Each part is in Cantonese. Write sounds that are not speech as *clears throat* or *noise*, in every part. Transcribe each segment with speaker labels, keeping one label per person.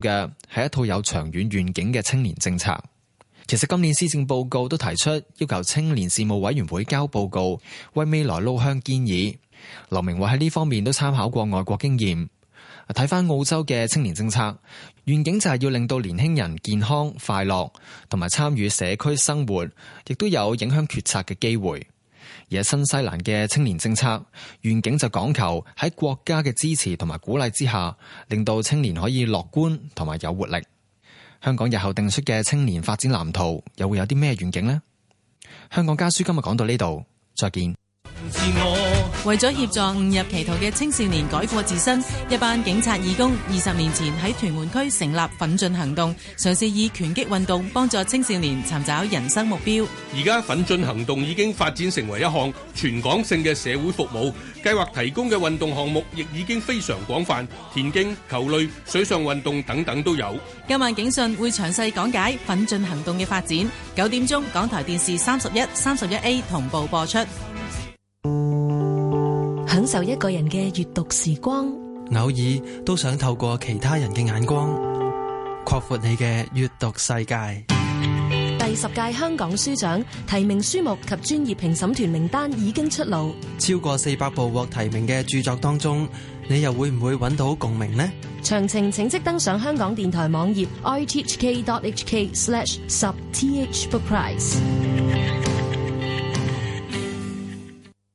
Speaker 1: 嘅係一套有長遠願景嘅青年政策。其實今年施政報告都提出要求青年事務委員會交報告，為未來路向建議。劉明偉喺呢方面都參考過外國經驗。睇翻澳洲嘅青年政策，願景就係要令到年輕人健康快樂，同埋參與社區生活，亦都有影響決策嘅機會。而喺新西蘭嘅青年政策願景就講求喺國家嘅支持同埋鼓勵之下，令到青年可以樂觀同埋有活力。香港日後定出嘅青年發展藍圖又會有啲咩願景呢？香港家書今日講到呢度，再見。
Speaker 2: 為咗協助誤入歧途嘅青少年改過自身，一班警察義工二十年前喺屯門區成立奮進行動，嘗試以拳擊運動幫助青少年尋找人生目標。
Speaker 3: 而家奮進行動已經發展成為一項全港性嘅社會服務計劃，提供嘅運動項目亦已經非常廣泛，田徑、球類、水上運動等等都有。
Speaker 2: 今晚警訊會詳細講解奮進行動嘅發展，九點鐘港台電視三十一、三十一 A 同步播出。
Speaker 4: 享受一個人嘅閱讀時光，
Speaker 5: 偶爾都想透過其他人嘅眼光，擴闊你嘅閱讀世界。
Speaker 4: 第十屆香港書獎提名書目及專業評審團名單已經出爐，
Speaker 5: 超過四百部獲提名嘅著作當中，你又會唔會揾到共鳴呢？
Speaker 4: 詳情請即登上香港電台網頁 rthk.hk/slash 十 th book prize。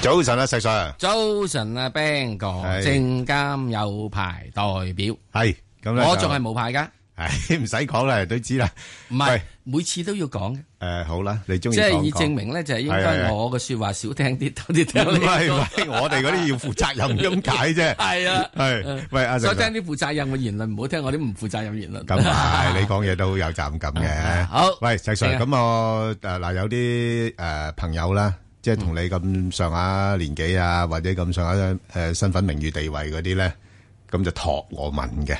Speaker 6: 早晨啊，石 Sir。
Speaker 7: 早晨啊，Bang 哥，
Speaker 6: 係
Speaker 7: 證監有牌代表，
Speaker 6: 係咁咧，
Speaker 7: 我仲係冇牌噶，
Speaker 6: 係唔使講啦，都知啦。
Speaker 7: 唔係每次都要講嘅。
Speaker 6: 誒，好啦，你中意
Speaker 7: 即係
Speaker 6: 講
Speaker 7: 以
Speaker 6: 講
Speaker 7: 證明咧，就係應
Speaker 6: 係係
Speaker 7: 該
Speaker 6: 係
Speaker 7: 我嘅說話少聽啲，多啲聽
Speaker 6: 唔
Speaker 7: 你講。
Speaker 6: 係唔係，我哋嗰啲要負責任咁解啫。
Speaker 7: 係啊，
Speaker 6: 係喂阿石
Speaker 7: 所以聽
Speaker 6: Sir，
Speaker 7: 啲負責任嘅言論，唔好聽我啲唔負責任言論。
Speaker 6: 咁啊係你講嘢都有責任感嘅。
Speaker 7: *laughs* 好
Speaker 6: 喂，石
Speaker 7: 係
Speaker 6: Sir，
Speaker 7: 啊
Speaker 6: 咁我誒嗱有啲誒朋友啦，即係同你
Speaker 7: 嗯
Speaker 6: 咁上下年紀啊，或者咁上下誒身份、名譽、地位嗰啲咧，咁就託我問嘅。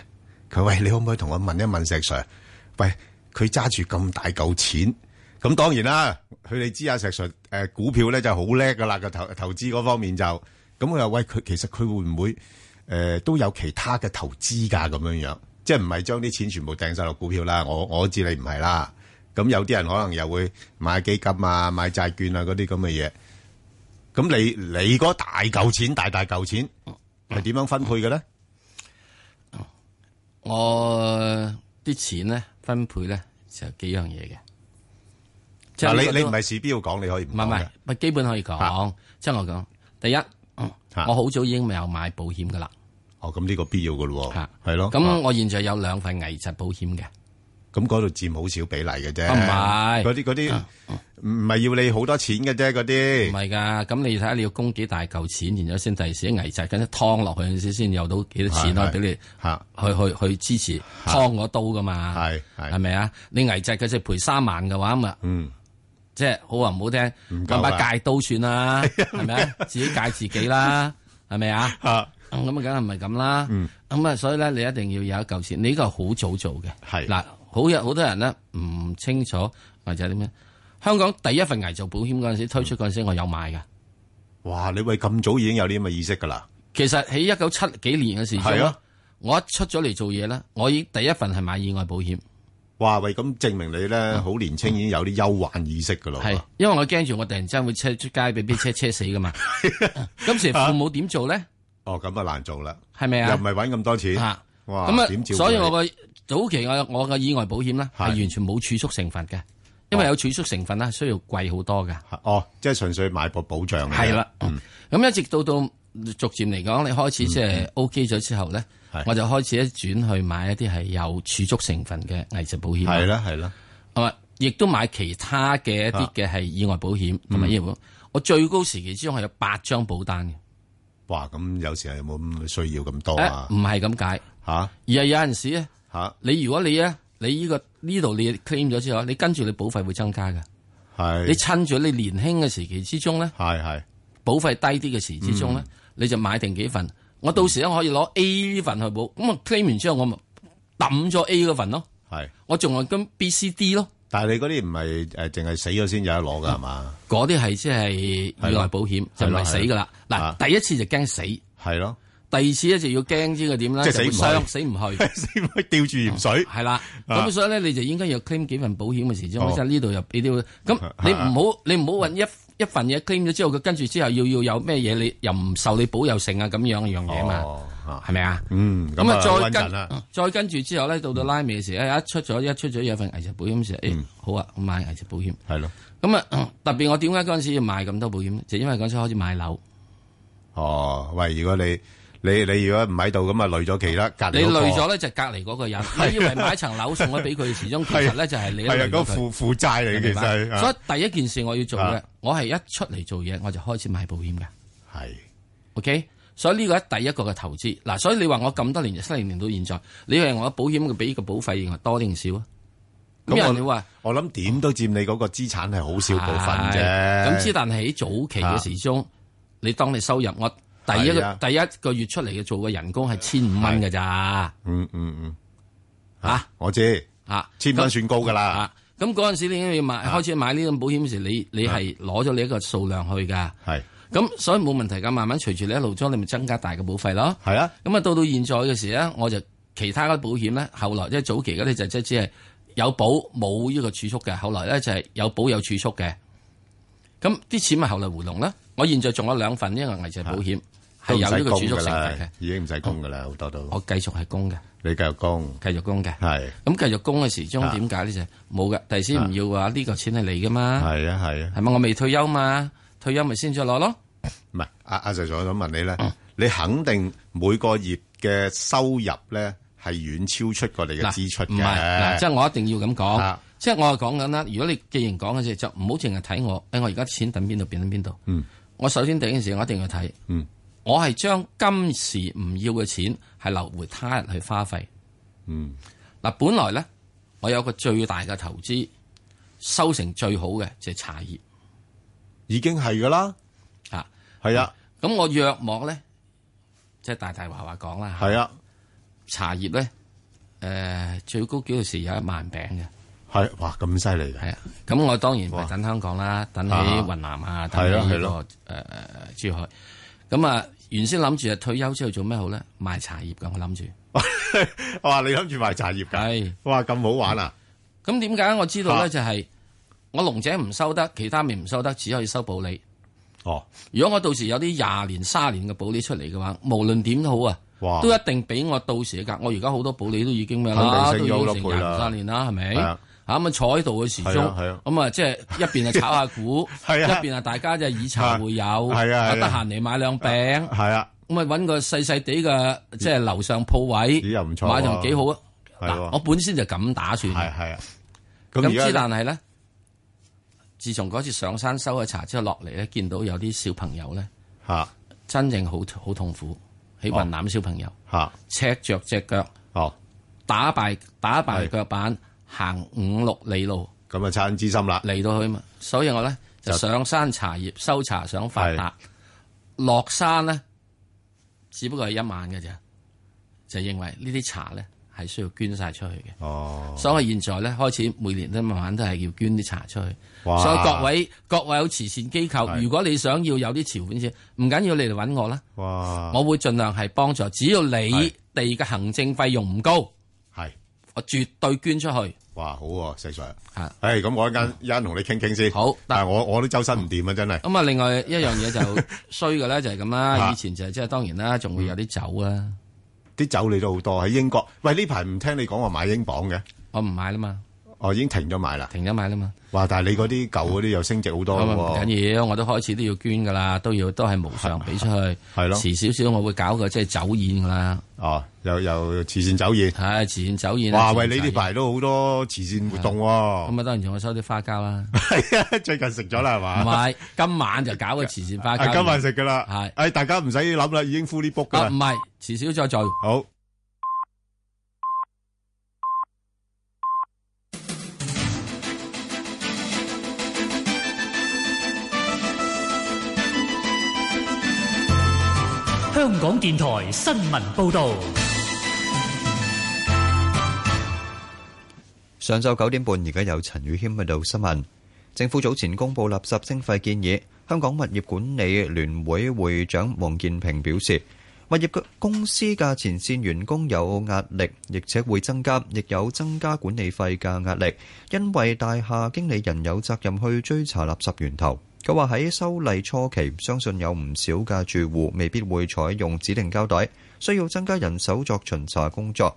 Speaker 6: 佢喂，你可唔可以同我問一問石 Sir？喂，佢揸住咁大嚿錢，咁當然啦，佢哋知啊石 Sir 誒、股票咧就好叻噶啦，個投投資嗰方面就咁佢又喂佢其實佢會唔會誒、呃都有其他嘅投資㗎咁樣樣，即係唔係將啲錢全部掟晒落股票啦？我我知你唔係啦，咁有啲人可能又會買基金啊、買債券啊嗰啲咁嘅嘢。咁你你嗰大嚿錢、大大嚿錢係點樣分配嘅咧？
Speaker 7: 我啲錢咧分配咧就有幾樣嘢嘅。
Speaker 6: 嗱，
Speaker 7: 呢個
Speaker 6: 你你
Speaker 7: 都
Speaker 6: 唔係事必要講，你可以唔
Speaker 7: 唔係
Speaker 6: 講
Speaker 7: 唔係
Speaker 6: 嘅。，
Speaker 7: 咪基本可以講。即係我講，第一，嗯我好早已經有買保險噶啦。
Speaker 6: 哦，咁呢個必要嘅咯喎，係咯。
Speaker 7: 咁我現在有兩份危疾保險嘅。哦
Speaker 6: 咁嗰度佔好少比例嘅啫，
Speaker 7: 唔係嗯
Speaker 6: 嗰啲嗰啲唔唔係要你好多錢嘅啫，嗰啲
Speaker 7: 唔係㗎，咁你睇下你要供幾大嚿錢，然之後先第時啲危疾跟住劏落去嗰陣時，先有到幾多
Speaker 6: 係
Speaker 7: 錢可
Speaker 6: 係
Speaker 7: 以俾你
Speaker 6: 嚇
Speaker 7: 去去去支持劏嗰刀㗎嘛？
Speaker 6: 係係
Speaker 7: 係咪啊？你危疾嘅就賠三萬嘅話咁啊，
Speaker 6: 嗯，
Speaker 7: 即係好話唔好聽，
Speaker 6: 夠
Speaker 7: 揾
Speaker 6: 啊
Speaker 7: 把戒刀算啦，係咪啊？自己戒自己
Speaker 6: *laughs*
Speaker 7: 啦，係咪啊？
Speaker 6: 咁啊，嗯
Speaker 7: 梗係唔係咁啦？咁啊，所以咧，你一定要有一嚿錢，你呢個係好早做嘅。
Speaker 6: 係
Speaker 7: 嗱，好有好多人咧唔清楚或者點咩？香港第一份危疾保險嗰陣時推出嗰陣時，我有買㗎。
Speaker 6: 哇！你喂咁早已經有呢咁嘅意識㗎啦，
Speaker 7: 其實喺一九七幾年嘅時
Speaker 6: 係
Speaker 7: 候
Speaker 6: 啊，
Speaker 7: 我一出咗嚟做嘢咧，我已經第一份係買意外保險，嗯
Speaker 6: 哇！喂，咁證明你咧好年青已經有啲憂患意識㗎咯，
Speaker 7: 係因為我驚住我突然之間會車出街俾
Speaker 6: *laughs*
Speaker 7: 啲車車死噶嘛。今時父母點做咧？
Speaker 6: 哦，咁啊難做啦，
Speaker 7: 係咪啊
Speaker 6: 又唔係揾咁多錢
Speaker 7: 啊，
Speaker 6: 哇！點
Speaker 7: 咁
Speaker 6: 照顧
Speaker 7: 啊，所以我
Speaker 6: 你
Speaker 7: 個早期我我嘅意外保險咧係完全冇儲蓄成分嘅，因為有儲蓄成分咧需要貴好多㗎。
Speaker 6: 哦，即係純粹買個保障嘅嗯啫
Speaker 7: 係啦，咁一直到到逐漸嚟講，你開始即係 OK 咗之後咧
Speaker 6: 嗯係，
Speaker 7: 我就開始一轉去買一啲係有儲蓄成分嘅危疾保險。
Speaker 6: 係啦係啦，
Speaker 7: 係咪？亦都買其他嘅一
Speaker 6: 嗯
Speaker 7: 啲嘅係意外保險同埋醫療保險。我最高時期之中係有八張保單嘅，
Speaker 6: 哇！咁有時係有冇咁需要咁多啊？
Speaker 7: 唔係咁解
Speaker 6: 吓，
Speaker 7: 而係有陣時咧
Speaker 6: 吓，
Speaker 7: 你如果你咧，你呢個呢度你 claim 咗之後，你跟住你保費會增加嘅。
Speaker 6: 係
Speaker 7: 你趁住你年輕嘅時期之中咧，
Speaker 6: 係係嗯
Speaker 7: 保費低啲嘅時之中咧，你就買定幾份。我到時咧可以攞 A 呢份去保，咁我 claim 完之後我咪抌咗 A 嗰份咯。
Speaker 6: 係，
Speaker 7: 我仲係跟 B、C、D 咯。
Speaker 6: 但係你嗰啲唔係誒，淨係死咗先有得攞㗎係嘛？
Speaker 7: 嗰啲係即係意外保險，就
Speaker 6: 係
Speaker 7: 唔
Speaker 6: 咯
Speaker 7: 係死噶啦。嗱，第一次就驚死，
Speaker 6: 係咯。
Speaker 7: 第二次咧就要驚呢個點啦，
Speaker 6: 即係
Speaker 7: 就會
Speaker 6: 死唔去
Speaker 7: 傷死唔去，
Speaker 6: *laughs* 死唔去吊住鹽水。
Speaker 7: 係啦，
Speaker 6: 啊
Speaker 7: 咁所以咧你就應該要 claim 幾份保險嘅時
Speaker 6: 哦啊
Speaker 7: 鐘，即係呢度又俾啲。咁你唔好你唔好揾一一份嘢 claim 咗之後，佢跟住之後要要有咩嘢，你又唔受你保佑性啊咁樣嘅樣嘢
Speaker 6: 哦
Speaker 7: 嘛，係咪啊？
Speaker 6: 嗯，
Speaker 7: 咁啊，再
Speaker 6: 搵人
Speaker 7: 跟
Speaker 6: 啦，嗯
Speaker 7: 再跟住之後咧，到到拉尾嘅時，哎一出咗一出咗有份危疾保險嘅時候，誒好啊，我買危疾保險。
Speaker 6: 係咯，
Speaker 7: 咁啊，特別我點解嗰陣時要買咁多保險咧？就因為嗰陣時開始買樓，
Speaker 6: 哦，喂，如果你你你如果唔喺度咁啊，累咗其他隔
Speaker 7: 你
Speaker 6: 離嗰個
Speaker 7: 累咗咧就隔離嗰個人，你以為買層樓送咗俾
Speaker 6: *laughs*
Speaker 7: 佢，始終其實咧就係你
Speaker 6: 係啊，
Speaker 7: 累
Speaker 6: 嗰個
Speaker 7: 咗佢
Speaker 6: 負負債嚟嘅，其實
Speaker 7: 明白
Speaker 6: 係
Speaker 7: 所以第一件事我要做嘅
Speaker 6: 啊，
Speaker 7: 我係一出嚟做嘢我就開始買保險嘅
Speaker 6: 係
Speaker 7: ，OK。所以呢個係第一個嘅投資嗱，所以你話我咁多年七零年到現在，你係我保險嘅俾嘅保費多定少啊？咁
Speaker 6: 咁我
Speaker 7: 人哋話。
Speaker 6: 我諗點都佔你嗰個資產係好少部分啫。啊
Speaker 7: 係咁之，但係喺早期嘅時鐘，你當你收入我第一
Speaker 6: 係
Speaker 7: 個
Speaker 6: 啊
Speaker 7: 第一個月出嚟嘅做嘅人工係千五蚊㗎咋
Speaker 6: 嗯嗯嗯，
Speaker 7: 啊
Speaker 6: 我知
Speaker 7: 啊，
Speaker 6: 千蚊算高㗎啦，啊
Speaker 7: 啊！咁嗰陣時你已經要買開始買呢種保險時，你你係攞咗你一個數量去㗎。
Speaker 6: 係
Speaker 7: 咁所以冇問題㗎，慢慢隨住你一路裝，你咪增加大嘅保費咯。
Speaker 6: 係啊，
Speaker 7: 咁啊，到到現在嘅時咧，我就其他嘅保險咧，後來即係早期嗰啲就即係只係有保冇呢個儲蓄嘅，後來咧就係有保有儲蓄嘅。咁啲錢咪後來回籠啦。我現在仲有兩份呢個危疾保險係
Speaker 6: 都唔
Speaker 7: 有呢
Speaker 6: 使
Speaker 7: 個
Speaker 6: 供
Speaker 7: 儲蓄成
Speaker 6: 㗎
Speaker 7: 分嘅
Speaker 6: 啦，，已經唔使供㗎啦，好多都
Speaker 7: 我繼續係供嘅，
Speaker 6: 你繼續供，
Speaker 7: 繼續供嘅。
Speaker 6: 係啊
Speaker 7: 咁繼續供嘅時鐘點解咧？就係冇嘅，第時唔要嘅話，呢個錢係你噶嘛，
Speaker 6: 係啊係啊。
Speaker 7: 係咪？我未退休嘛，退休咪先再攞咯。
Speaker 6: 唔係，阿阿 Sir 我想問你咧，
Speaker 7: 嗯
Speaker 6: 你肯定每個月嘅收入咧係遠超出過你嘅
Speaker 7: 嗱
Speaker 6: 支出嘅。
Speaker 7: 唔係嗱，即係我一定要咁講
Speaker 6: 啊，
Speaker 7: 即係我係講緊啦。如果你既然講嘅嘢，就唔好淨係睇我，誒，我而家錢等邊度變到邊度。
Speaker 6: 嗯
Speaker 7: 我首先第一件事，我一定要睇，
Speaker 6: 嗯
Speaker 7: 我係將今時唔要嘅錢係留回他日去花費。
Speaker 6: 嗯，
Speaker 7: 嗱，本來咧，我有個最大嘅投資，收成最好嘅就係茶葉
Speaker 6: 已經係噶啦，
Speaker 7: 啊。
Speaker 6: 係啊
Speaker 7: 咁我約莫咧，即係大大話話講啦，
Speaker 6: 係啊
Speaker 7: 茶葉咧，誒呃最高幾個時有一萬餅嘅。
Speaker 6: 係，哇咁犀利嘅，
Speaker 7: 系啊，咁我當然唔
Speaker 6: 哇
Speaker 7: 係等香港啦，等
Speaker 6: 啊
Speaker 7: 喺雲南啊，等
Speaker 6: 係咯
Speaker 7: 喺
Speaker 6: 係
Speaker 7: 呢
Speaker 6: 咯
Speaker 7: 個誒珠海。咁啊，原先諗住啊退休之後做咩好咧？賣茶葉㗎，
Speaker 6: *laughs*
Speaker 7: 我諗住。
Speaker 6: 我話你諗住賣茶葉㗎，
Speaker 7: 係。
Speaker 6: 哇咁好玩啊！
Speaker 7: 咁點解我知道
Speaker 6: 啊
Speaker 7: 咧？就係我龍井唔收得，其他咪唔收得，只可以收保理。
Speaker 6: 哦，
Speaker 7: 如果我到時有啲廿年、卅年嘅保理出嚟嘅話，無論點都好啊，
Speaker 6: 哇，
Speaker 7: 都一定俾我到時嘅價。我而家好多保理都已經咩啦，
Speaker 6: 肯定
Speaker 7: 都
Speaker 6: 升
Speaker 7: 已
Speaker 6: 咗好
Speaker 7: 經
Speaker 6: 多
Speaker 7: 成
Speaker 6: 倍
Speaker 7: 廿
Speaker 6: 啦
Speaker 7: 三年啦，係咪？
Speaker 6: 係啊
Speaker 7: 嚇咁啊坐喺度嘅時
Speaker 6: 係啊係啊
Speaker 7: 鐘，咁啊即係一邊就炒下股，一
Speaker 6: *laughs* 係啊
Speaker 7: 邊啊大家就以茶會友，
Speaker 6: 係啊係啊
Speaker 7: 得閒嚟買兩餅，
Speaker 6: 係啊，嗯
Speaker 7: 咁啊揾個細細地嘅即係樓上鋪位，
Speaker 6: 咦又唔錯喎
Speaker 7: 買就幾好啊！
Speaker 6: 係
Speaker 7: 嗱
Speaker 6: 喎，
Speaker 7: 我本身就咁打算，
Speaker 6: 係係啊，
Speaker 7: 咁
Speaker 6: 咁而家
Speaker 7: 之但係咧，自從嗰次上山收咗茶之後落嚟咧，見到有啲小朋友咧
Speaker 6: 嚇哦
Speaker 7: 真正好好痛苦，喺雲南小朋友
Speaker 6: 嚇
Speaker 7: 赤着只腳。
Speaker 6: 哦，
Speaker 7: 打敗打敗
Speaker 6: 係
Speaker 7: 腳板，行五六里路
Speaker 6: 咁啊差人之心啦，
Speaker 7: 嚟到去嘛，所以我咧就
Speaker 6: 就
Speaker 7: 上山茶葉收茶想發達，落山咧只不過係一晚嘅啫，就認為呢啲茶咧係需要捐晒出去嘅，
Speaker 6: 哦，
Speaker 7: 所以我現在咧開始每年都慢慢都係要捐啲茶出去。
Speaker 6: 哇
Speaker 7: 所以各位各位有慈善機構，
Speaker 6: 係
Speaker 7: 如果你想要有啲籌款先，唔緊要你嚟揾我啦，
Speaker 6: 哇，
Speaker 7: 我會盡量係幫助，只要你
Speaker 6: 係
Speaker 7: 哋嘅行政費用唔高，
Speaker 6: 係
Speaker 7: 我絕對捐出去。
Speaker 6: 哇好喎，石 Sir，
Speaker 7: 嚇
Speaker 6: 誒咁我一間一間同你傾傾先，
Speaker 7: 嗯好
Speaker 6: 但係我我都周身唔掂啊，真係。
Speaker 7: 咁啊，另外一樣嘢
Speaker 6: *laughs*
Speaker 7: 就衰嘅咧，就係咁
Speaker 6: 啊
Speaker 7: 啦。以前就係即係當然啦，仲會有啲酒啦，
Speaker 6: 啲酒你都好多喺英國。喂，呢排唔聽你講話買英鎊嘅，
Speaker 7: 我唔買啦嘛。
Speaker 6: 哦，已經停咗買啦，
Speaker 7: 停咗買啦嘛。
Speaker 6: 哇！但係你嗰啲舊嗰啲又升值好多
Speaker 7: 咁啊唔
Speaker 6: 喎。
Speaker 7: 緊要，我都開始都要捐噶啦，都要都係無償俾出去。
Speaker 6: *laughs* 係咯
Speaker 7: 遲少少我會搞個即係酒宴噶啦。
Speaker 6: 哦，又又慈善酒宴，
Speaker 7: 係慈善酒宴啊。
Speaker 6: 哇！喂，
Speaker 7: 慈
Speaker 6: 你
Speaker 7: 善
Speaker 6: 呢
Speaker 7: 酒宴
Speaker 6: 排都好多慈善活動
Speaker 7: 咁
Speaker 6: 喎。
Speaker 7: 啊，當然仲我收啲花膠啦。
Speaker 6: 啊最近食咗啦，係
Speaker 7: 唔
Speaker 6: 嘛？
Speaker 7: 係，今晚就搞個慈善花
Speaker 6: 啊
Speaker 7: 膠。
Speaker 6: 今晚食噶啦。
Speaker 7: 係
Speaker 6: 誒，大家唔使諗啦，已經 fully book 噶
Speaker 7: 啊，唔
Speaker 6: 啦。
Speaker 7: 係，遲少再做。
Speaker 6: 好。
Speaker 8: 香港電台新聞報道，
Speaker 9: 上晝九點半，而家有陳宇軒報道新聞。政府早前公布垃圾徵費建議，香港物業管理聯會會長黃建平表示，物業公司嘅前線員工有壓力，而且會增加，亦有增加管理費嘅壓力，因為大廈經理人有責任去追查垃圾源頭。佢話喺修例初期，相信有唔少嘅住戶未必會採用指定膠袋，需要增加人手作巡查工作。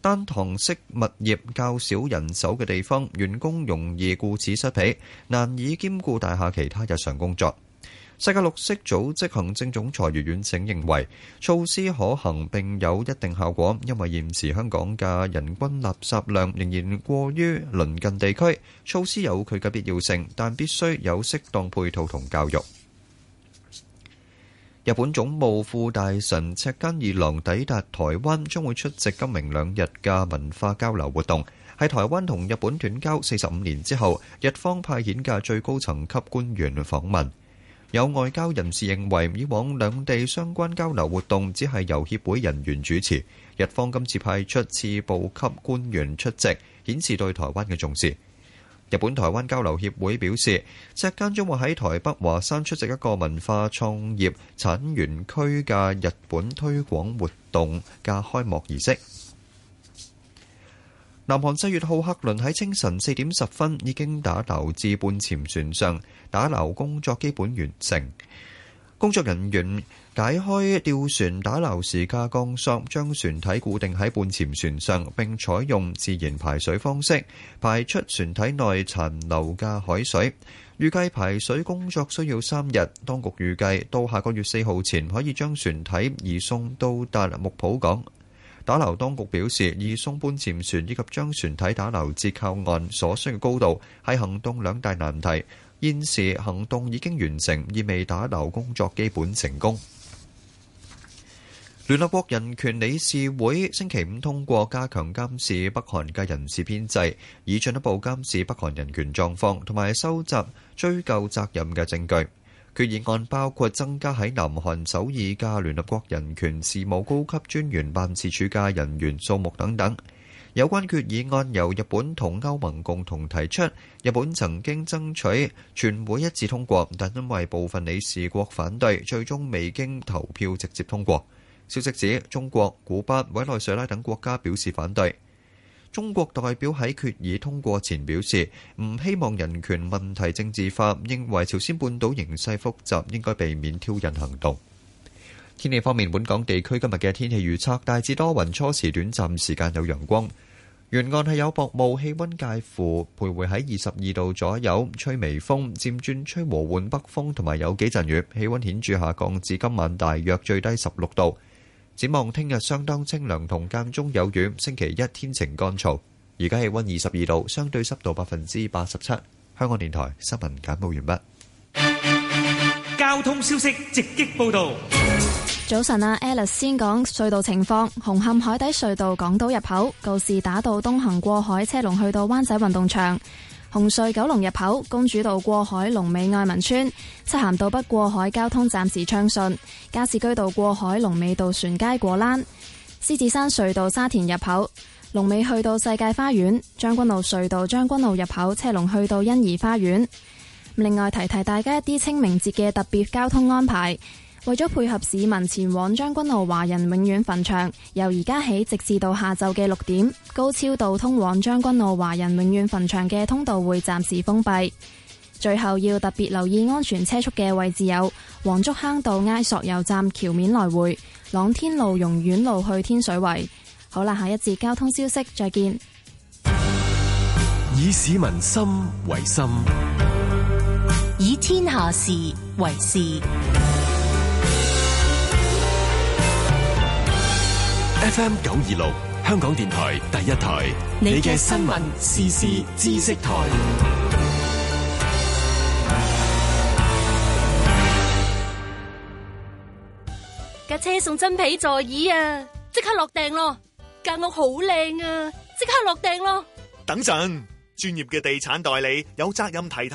Speaker 9: 單堂式物業較少人手嘅地方，員工容易顧此失彼，難以兼顧大廈其他日常工作。世界綠色組織行政總裁余遠騁認為，措施可行並有一定效果，因為現時香港嘅人均垃圾量仍然過於鄰近地區，措施有佢嘅必要性，但必須有適當配套同教育。日本總務副大臣赤間二郎抵達台灣，將會出席今明兩日嘅文化交流活動，係台灣同日本斷交四十五年之後，日方派遣嘅最高層級官員訪問。有外交人士認為，以往兩地相關交流活動只係由協會人員主持，日方今次派出次部級官員出席，顯示對台灣嘅重視。日本台灣交流協會表示，石間將會喺台北華山出席一個文化創業產園區嘅日本推廣活動嘅開幕儀式。南韓世越號客輪喺清晨四點十分已經打撈至半潛船上，打撈工作基本完成。工作人員解開吊船打撈時嘅鋼索，將船體固定喺半潛船上，並採用自然排水方式排出船體內殘留嘅海水。預計排水工作需要三日，當局預計到下個月四號前可以將船體移送到達木浦港。打撈當局表示，移送半潛船以及將船體打撈至靠岸所需嘅高度係行動兩大難題。現時行動已經完成，意味打撈工作基本成功。聯合國人權理事會星期五通過加強監視北韓嘅人事編制，以進一步監視北韓人權狀況同埋收集追究責任嘅證據。決議案包括增加喺南韓首爾嘅聯合國人權事務高級專員辦事處嘅人員數目等等。有關決議案由日本同歐盟共同提出，日本曾經爭取全會一致通過，但因為部分理事國反對，最終未經投票直接通過。消息指，中國、古巴、委內瑞拉等國家表示反對。中國代表喺決議通過前表示，唔希望人權問題政治化，認為朝鮮半島形勢複雜，應該避免挑釁行動。天氣方面，本港地區今日嘅天氣預測大致多雲，初時短暫時間有陽光，沿岸係有薄霧，氣温介乎徘徊喺二十二度左右，吹微風，漸轉吹和緩北風，同埋有幾陣雨，氣温顯著下降至今晚大約最低十六度。展望聽日相當清涼同間中有雨，星期一天晴乾燥。而家氣温二十二度，相對濕度百分之八十七。香港電台新聞簡報完畢。
Speaker 10: 交通消息直擊報道。
Speaker 11: 早晨啊，Alice 先講隧道情況。紅磡海底隧道港島入口告士打道東行過海車龍去到灣仔運動場；紅隧九龍入口公主道過海龍尾愛民村；漆咸道北過海交通暫時暢順；加士居道過海龍尾渡船街果欄；獅子山隧道沙田入口龍尾去到世界花園；將軍澳隧道將軍澳入口車龍去到欣怡花園。另外提提大家一啲清明節嘅特別交通安排，為咗配合市民前往將軍澳華人永遠墳場，由而家起直至到下晝嘅六點，高超道通往將軍澳華人永遠墳場嘅通道會暫時封閉。最後要特別留意安全車速嘅位置有黃竹坑道埃索油站橋面來回、朗天路榕苑路去天水圍。好啦，下一節交通消息再見。
Speaker 12: 以市民心為心，
Speaker 13: 以天下事為事。
Speaker 12: FM 九二六香港電台第一台，
Speaker 13: 你
Speaker 12: 你
Speaker 13: 嘅
Speaker 12: 嘅
Speaker 13: 新
Speaker 12: 新
Speaker 13: 聞
Speaker 12: 聞時事知識台。
Speaker 14: 架車送真皮座椅啊，即刻落訂咯！間屋好靚啊，即刻落訂咯！
Speaker 15: 等陣，專業嘅地產代理有責任提提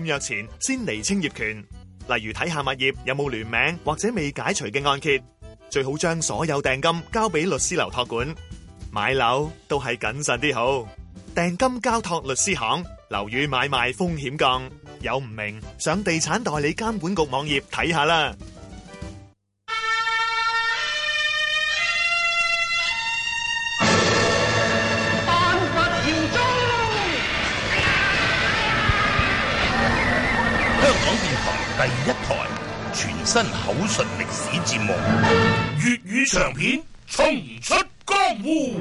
Speaker 15: 你，簽約前先釐清業權，例如睇下物業有冇聯名或者未解除嘅按揭，最好將所有訂金交俾律師樓託管。買樓都係謹慎啲好，訂金交託律師行，樓宇買賣風險降。有唔明，上地產代理監管局網頁睇下啦。
Speaker 16: 香港電台第一台全新口述歷史節目，粵語長片重出江湖。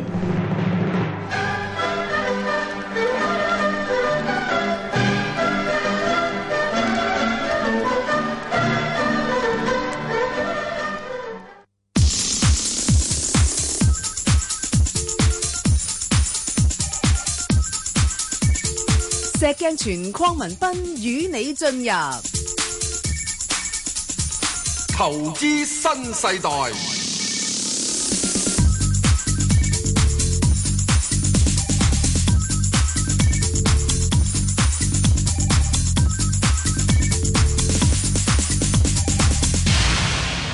Speaker 17: 石镜全框文斌與你進入
Speaker 18: 投資新世代，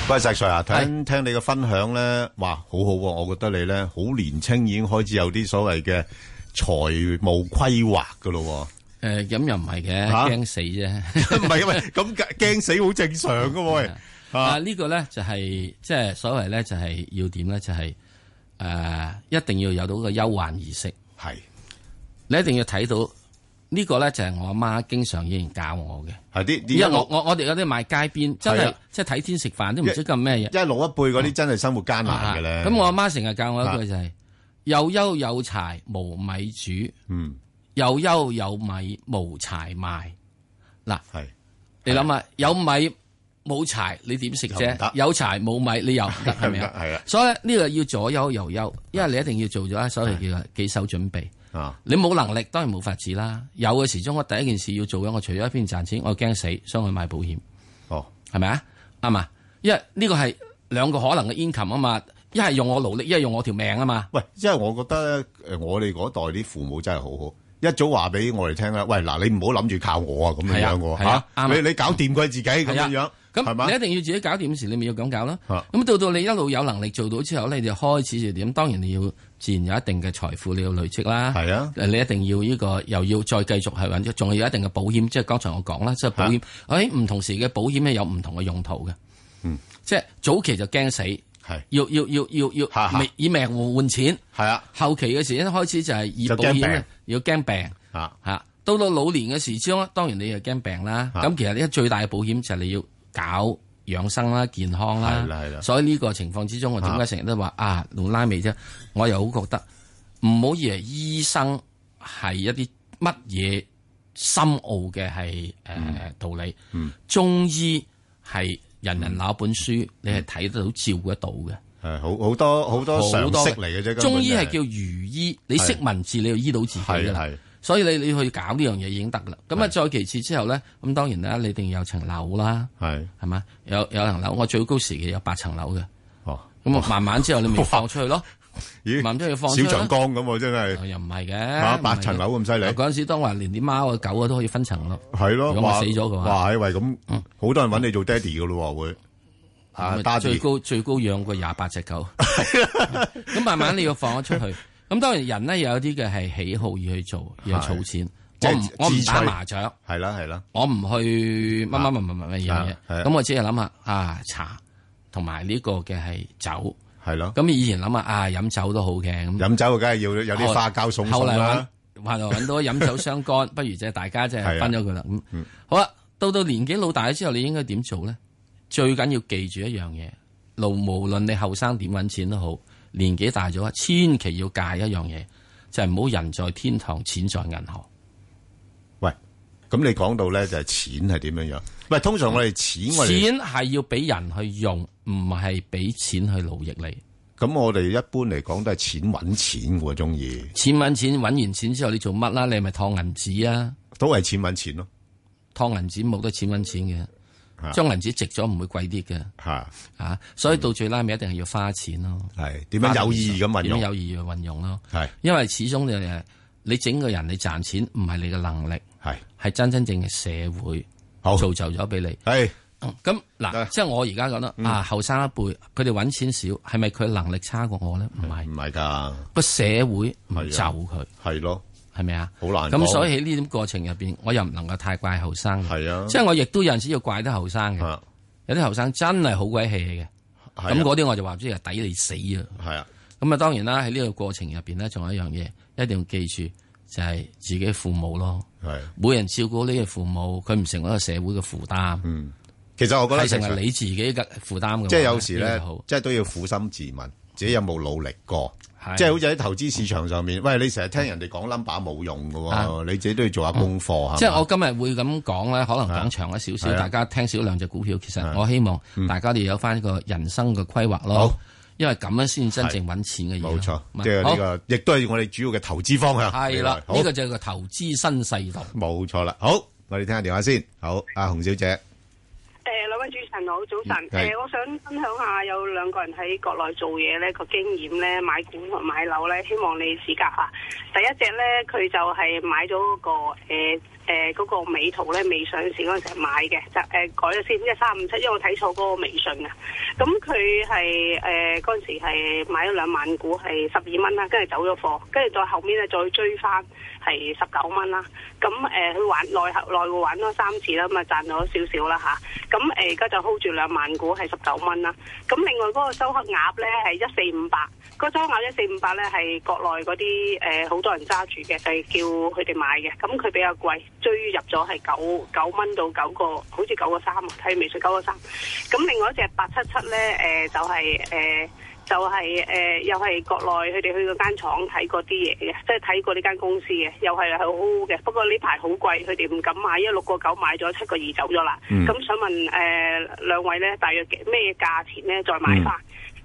Speaker 6: 喂，石 Sir 啊，聽聽你嘅分享咧，哇，好好喎！我覺得你咧好年青，已經開始有啲所謂嘅財務規劃噶咯
Speaker 7: 誒，咁又唔係嘅，
Speaker 6: 嚇
Speaker 7: 驚死啫。
Speaker 6: 喎。 *laughs* 唔係，喂，咁驚死好正常噶
Speaker 7: *laughs*
Speaker 6: 喎。
Speaker 7: 啊，呢個咧就係即係所謂咧就係要點咧就係誒，一定要有到個憂患意識。
Speaker 6: 係，
Speaker 7: 你一定要睇到呢個咧就係我阿媽經常以前教我嘅。
Speaker 6: 係啲
Speaker 7: 因為我我我哋嗰啲買街邊真
Speaker 6: 係
Speaker 7: 係
Speaker 6: 啊
Speaker 7: 即係睇天食飯都唔知咁咩嘢。
Speaker 6: 因為老一輩嗰啲真係生活艱難嘅咧。
Speaker 7: 啊咁我阿媽成日教我一句就係又憂有柴無米煮，
Speaker 6: 嗯，
Speaker 7: 又憂有米無柴賣。嗱，
Speaker 6: 係
Speaker 7: 你諗下，有米冇柴你點食
Speaker 19: 又唔得
Speaker 7: 啫？有柴冇米你又唔得，係咪啊？
Speaker 19: 係啊
Speaker 7: 所以呢個要左憂右憂，因為你一定要做咗啊所謂叫做幾手準備。
Speaker 6: 啊，
Speaker 7: 你冇能力當然冇法子啦。有嘅時鐘，我第一件事要做嘅，我除咗一邊賺錢，我驚死，所以我買保險。
Speaker 6: 哦，
Speaker 7: 係咪啊？啱嘛？因為呢個係兩個可能嘅 income 啊嘛，一係用我勞力，一係用我條命啊嘛。
Speaker 6: 喂，因為我覺得咧，誒我哋嗰代啲父母真係好好，一早話俾我哋聽啦。喂，嗱，你唔好諗住靠我啊，咁樣樣
Speaker 7: 係啊
Speaker 6: 喎
Speaker 7: 啱
Speaker 6: 嚇。
Speaker 7: 啊
Speaker 6: 你你搞掂佢自己咁
Speaker 7: 係
Speaker 6: 樣樣
Speaker 7: 啊，
Speaker 6: 係嘛
Speaker 7: 咁你一定要自己搞掂時，你咪要咁搞啦。
Speaker 6: 啊
Speaker 7: 咁到到你一路有能力做到之後咧，你就開始就點？當然你要自然有一定嘅財富，你要累積啦。係
Speaker 6: 啊，
Speaker 7: 你一定要呢個又要再繼續係揾，仲要有一定嘅保險。即係剛才我講啦，即係保險喺唔同時嘅保險咧有唔同嘅用途嘅。
Speaker 6: 嗯，
Speaker 7: 即係早期就驚死，
Speaker 6: 係
Speaker 7: 要要要要要未以命換換錢。
Speaker 6: 係啊，
Speaker 7: 後期嘅時一開始就係以
Speaker 6: 就
Speaker 7: 保
Speaker 6: 驚
Speaker 7: 險
Speaker 6: 病
Speaker 7: 咧要驚病。
Speaker 6: 啊
Speaker 7: 嚇，到到老年嘅時之中，當然你又驚病啦。咁其實呢最大嘅保險就係你要搞養生啦、健康啦。
Speaker 19: 係啦係啦
Speaker 7: 所以呢個情況之中，我點解成日都話啊，老拉尾啫？我又好覺得唔好以為醫生係一啲乜嘢深奧嘅係
Speaker 6: 嗯
Speaker 7: 誒道理。中醫係人人攞本書，你係睇得到、照得到嘅。
Speaker 6: 嗯係好好多好多常識嚟嘅啫。根本
Speaker 7: 中醫係
Speaker 6: 就
Speaker 7: 叫儒醫，你識
Speaker 6: 係
Speaker 7: 文字，你就醫到自己㗎啦
Speaker 6: 係係
Speaker 7: 所以你你去搞呢樣嘢已經得㗎啦。咁啊，再其次之後咧，咁當然啦，你一定要有層樓啦，
Speaker 6: 係
Speaker 7: 係嘛？有有層樓，我最高時期有八層樓嘅。
Speaker 6: 哦，
Speaker 7: 咁啊，慢慢之後你咪放出去咯。
Speaker 6: 咦，
Speaker 7: 慢慢之後放出去
Speaker 6: 小
Speaker 7: 咯哦
Speaker 6: 長江咁喎，真係
Speaker 7: 又唔係
Speaker 6: 嚇
Speaker 7: 嘅，
Speaker 6: 八層樓咁犀利。
Speaker 7: 嗰陣時當話連啲貓啊狗啊都可以分層咯。
Speaker 6: 係咯，
Speaker 7: 如果我
Speaker 6: 哇
Speaker 7: 死咗嘅話，嗯
Speaker 6: 哇，係喂，咁好多人揾你做爹哋嘅咯喎，會啊，
Speaker 7: 咁啊
Speaker 6: 爹
Speaker 7: 最
Speaker 6: 哋
Speaker 7: 高最高養過廿八隻
Speaker 6: *laughs*
Speaker 7: 狗。咁慢慢你要放咗出去。咁當然人咧有啲嘅係喜好要去做，要去儲錢。
Speaker 6: 即
Speaker 7: 我
Speaker 6: 係
Speaker 7: 唔我唔
Speaker 6: 自
Speaker 7: 打
Speaker 6: 取
Speaker 7: 麻雀。
Speaker 6: 係啦係啦，
Speaker 7: 我唔去乜乜乜乜乜乜
Speaker 6: 啊
Speaker 7: 嘢
Speaker 6: 係啊
Speaker 7: 嘢，咁我只係諗下啊茶同埋呢個嘅係酒，
Speaker 6: 係咯。
Speaker 7: 咁以前諗下啊飲酒都好嘅，咁
Speaker 6: 飲酒梗係要有啲花膠送送
Speaker 7: 後嚟
Speaker 6: 啦
Speaker 7: 揾。後嚟揾到飲酒相干， *laughs* 不如即係大家即
Speaker 6: 係
Speaker 7: 係
Speaker 6: 啊
Speaker 7: 分咗佢啦。咁好啦，到到年紀老大之後，你應該點做咧？最緊要記住一樣嘢，無無論你後生點揾錢都好，年紀大咗，千祈要戒一樣嘢，就係唔好人在天堂，錢在銀行。
Speaker 6: 咁你講到咧就係錢係點樣樣？喂，通常我哋錢我哋
Speaker 7: 錢係要俾人去用，唔係俾錢去勞役你。
Speaker 6: 咁我哋一般嚟講都係錢揾錢喎，中意
Speaker 7: 錢揾錢，揾完錢之後你做乜啦？你咪燙銀紙啊？
Speaker 6: 都係錢揾錢咯。
Speaker 7: 燙銀紙冇得錢揾錢嘅，
Speaker 6: 啊
Speaker 7: 將銀紙值咗唔會貴啲嘅。
Speaker 6: 嚇
Speaker 7: 啊！所以到最拉尾一定係要花錢咯。
Speaker 6: 係點樣有意義咁運用
Speaker 7: 點樣有意義去運用咯。
Speaker 6: 係
Speaker 7: 因為始終就係你整個人你賺錢唔係你嘅能力，
Speaker 6: 係
Speaker 7: 係真真正嘅社會造就咗俾你。
Speaker 6: 係嗯
Speaker 7: 咁嗱，即係我而家講啦，啊後生一輩佢哋揾錢少，係咪佢能力差過我咧？唔係，
Speaker 6: 唔係㗎，
Speaker 7: 個社會唔就佢，
Speaker 6: 係啊咯，
Speaker 7: 係咪啊？
Speaker 6: 好難
Speaker 7: 咁
Speaker 6: 講
Speaker 7: 所以喺呢啲過程入邊，我又唔能夠太怪後生嘅。
Speaker 6: 係啊
Speaker 7: 即係我亦都有陣時要怪啲後生嘅。有啲後生真係好鬼氣嘅。
Speaker 6: 係啊
Speaker 7: 咁嗰啲我就話即係抵你死啊！
Speaker 6: 係啊。
Speaker 7: 咁啊，當然啦，喺呢個過程入邊咧，仲有一樣嘢一定要記住，就係自己父母咯。
Speaker 6: 係
Speaker 7: 每人照顧呢個父母，佢唔成為一個社會嘅負擔。
Speaker 6: 嗯，其實我覺得
Speaker 7: 係成
Speaker 6: 其實
Speaker 7: 為你自己嘅負擔嘅話。
Speaker 6: 即係有時
Speaker 7: 呢個
Speaker 6: 咧
Speaker 7: 就好，
Speaker 6: 即係都要苦心自問，自己有冇努力過？
Speaker 7: 係
Speaker 6: 即係好似喺投資市場上面，喂，你成日聽人哋講 number 冇用嘅
Speaker 7: 啊
Speaker 6: 喎，你自己都要做下功課
Speaker 7: 即
Speaker 6: 係
Speaker 7: 係
Speaker 6: 嘛
Speaker 7: 我今日會咁講咧，可能講長咗少
Speaker 6: 係
Speaker 7: 少，
Speaker 6: 啊嗯
Speaker 7: 大家聽少兩隻股票。其實我希望大家哋有翻一個人生嘅規劃咯，因為咁樣先真正揾錢嘅嘢。
Speaker 6: 冇錯，
Speaker 7: 好
Speaker 6: 即係呢個亦都係我哋主要嘅投資方向。
Speaker 7: 係啦，
Speaker 6: 好
Speaker 7: 呢個就係個投資新世代。
Speaker 6: 冇錯啦。好，我哋聽下電話先。好，阿洪小姐，
Speaker 20: 誒，兩位主持人好，早晨。
Speaker 6: 係
Speaker 20: 誒，我想分享下有兩個人喺國內做嘢呢個經驗呢，買股同買樓呢，希望你指教下。第一隻呢，佢就係買咗嗰個誒誒嗰個美圖呢，未上市嗰陣時買嘅，就誒、改咗先一三五七，因為我睇錯嗰個微信啊。咁佢係誒嗰陣時係買咗兩萬股係十二蚊啦，跟住走咗貨，跟住再後面咧再追翻係十九蚊啦。咁誒佢玩內後內戶玩咗三次啦，咁啊賺咗少少啦吓，咁誒而家就 hold 住兩萬股係十九蚊啦。咁另外嗰個收黑鴨咧係一四五八，嗰收黑鴨一四五八咧係國內嗰啲誒好多人揸住嘅，就係叫佢哋買嘅。咁佢比較貴，追入咗係九九蚊到九個，好似九個三啊，睇微信九個三。咁另外一隻八七七咧，誒、呃就係、誒。就係、誒、又係國內佢哋去嗰間廠睇過啲嘢嘅，即係睇過呢間公司嘅，又係係好好嘅。不過呢排好貴，佢哋唔敢買，因為六個九買咗，七個二走咗啦。
Speaker 21: 嗯
Speaker 20: 咁、想問誒、兩位咧，大約幾咩價錢咧再買翻？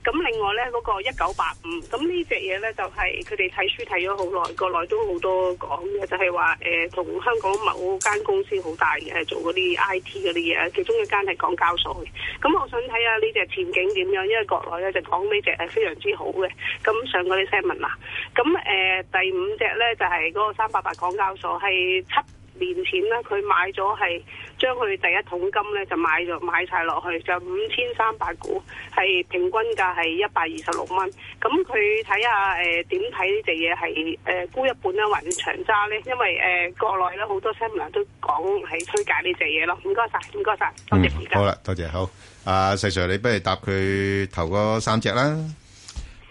Speaker 20: 咁另外咧，嗰、個一九八五，咁呢只嘢咧就係佢哋睇書睇咗好耐，國內都好多講嘅，就係話誒同香港某間公司好大嘅，做嗰啲 I T 嗰啲嘢，其中一間係港交所嘅。咁我想睇下呢只前景點樣，因為國內咧就講呢只係非常之好嘅，咁上嗰啲 s e 啦。咁誒、第五隻咧就係、嗰個三八八港交所係七。年前咧，佢買咗係將佢第一桶金咧就買咗買晒落去，就五千三百股，係平均價係一百二十六蚊。咁佢睇下誒點睇呢隻嘢係誒沽一半啦，還是長揸咧？因為誒、呃、國內咧好多 seminar 都講係推介呢隻嘢咯。唔該晒，唔該晒，多謝
Speaker 6: 嗯，好啦，多謝，好。阿細 Sir，你不如答佢頭嗰三隻啦，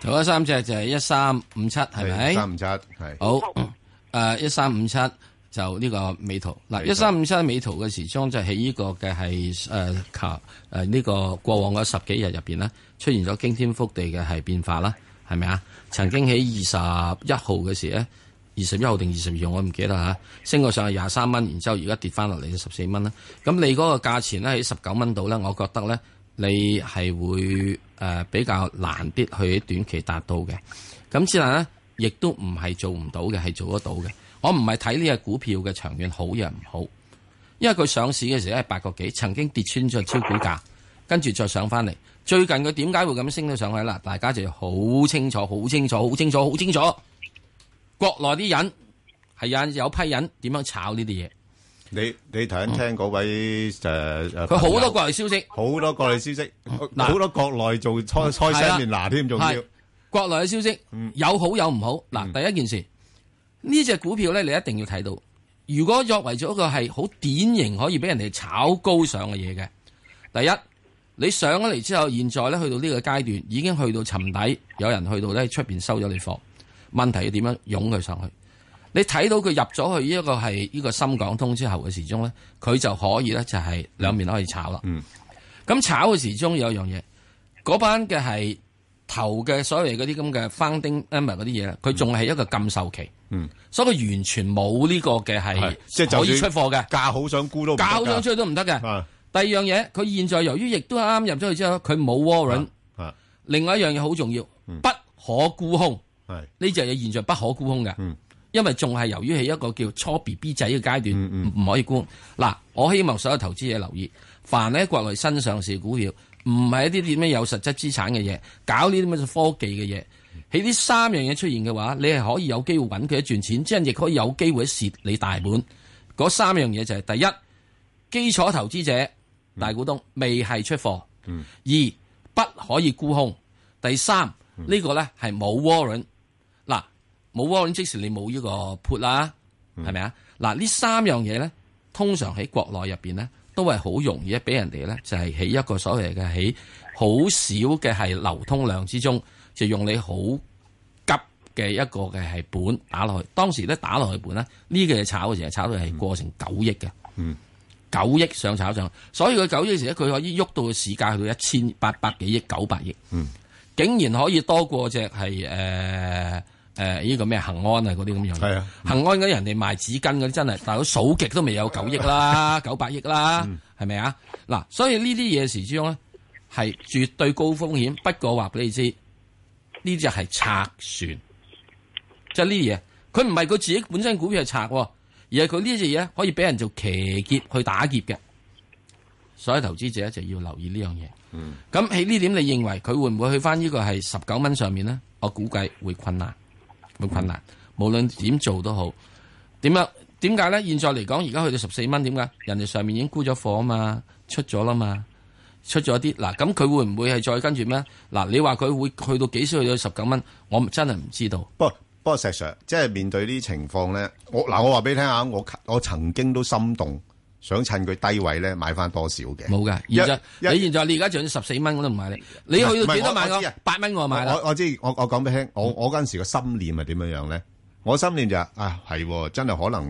Speaker 7: 頭嗰三隻就係一三五七，係咪？
Speaker 6: 三五七係
Speaker 7: 好誒，一三五七就呢個美圖嗱，一三五七美圖嘅時鐘就喺呢個嘅係誒求誒呢個過往嗰十幾日入邊咧，出現咗驚天覆地嘅係變化啦，係咪啊？曾經喺二十一號嘅時咧，二十一號定二十二號我唔記得啦嚇，升過上去廿三蚊，然之後而家跌翻落嚟十四蚊啦。咁你嗰個價錢咧喺十九蚊度咧，我覺得咧你係會誒、呃比較難啲去短期達到嘅。咁之但咧，亦都唔係做唔到嘅，係做得到嘅。我唔係睇呢只股票嘅長遠好又唔好，因為佢上市嘅時候係八個幾，曾經跌穿咗招股價，跟住再上翻嚟。最近佢點解會咁升到上去啦？大家就要好清楚、好清楚、好清楚、好清楚。國內啲人係有有批人點樣炒呢啲嘢？
Speaker 6: 你你頭先聽嗰位誒誒，
Speaker 7: 嗯佢好
Speaker 6: 朋
Speaker 7: 多
Speaker 6: 友
Speaker 7: 國內消息，
Speaker 6: 好多國內消息，
Speaker 7: 嗱
Speaker 6: 好多國內做開開
Speaker 7: 係啦啊
Speaker 6: 新年啊拿添，仲要嗯
Speaker 7: 係國內嘅消息有好有唔好。嗱，第一件事，呢只股票咧，你一定要睇到。如果作為咗一個係好典型可以俾人哋炒高上嘅嘢嘅，第一，你上咗嚟之後，現在咧去到呢個階段，已經去到沉底，有人去到咧出邊收咗你貨，問題要點樣湧佢上去？你睇到佢入咗去呢一個係呢個深港通之後嘅時鐘咧，佢就可以咧就係
Speaker 6: 嗯
Speaker 7: 兩面都可以炒啦。咁、炒嘅時鐘有一樣嘢，嗰班嘅係投嘅所謂嗰啲咁嘅 founding member 嗰啲嘢咧，佢仲係一個禁售期，
Speaker 6: 嗯，
Speaker 7: 所以佢完全冇呢個嘅係
Speaker 6: 即係就
Speaker 7: 可以出
Speaker 6: 算
Speaker 7: 貨嘅，
Speaker 6: 價好想沽都唔得㗎啊
Speaker 7: 價好想出去都唔得嘅。第二樣嘢，佢現在由於亦都啱入咗去之後，佢冇
Speaker 6: 啊
Speaker 7: warrant。另外一樣嘢好重要，不可沽空。呢隻嘢現在不可沽空嘅，因為仲係由於係一個叫初 B B 仔嘅階段，唔、可以沽空。嗱，我希望所有投資者留意，凡喺國內新上市股票，唔係一啲點樣有實質資產嘅嘢，搞呢啲咁嘅科技嘅嘢，喺呢三樣嘢出現嘅話，你係可以有機會揾佢一轉錢，即係亦可以有機會蝕你大本。嗰三樣嘢就係、第一，基礎投資者大股東未係出貨。二不可以沽空。第三呢、個咧係冇 warrant。嗱，冇 warrant 即時你冇呢個 put 啦，係咪啊？嗱，呢三樣嘢咧，通常喺國內入邊咧，都係好容易俾人哋咧，就係、喺一個所謂嘅喺好少嘅係流通量之中，就用你好急嘅一個嘅係本打落去。當時咧打落去本咧，呢、個嘢炒嘅時候炒到係過成九億嘅。
Speaker 6: 嗯。
Speaker 7: 九億上炒上，所以佢九億時咧，佢可以喐到個市價去到一千八百幾億、九百億，
Speaker 6: 嗯，
Speaker 7: 竟然可以多過只係誒誒呢個咩恒安啊嗰啲咁樣。係啊，恒安嗰啲人哋賣紙巾嗰啲真係，大佬數極都未有九億 *laughs* 啦，九百億啦，係咪啊？嗱，所以呢啲嘢時之中咧係絕對高風險，不過話俾你知，呢只係拆船。即係呢啲嘢，佢唔係佢自己本身股票係拆喎，而係佢呢隻嘢可以俾人做騎劫去打劫嘅，所以投資者就要留意呢樣嘢。
Speaker 6: 嗯，
Speaker 7: 咁喺呢點，你認為佢會唔會去翻呢個係十九蚊上面呢？我估計會困難，會困難。無論點做都好，點樣？點解呢？現在嚟講，而家去到十四蚊，點解？人哋上面已經沽咗貨啊嘛，出咗啦嘛，出咗啲嗱。咁佢會唔會係再跟住咩？嗱，你話佢會去到幾時去到十九蚊？我真係唔知道。
Speaker 6: 不過不過石 Sir，即係面對呢啲情況咧，我嗱我話俾你聽下，我我曾經都心動，想趁佢低位咧買翻多少嘅。
Speaker 7: 冇嘅，現在你現在你而家仲要十四蚊我都唔買你，你去到幾多買
Speaker 6: 唔係我我知
Speaker 7: 我
Speaker 6: 啊？
Speaker 7: 八蚊我就買啦嗯
Speaker 6: 我。我知，我我講俾你聽，我我嗰陣時個心念係點樣樣咧？我心念就係啊，係喎真係可能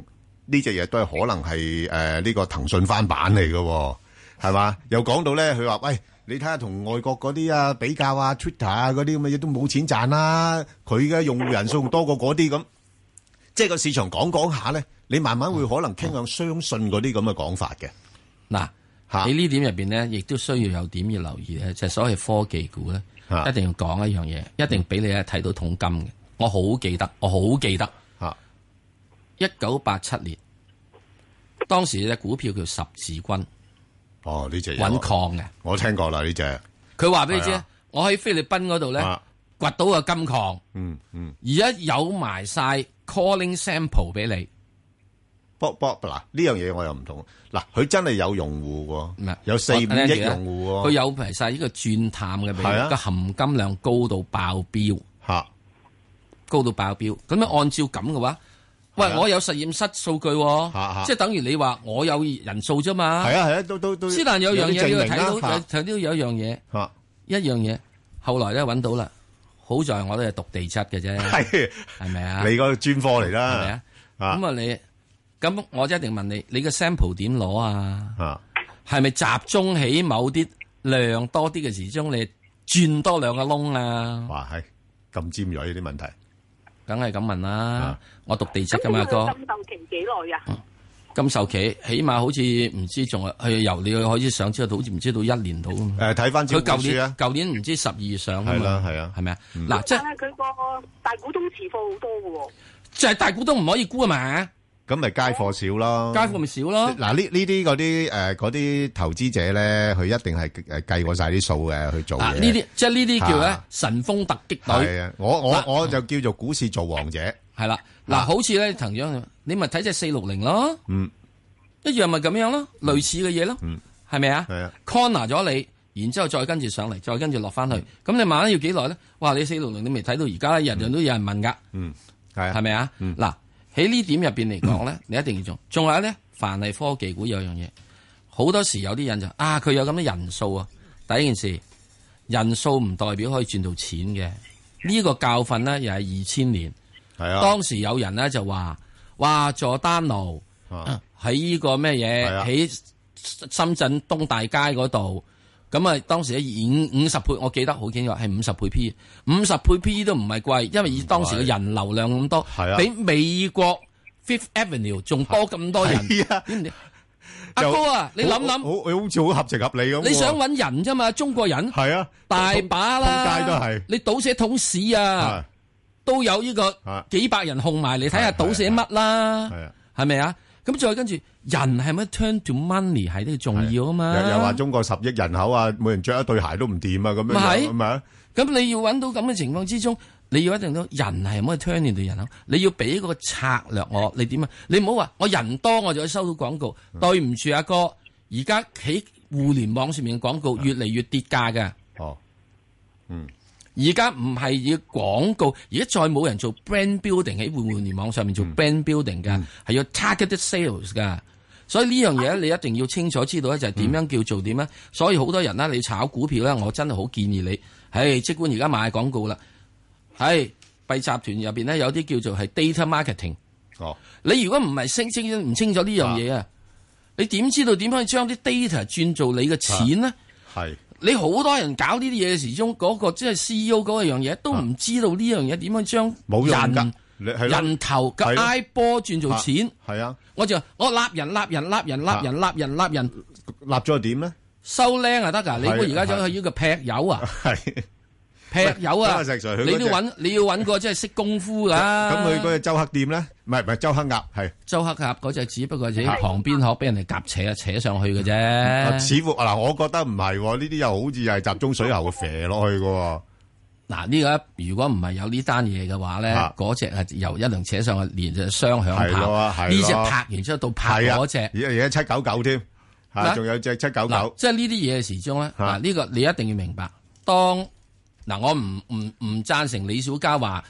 Speaker 6: 呢隻嘢都係可能係誒呢個騰訊翻版嚟嘅喎，係嘛？又講到咧，佢話喂，你睇下同外國嗰啲啊比較啊，Twitter 啊嗰啲咁嘅嘢都冇錢賺啦，佢嘅用戶人數仲多過嗰啲咁，即係個市場講講下咧，你慢慢
Speaker 7: 嗯
Speaker 6: 會可能傾向相信嗰啲咁嘅講法嘅。
Speaker 7: 嗱，喺呢點入邊咧，亦都需要有點要留意咧，就係所謂科技股咧，一定要講一樣嘢，一定俾你咧睇到桶金嘅。我好記得，我好記得，一九八七年，當時隻股票叫十字軍，
Speaker 6: 哦，呢隻嘢
Speaker 7: 揾礦嘅，
Speaker 6: 我聽過啦呢隻。
Speaker 7: 佢話俾你知
Speaker 6: 係
Speaker 7: 咧
Speaker 6: 啊，
Speaker 7: 我喺菲律賓嗰度咧
Speaker 6: 啊
Speaker 7: 掘到個金礦。
Speaker 6: 嗯嗯。
Speaker 7: 而家有埋晒 calling sample 俾你，
Speaker 6: 不不嗱呢樣嘢我又唔同，嗱佢真係有用戶
Speaker 7: 喎，
Speaker 6: 有四五億
Speaker 7: 我
Speaker 6: 用
Speaker 7: 聽住啊
Speaker 6: 戶喎，
Speaker 7: 佢有埋晒呢個鑽探嘅俾
Speaker 6: 係啊
Speaker 7: 你，個含金量高到爆表，
Speaker 6: 吓
Speaker 7: 高到爆表。咁樣按照咁嘅話，
Speaker 6: 係
Speaker 7: 喂，
Speaker 6: 啊
Speaker 7: 我有實驗室數據
Speaker 6: 嚇
Speaker 7: 喎，即係等於你話我有人數啫嘛。
Speaker 6: 係啊係啊，都都都
Speaker 7: 是但有樣嘢你要
Speaker 6: 有啲證
Speaker 7: 睇
Speaker 6: 明啦
Speaker 7: 到，
Speaker 6: 嚇
Speaker 7: 有睇到有一樣嘢
Speaker 6: 嚇，
Speaker 7: 一樣嘢，後來咧揾到啦。好在我都係讀地質嘅啫，
Speaker 6: 係
Speaker 7: 係咪啊？
Speaker 6: 你個專科嚟
Speaker 7: 係咪
Speaker 6: 啦
Speaker 7: 啊，咁啊你，咁我一定問你，你嘅 sample 點攞啊？係咪集中喺某啲量多啲嘅時鐘，你轉多兩個窿啊？
Speaker 6: 哇，係咁尖鋭啲問題，
Speaker 7: 梗係咁問啦。我讀地質噶嘛，哥。
Speaker 19: 深受期幾耐
Speaker 22: à?
Speaker 19: 啊？
Speaker 7: 金壽期起碼好似唔知仲係係由你開始上之後，好似唔知道一年到咁。
Speaker 6: 誒，睇翻
Speaker 7: 佢
Speaker 6: 招股
Speaker 7: 舊
Speaker 6: 書啊
Speaker 7: 年舊年唔知十二月上㗎
Speaker 6: 係啦
Speaker 7: 嘛
Speaker 6: 係啊，
Speaker 7: 係咪啊？嗱，即
Speaker 19: 但
Speaker 7: 係
Speaker 22: À,
Speaker 19: 係佢個大股東持貨好多嘅喎。
Speaker 7: 就係大股東唔可以沽啊嘛。
Speaker 6: 咁咪街貨少咯，
Speaker 7: 街貨咪少咯。
Speaker 6: 嗱呢呢啲嗰啲誒嗰啲投資者咧，佢一定係誒計過晒啲數嘅去做
Speaker 7: 啊
Speaker 6: 嘢，
Speaker 7: 呢啲即係呢啲叫咧
Speaker 6: 啊
Speaker 7: 神風突擊
Speaker 6: 係
Speaker 7: 隊
Speaker 6: 啊。，我我
Speaker 7: 嗱
Speaker 6: 我就叫做股市做王者，啊
Speaker 7: 係啦，嗱，好似咧騰咗，你咪睇只四六零咯，
Speaker 6: 嗯，
Speaker 7: 一樣咪咁樣咯，類似嘅嘢咯，係咪啊？
Speaker 6: 係啊
Speaker 7: corner 咗你，然之後再跟住上嚟，再跟住落翻去，
Speaker 6: 嗯
Speaker 7: 咁你慢慢要幾耐咧？哇！你四六零你未睇到而家呢，日日都有人問噶，
Speaker 6: 嗯，係啊，嗯
Speaker 7: 係咪啊？嗱，喺呢點入邊嚟講咧，你一定要做。仲有咧，凡係科技股有樣嘢，好多時有啲人就啊，佢有咁多人數啊，第一件事，人數唔代表可以賺到錢嘅，呢個教訓咧又係二千年。
Speaker 6: 係啊，
Speaker 7: 當時有人咧就話：，哇，佐丹奴喺呢個咩嘢喺深圳東大街嗰度咁啊，當時咧五五十倍，我記得好清楚係五十倍 P，五 E 十倍 P E 都唔係貴，因為以當時嘅人流量咁多，
Speaker 20: 係啊
Speaker 7: 比美國 Fifth Avenue 仲多咁多人。知唔知阿
Speaker 20: 又
Speaker 7: 哥啊，你諗
Speaker 20: 好
Speaker 7: 諗，
Speaker 20: 好好似好合情合理咁喎。
Speaker 7: 你想揾人啫嘛？中國人
Speaker 20: 係啊，
Speaker 7: 大把啦，
Speaker 20: 通街都係
Speaker 7: 你倒寫桶屎啊，都有呢個幾百人控埋嚟睇下倒寫乜啦，係咪啊？咁再跟住人係咪 turn to money 係都重要啊嘛？
Speaker 6: 又-又話中國10億人口啊，每人着一對鞋都唔掂啊，咁樣
Speaker 7: 咪係？
Speaker 6: 樣，咁咪啊。
Speaker 7: 咁你要揾到咁嘅情況之中，你要一定到人係唔可以 turn into 人口，啊你要俾個策略我，你點啊？你唔好話我人多我就可以收到廣告，
Speaker 6: 嗯
Speaker 7: 對唔住阿哥，而家喺互聯網上面嘅廣告越嚟越跌價嘅。
Speaker 6: 嗯哦，嗯，
Speaker 7: 而家唔係以廣告，而家再冇人做 brand building 喺互聯網上面做 brand building 㗎，係、要 targeted sales 㗎。所以呢樣嘢你一定要清楚知道咧，就係點樣叫做點咧。所以好多人咧，你炒股票咧，我真係好建議你，唉，即管而家買廣告啦，係幣集團入邊咧有啲叫做係 data marketing。
Speaker 6: 哦，
Speaker 7: 你如果唔係清清唔清楚呢樣嘢啊，你點知道點樣去將啲 data 轉做你嘅錢咧？
Speaker 6: 啊係
Speaker 7: 你好多人搞呢啲嘢嘅時鐘，嗰、個即係 CEO 嗰樣嘢都唔知道呢樣嘢點樣將
Speaker 6: 啊冇用㗎，
Speaker 7: 人
Speaker 6: 你係咯，
Speaker 7: 人頭嘅
Speaker 6: 係咯。
Speaker 7: I 波轉做錢，
Speaker 6: 啊，係啊，立咗又點呢？
Speaker 7: 我就話我立人立人立人立人
Speaker 6: 啊
Speaker 7: 立人立人收僆啊得㗎，你
Speaker 6: 係
Speaker 7: 估而家走去呢個劈
Speaker 6: *laughs*
Speaker 7: 友啊？劈友啊！
Speaker 6: 喂等下石 Sir，佢嗰
Speaker 7: 你都
Speaker 6: 隻
Speaker 7: 揾你要揾個即係識功夫㗎。
Speaker 6: 咁佢嗰隻周黑店呢？唔係，唔係，周黑鴨，係。
Speaker 7: 周黑鴨嗰隻只不過喺旁邊可俾人哋夾扯啊扯上去嘅
Speaker 6: 嗯啊
Speaker 7: 啫。
Speaker 6: 啊，似乎，嗱，我覺得唔係喎，呢啲又好似又係集中水喉射落去嘅喎。
Speaker 7: 嗱呢個如果唔係有呢單嘢嘅話咧，嗰只係由一輪扯上去，連隻雙響
Speaker 6: 啊係咯
Speaker 7: 炮，
Speaker 6: 係
Speaker 7: 呢
Speaker 6: 咯
Speaker 7: 只拍完之後到拍
Speaker 6: 係啊，
Speaker 7: 嗰只。
Speaker 6: 而家-而家七九九添，啊，
Speaker 7: 嗱，
Speaker 6: 仲有隻799
Speaker 7: 嗱，即係呢啲嘢嘅時鐘咧，嗱呢個你一定要明白。當嗱我唔唔唔贊成李小加話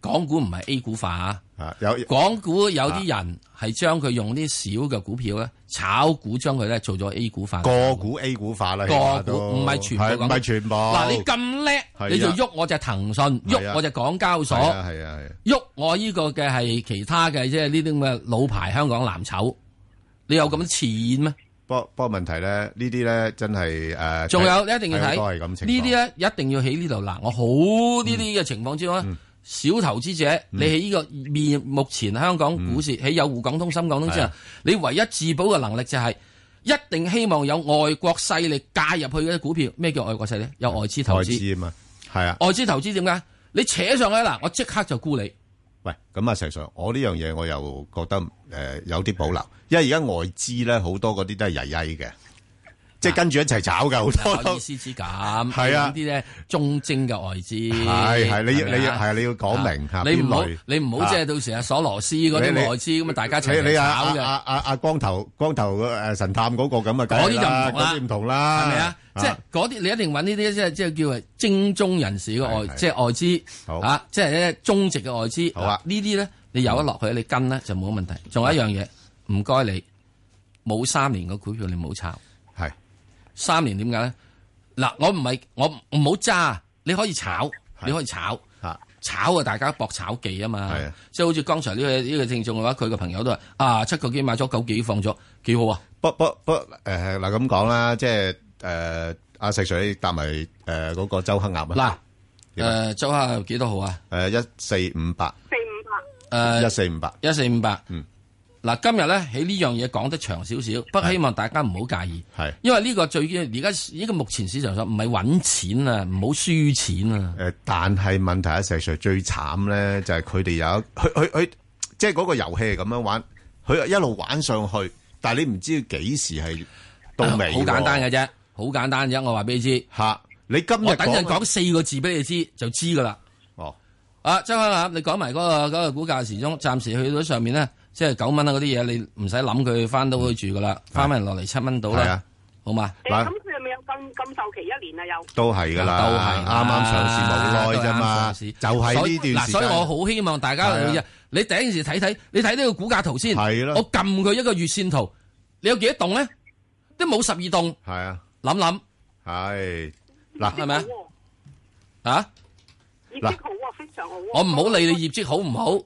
Speaker 7: 港股唔係 A 股化啊，
Speaker 6: 有啊
Speaker 7: 港股有啲人係將佢用啲小嘅股票咧炒股，將佢咧做咗 A 股化。
Speaker 6: 個股 A 股化啦，
Speaker 7: 個
Speaker 6: 起碼都
Speaker 7: 股唔係全部
Speaker 6: 係
Speaker 7: 講
Speaker 6: 唔係全部。
Speaker 7: 嗱，你咁
Speaker 6: 啊
Speaker 7: 叻，你就喐我隻騰訊，
Speaker 6: 係
Speaker 7: 喐
Speaker 6: 啊
Speaker 7: 我隻港交所，
Speaker 6: 係啊係啊係啊
Speaker 7: 喐我呢個嘅係其他嘅，即係呢啲咁嘅老牌香港藍籌，你有咁錢咩？
Speaker 6: 不過不過問題咧，呢啲咧真係誒，
Speaker 7: *laughs* 仲有你一定要
Speaker 6: 睇好多
Speaker 7: 睇
Speaker 6: 係咁
Speaker 7: 呢
Speaker 6: 情
Speaker 7: 啲
Speaker 6: 況嗯
Speaker 7: 咧，一定要喺呢度嗱。我好呢啲嘅情況之中咧，小投資者你喺呢個面目前香港
Speaker 6: 嗯
Speaker 7: 股市喺有滬港通、深港通之
Speaker 23: 係
Speaker 7: 後
Speaker 23: 啊，
Speaker 7: 你唯一自保嘅能力就係一定希望有外國勢力介入去嘅股票。咩叫外國勢力？有外資投
Speaker 6: 外
Speaker 7: 資。
Speaker 6: 資啊嘛，係啊。
Speaker 7: 外資投資點解？你扯上去嗱，我即刻就沽你。
Speaker 6: 喂，咁啊，石 Sir，我呢樣嘢我又覺得誒有啲保留，因為而家外資咧好多嗰啲都係曳曳嘅，即係跟住一齊炒㗎，好多
Speaker 7: 有
Speaker 6: 都
Speaker 7: 意。思之咁，
Speaker 6: 係啊
Speaker 7: 呢啲咧忠貞嘅外資，
Speaker 6: 係係你要
Speaker 7: 係咪啊
Speaker 6: 你要係你要講明
Speaker 7: 啊
Speaker 6: 嚇
Speaker 7: 你唔好
Speaker 6: 邊類
Speaker 7: 你唔好即係
Speaker 6: 啊
Speaker 7: 到時阿索羅斯嗰啲
Speaker 6: 你你
Speaker 7: 外資咁啊，大家一齊
Speaker 6: 你你
Speaker 7: 嚟
Speaker 6: 啊
Speaker 7: 炒
Speaker 6: 啊
Speaker 7: 嘅，
Speaker 6: 啊啊啊光頭光頭誒神探嗰個咁啊，梗
Speaker 7: 嗰
Speaker 6: 係
Speaker 7: 啲就
Speaker 6: 啦
Speaker 7: 唔同啦，
Speaker 6: 嗰啲唔同啦，
Speaker 7: 係咪啊？即係嗰啲你一定揾呢啲即係即係叫係精忠人士嘅外，即係外資啊，即係咧忠直嘅外資。好啊，嗯呢啲咧你有得落去，你跟咧就冇問題。仲有一樣嘢，唔該你冇三年嘅股票你唔好炒，
Speaker 6: 係
Speaker 7: 三年點解咧？嗱，我唔係我唔唔好揸，你可以炒，你可以炒。炒啊！大家搏炒技啊嘛，即係好似剛才呢個呢個聽眾嘅話，佢個朋友都話啊七個幾買咗九幾放咗，幾好啊！
Speaker 6: 不不不誒嗱咁講啦，即係誒阿石 Sir 你搭埋誒嗰個周黑鴨
Speaker 7: 啊！嗱誒周黑鴨幾多號啊？
Speaker 6: 誒呃一四五八，
Speaker 19: 四五百。
Speaker 7: 誒
Speaker 6: 一四五八，
Speaker 7: 呃一四五八。嗯，嗱，今日咧喺呢樣嘢講得長少少，不過希望大家唔好介意。
Speaker 6: 係，
Speaker 7: 因為呢個最緊要而家呢個目前市場上唔係揾錢啊，唔好輸錢啊。
Speaker 6: 誒，呃但係問題阿石 Sir 最慘咧，就係佢哋有一佢佢佢，即係嗰個遊戲係咁樣玩，佢一路玩上去，但係你唔知幾時係到尾喎。
Speaker 7: 呃好簡單嘅啫，好簡單啊啫。我話俾你知
Speaker 6: 吓，你今日
Speaker 7: 我等陣
Speaker 6: 講
Speaker 7: 講四個字俾你知就知噶啦。
Speaker 6: 哦，
Speaker 7: 啊，周生啊，你講埋嗰個嗰個股價時鐘，暫時去到上面咧，即係九蚊啊嗰啲嘢，你唔使諗佢翻到去住噶啦，翻翻落嚟七蚊到
Speaker 6: 嗯係
Speaker 7: 啦
Speaker 6: 啊，
Speaker 7: 好嘛？
Speaker 6: 嗱
Speaker 19: 誒，咁佢係咪有禁禁售期一年啊？又
Speaker 6: 都係㗎啦
Speaker 7: 都係啦
Speaker 6: 啱啱上市冇耐啫嘛
Speaker 7: 都係啱上市
Speaker 6: 就係呢段時間
Speaker 7: 所以嗱所以我好希望大家留意
Speaker 6: 係啊，
Speaker 7: 啊你第一件事睇睇，你睇呢個股價圖先，
Speaker 6: 係啦
Speaker 7: 我撳佢一個月線圖，你有幾多棟咧？都冇十二棟，
Speaker 6: 係啊，
Speaker 7: 諗諗
Speaker 6: 係嗱，
Speaker 7: 係咪啊？啊！
Speaker 19: 業績好啊，非常好啊。
Speaker 7: 我唔好理你業績好唔好，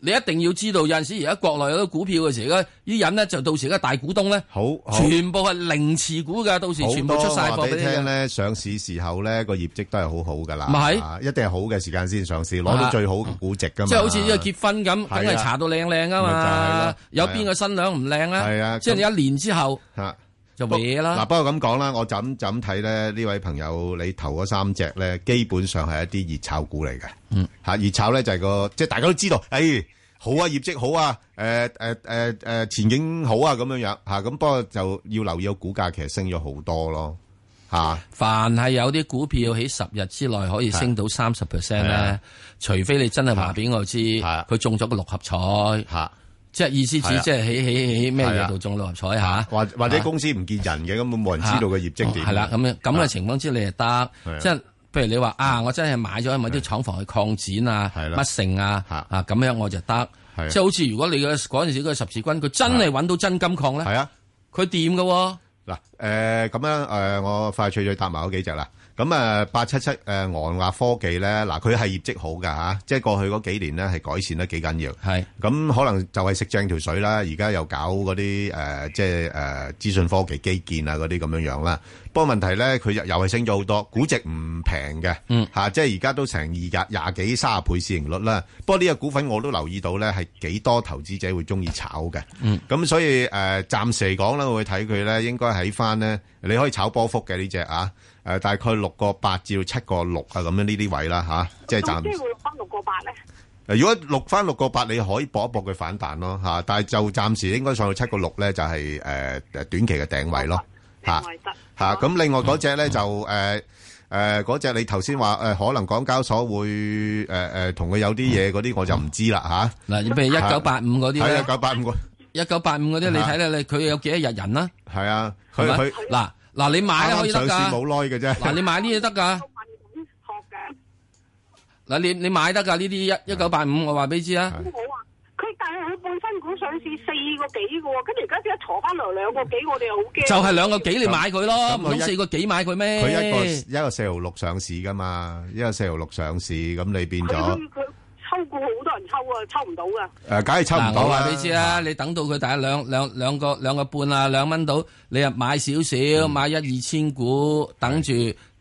Speaker 7: 你一定要知道，有陣時而家國內有啲股票嘅時候，而家啲人咧就到時而家大股東咧，
Speaker 6: 好
Speaker 7: 全部係零持股㗎，到時全部出晒
Speaker 6: 好多
Speaker 7: 貨俾你啊嘅。
Speaker 6: 話俾你聽呢，上市時候呢，個業績都係好好㗎啦。
Speaker 7: 咪係？
Speaker 6: 啊，一定係好嘅時間先上市，攞到
Speaker 7: 啊。
Speaker 6: 最好嘅估值㗎嘛。
Speaker 7: 即係好似呢個結婚咁，梗
Speaker 6: 係
Speaker 7: 係
Speaker 6: 啊
Speaker 7: 查到靚靚啊
Speaker 6: 咪就係
Speaker 7: 嘛
Speaker 6: 咯，
Speaker 7: 有
Speaker 6: 係啊
Speaker 7: 邊個新娘唔靚
Speaker 6: 係啊
Speaker 7: 啊？即係你
Speaker 6: 咁
Speaker 7: 一年之後
Speaker 6: 嚇
Speaker 7: 就歪
Speaker 6: 嗱，
Speaker 7: 啦。
Speaker 6: 不過咁講啦，我就咁就咁睇咧，呢位朋友你投嗰三隻咧，基本上係一啲熱炒股嚟嘅。
Speaker 7: 嗯，
Speaker 6: 嚇熱炒咧就係個即係大家都知道，誒、好啊，業績好啊，誒誒誒誒前景好啊咁樣樣嚇，咁、不過就要留意個股價其實升咗好多咯嚇。
Speaker 7: 凡係有啲股票喺十日之內可以升到三十 percent
Speaker 6: 啊係
Speaker 7: 咧
Speaker 6: 啊，
Speaker 7: 除非你真係話俾我知，佢中咗個六合彩，即係意思指
Speaker 6: 啊係啊
Speaker 7: 即係喺喺喺咩
Speaker 6: 係
Speaker 7: 嘢
Speaker 6: 啊
Speaker 7: 度中六合彩嚇，
Speaker 6: 或或者
Speaker 7: 啊
Speaker 6: 公司唔見人嘅，根本冇人知道個業績點。
Speaker 7: 哦係啦，咁樣咁嘅情況之下你係得，即係譬如你話啊，我真係買咗喺某啲廠房去擴展啊，乜成啊，啊咁樣我就得。即係好似如果你嘅嗰陣時嗰個十字軍，佢真係揾到真金礦咧，
Speaker 6: 係啊，
Speaker 7: 佢掂嘅喎。
Speaker 6: 嗱，誒咁樣誒，我快脆脆答埋嗰幾隻啦。咁誒八七七誒昂亞科技咧，嗱佢係業績好㗎嚇，即係過去嗰幾年咧係改善得幾緊要。
Speaker 7: 係
Speaker 6: 咁可能就係食正條水啦，而家又搞嗰啲誒即係誒資訊科技基建啊嗰啲咁樣樣啦。不過問題咧，佢又又係升咗好多，估值唔平嘅。
Speaker 7: 嗯
Speaker 6: 嚇、即係而家都成二廿廿幾三十倍市盈率啦。不過呢個股份我都留意到咧，係幾多投資者會中意炒嘅。
Speaker 7: 嗯
Speaker 6: 咁所以誒、呃，暫時嚟講咧，我會睇佢咧，應該喺翻咧，你可以炒波幅嘅呢只啊，誒、大概六個八至到七個六啊，咁樣呢啲位啦吓、即係
Speaker 19: 咁
Speaker 6: 暫
Speaker 19: 即係會落翻六個八咧？
Speaker 6: 呃如果六翻六個八，你可以搏一搏佢反彈咯吓、但係就暫時應該上到七個六咧，就係誒誒短期嘅頂位咯吓。
Speaker 19: 我係得。
Speaker 6: 吓，咁另外嗰只咧就誒誒嗰只你頭先話誒可能港交所會誒誒同佢有啲嘢嗰啲，我就唔知啦吓。
Speaker 7: 嗱，譬如一九八五嗰啲
Speaker 6: 係
Speaker 7: 咧
Speaker 6: 一，九八五個，
Speaker 7: 一九八五嗰啲你睇咧，你佢有幾多日人啦？
Speaker 6: 係啊，佢
Speaker 7: 係咪
Speaker 6: 佢
Speaker 7: 嗱嗱你買咧可以得
Speaker 6: 啱啱上市
Speaker 7: 㗎，
Speaker 6: 冇耐嘅啫。
Speaker 7: 嗱你買呢嘢得㗎。嗱你你買得㗎呢啲一一九八五，我話俾你知啊。
Speaker 19: 好啊！佢但係佢本身股上市四個幾嘅喎，跟住而家只係挫翻落兩個幾，我哋好驚。
Speaker 7: 就係兩個幾你買佢咯，
Speaker 6: 咁
Speaker 7: 唔
Speaker 6: 佢
Speaker 7: 通
Speaker 6: 一
Speaker 7: 四個幾買佢咩？
Speaker 6: 佢一個一個四毫六上市噶嘛，一個四毫六上市，咁你變
Speaker 19: 佢
Speaker 22: Ờ,
Speaker 6: 咗
Speaker 19: 佢佢抽股好多人抽啊，抽唔到
Speaker 22: à.
Speaker 19: 噶。
Speaker 6: 誒，梗係抽唔
Speaker 7: 嗱，
Speaker 6: 到
Speaker 7: 我話
Speaker 6: 啦
Speaker 7: 俾。你知啊，你等到佢大概兩兩兩個兩個半啊，兩蚊到，你又買少
Speaker 6: 嗯
Speaker 7: 少，買一二千股，等住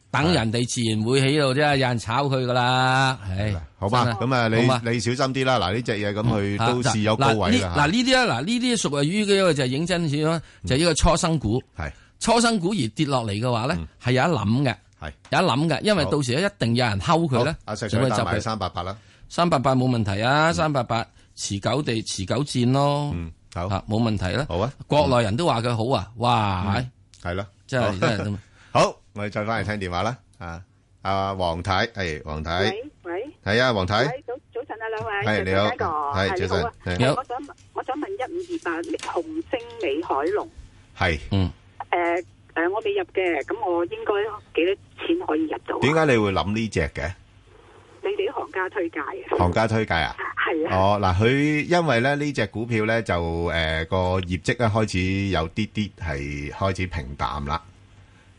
Speaker 7: 等人哋自然會起度啫，有人炒佢噶啦，唉，
Speaker 6: 好嘛，
Speaker 7: 真
Speaker 6: 咁啊，
Speaker 7: 係好嘛
Speaker 6: 你你小心啲啦。嗱，呢只嘢咁佢都
Speaker 7: 啊
Speaker 6: 試有高位啦
Speaker 7: 嗱。呢嗱呢啲啊，嗱呢啲屬於嘅一個就係認真少啦，
Speaker 6: 嗯
Speaker 7: 就係呢個初生股。
Speaker 6: 系
Speaker 7: 初生股而跌落嚟嘅話咧，係有一諗嘅，
Speaker 6: 嗯係
Speaker 7: 有一諗嘅，因為
Speaker 6: 好
Speaker 7: 到時咧一定有人睺佢咧
Speaker 6: 好，阿石
Speaker 7: 就會
Speaker 6: Sir 答
Speaker 7: 執
Speaker 6: 埋
Speaker 7: 佢
Speaker 6: 三八八啦。嗯
Speaker 7: 三八八冇問題啊，三八八持久地持久戰咯，
Speaker 6: 好
Speaker 7: 啊冇問題啦。
Speaker 6: 好啊，嗯
Speaker 7: 國內人都話佢好啊，哇，
Speaker 6: 係咯，
Speaker 7: 真係真係咁。
Speaker 6: *laughs* 好，我哋再翻嚟聽電話啦。啊，阿黃太，係黃太，
Speaker 23: 喂喂，
Speaker 6: 係啊，黃太，
Speaker 23: 喂早早晨啊，兩
Speaker 6: 係
Speaker 23: 位，
Speaker 6: 你好
Speaker 23: 早晨
Speaker 6: 係
Speaker 23: 一個，
Speaker 6: 早
Speaker 23: 係
Speaker 6: 晨你
Speaker 23: 你
Speaker 6: 好
Speaker 23: 好啊。我想問我想問一五二八紅星美海龍，
Speaker 6: 係，
Speaker 7: 嗯，
Speaker 23: 誒誒，我未入嘅，咁我應該幾多錢可以入到啊？
Speaker 6: 點解你會諗呢隻嘅？
Speaker 23: 你哋啲行家推介嘅，
Speaker 6: 行家推介啊？
Speaker 23: 係啊，
Speaker 6: 哦，嗱，佢因為咧呢只股票咧就誒個、業績咧開始有啲啲係開始平淡啦，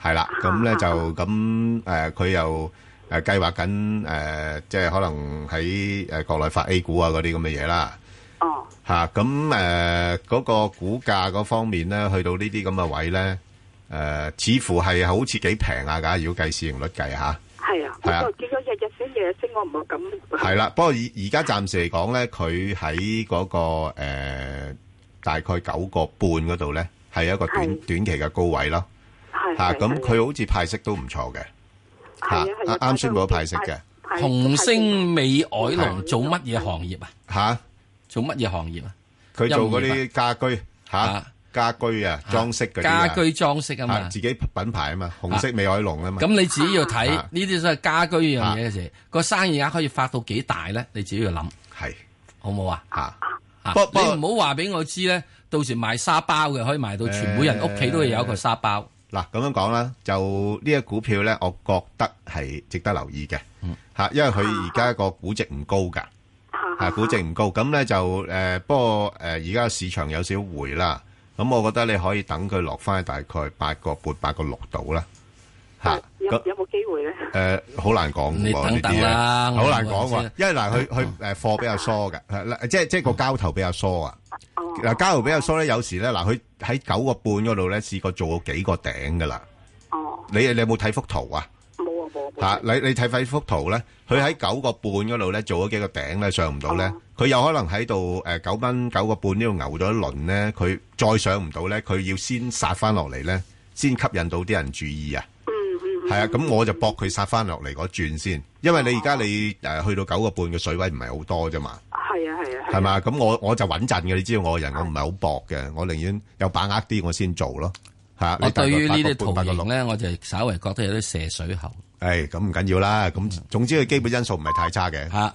Speaker 6: 係啦，咁咧就咁誒佢又誒計劃緊誒，即係可能喺誒國內發 A 股啊嗰啲咁嘅嘢啦。
Speaker 23: 哦，
Speaker 6: 吓咁誒嗰個股價嗰方面咧，去到呢啲咁嘅位咧，誒、似乎係好似幾平啊㗎，如果計市盈率計嚇。
Speaker 23: 係
Speaker 22: à.
Speaker 23: 啊，
Speaker 6: 係啊
Speaker 23: 我見佢日日升，日日升，我唔係咁。
Speaker 6: 係啦，不過而而家暫時嚟講咧，佢喺嗰個、呃、大概九個半嗰度咧，係一個短短期嘅高位咯。
Speaker 23: 係
Speaker 6: 嚇，
Speaker 23: 係
Speaker 6: 咁
Speaker 23: 係
Speaker 6: 佢好似派息都唔錯嘅。嚇
Speaker 23: 係啊係啊
Speaker 6: 啱啱宣布咗派息嘅。
Speaker 7: 紅星美海龍做乜嘢行業啊？
Speaker 6: 嚇，
Speaker 7: 做乜嘢行業啊？
Speaker 6: 佢做嗰
Speaker 7: 音樂
Speaker 6: 啲家居嚇
Speaker 7: 啊，
Speaker 6: 家居啊，裝飾嗰啲啊
Speaker 7: 家居裝飾啊
Speaker 6: 嚇
Speaker 7: 嘛。
Speaker 6: 自己品牌啊嘛，紅色美海龍啊嘛。
Speaker 7: 咁你只要睇呢
Speaker 6: 啊
Speaker 7: 啲所謂家居呢樣嘢嘅時候，個生意額可以發到幾大咧？你自己要諗，
Speaker 6: 係
Speaker 7: 好唔好啊？
Speaker 6: 嚇
Speaker 7: 啊
Speaker 6: 不
Speaker 7: 你唔好話俾我知咧，到時賣沙包嘅可以賣到全部人屋企都會有一個沙包。
Speaker 6: 嗱，咁樣講啦，就呢一股票咧，我覺得係值得留意嘅，嚇，因為
Speaker 24: 啊
Speaker 6: 佢而家個估值唔高㗎，嚇，估值唔高，咁咧就誒，不過誒而家市場有少少回啦，咁我覺得你可以等佢落翻去大概八個半、八個六度啦，嚇，
Speaker 23: 日
Speaker 6: 咁
Speaker 24: 哦有有冇機會咧？
Speaker 6: 誒好難講
Speaker 7: 你
Speaker 6: 嘅喎，
Speaker 7: 等
Speaker 6: 呢啲
Speaker 7: 等啦
Speaker 6: 嘢
Speaker 7: 我
Speaker 6: 好難講
Speaker 7: 我
Speaker 6: 喎
Speaker 7: 知，啊哦
Speaker 6: 因為嗱，佢佢誒貨比較疏嘅，係即係即係個交投比較疏啊。嗱，交投比較疏咧，有時咧嗱，佢喺九個半嗰度咧試過做過幾個頂噶啦。哦，你你有冇睇幅圖啊？
Speaker 24: 冇啊冇啊冇啊
Speaker 6: 吓，你你睇翻幅圖咧，佢喺九個半嗰度咧做咗幾個頂咧，上唔到咧，佢有可能喺度誒九蚊九個半呢度牛咗一輪咧，佢再上唔到咧，佢要先殺翻落嚟咧，先吸引到啲人注意啊。嗯嗯。係啊，咁我就搏佢殺翻落嚟嗰轉先，因為你而家你誒去到九個半嘅水位唔係好多啫嘛。
Speaker 22: à,
Speaker 24: 係啊係啊，
Speaker 6: 係嘛？咁我我就穩陣嘅，你知道我個人我唔係好搏嘅，我寧願有把握啲我先做咯。吓，
Speaker 7: 我
Speaker 6: 你大概
Speaker 7: 對於呢
Speaker 6: 八個
Speaker 7: 啲
Speaker 6: 半
Speaker 7: 圖
Speaker 6: 八個
Speaker 7: 形
Speaker 6: 六
Speaker 7: 咧，我就稍為覺得有啲射水喉。
Speaker 6: 诶，咁唔緊要啦。咁嗯總之佢基本因素唔係太差嘅。嗯
Speaker 7: 吓，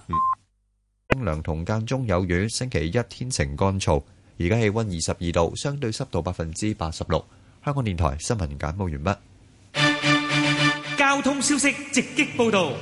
Speaker 9: 清涼同間中有雨，星期一天晴乾燥。而家氣温二十二度，相對濕度百分之八十六。香港電台新聞簡報完畢。
Speaker 10: 交通消息直擊報道。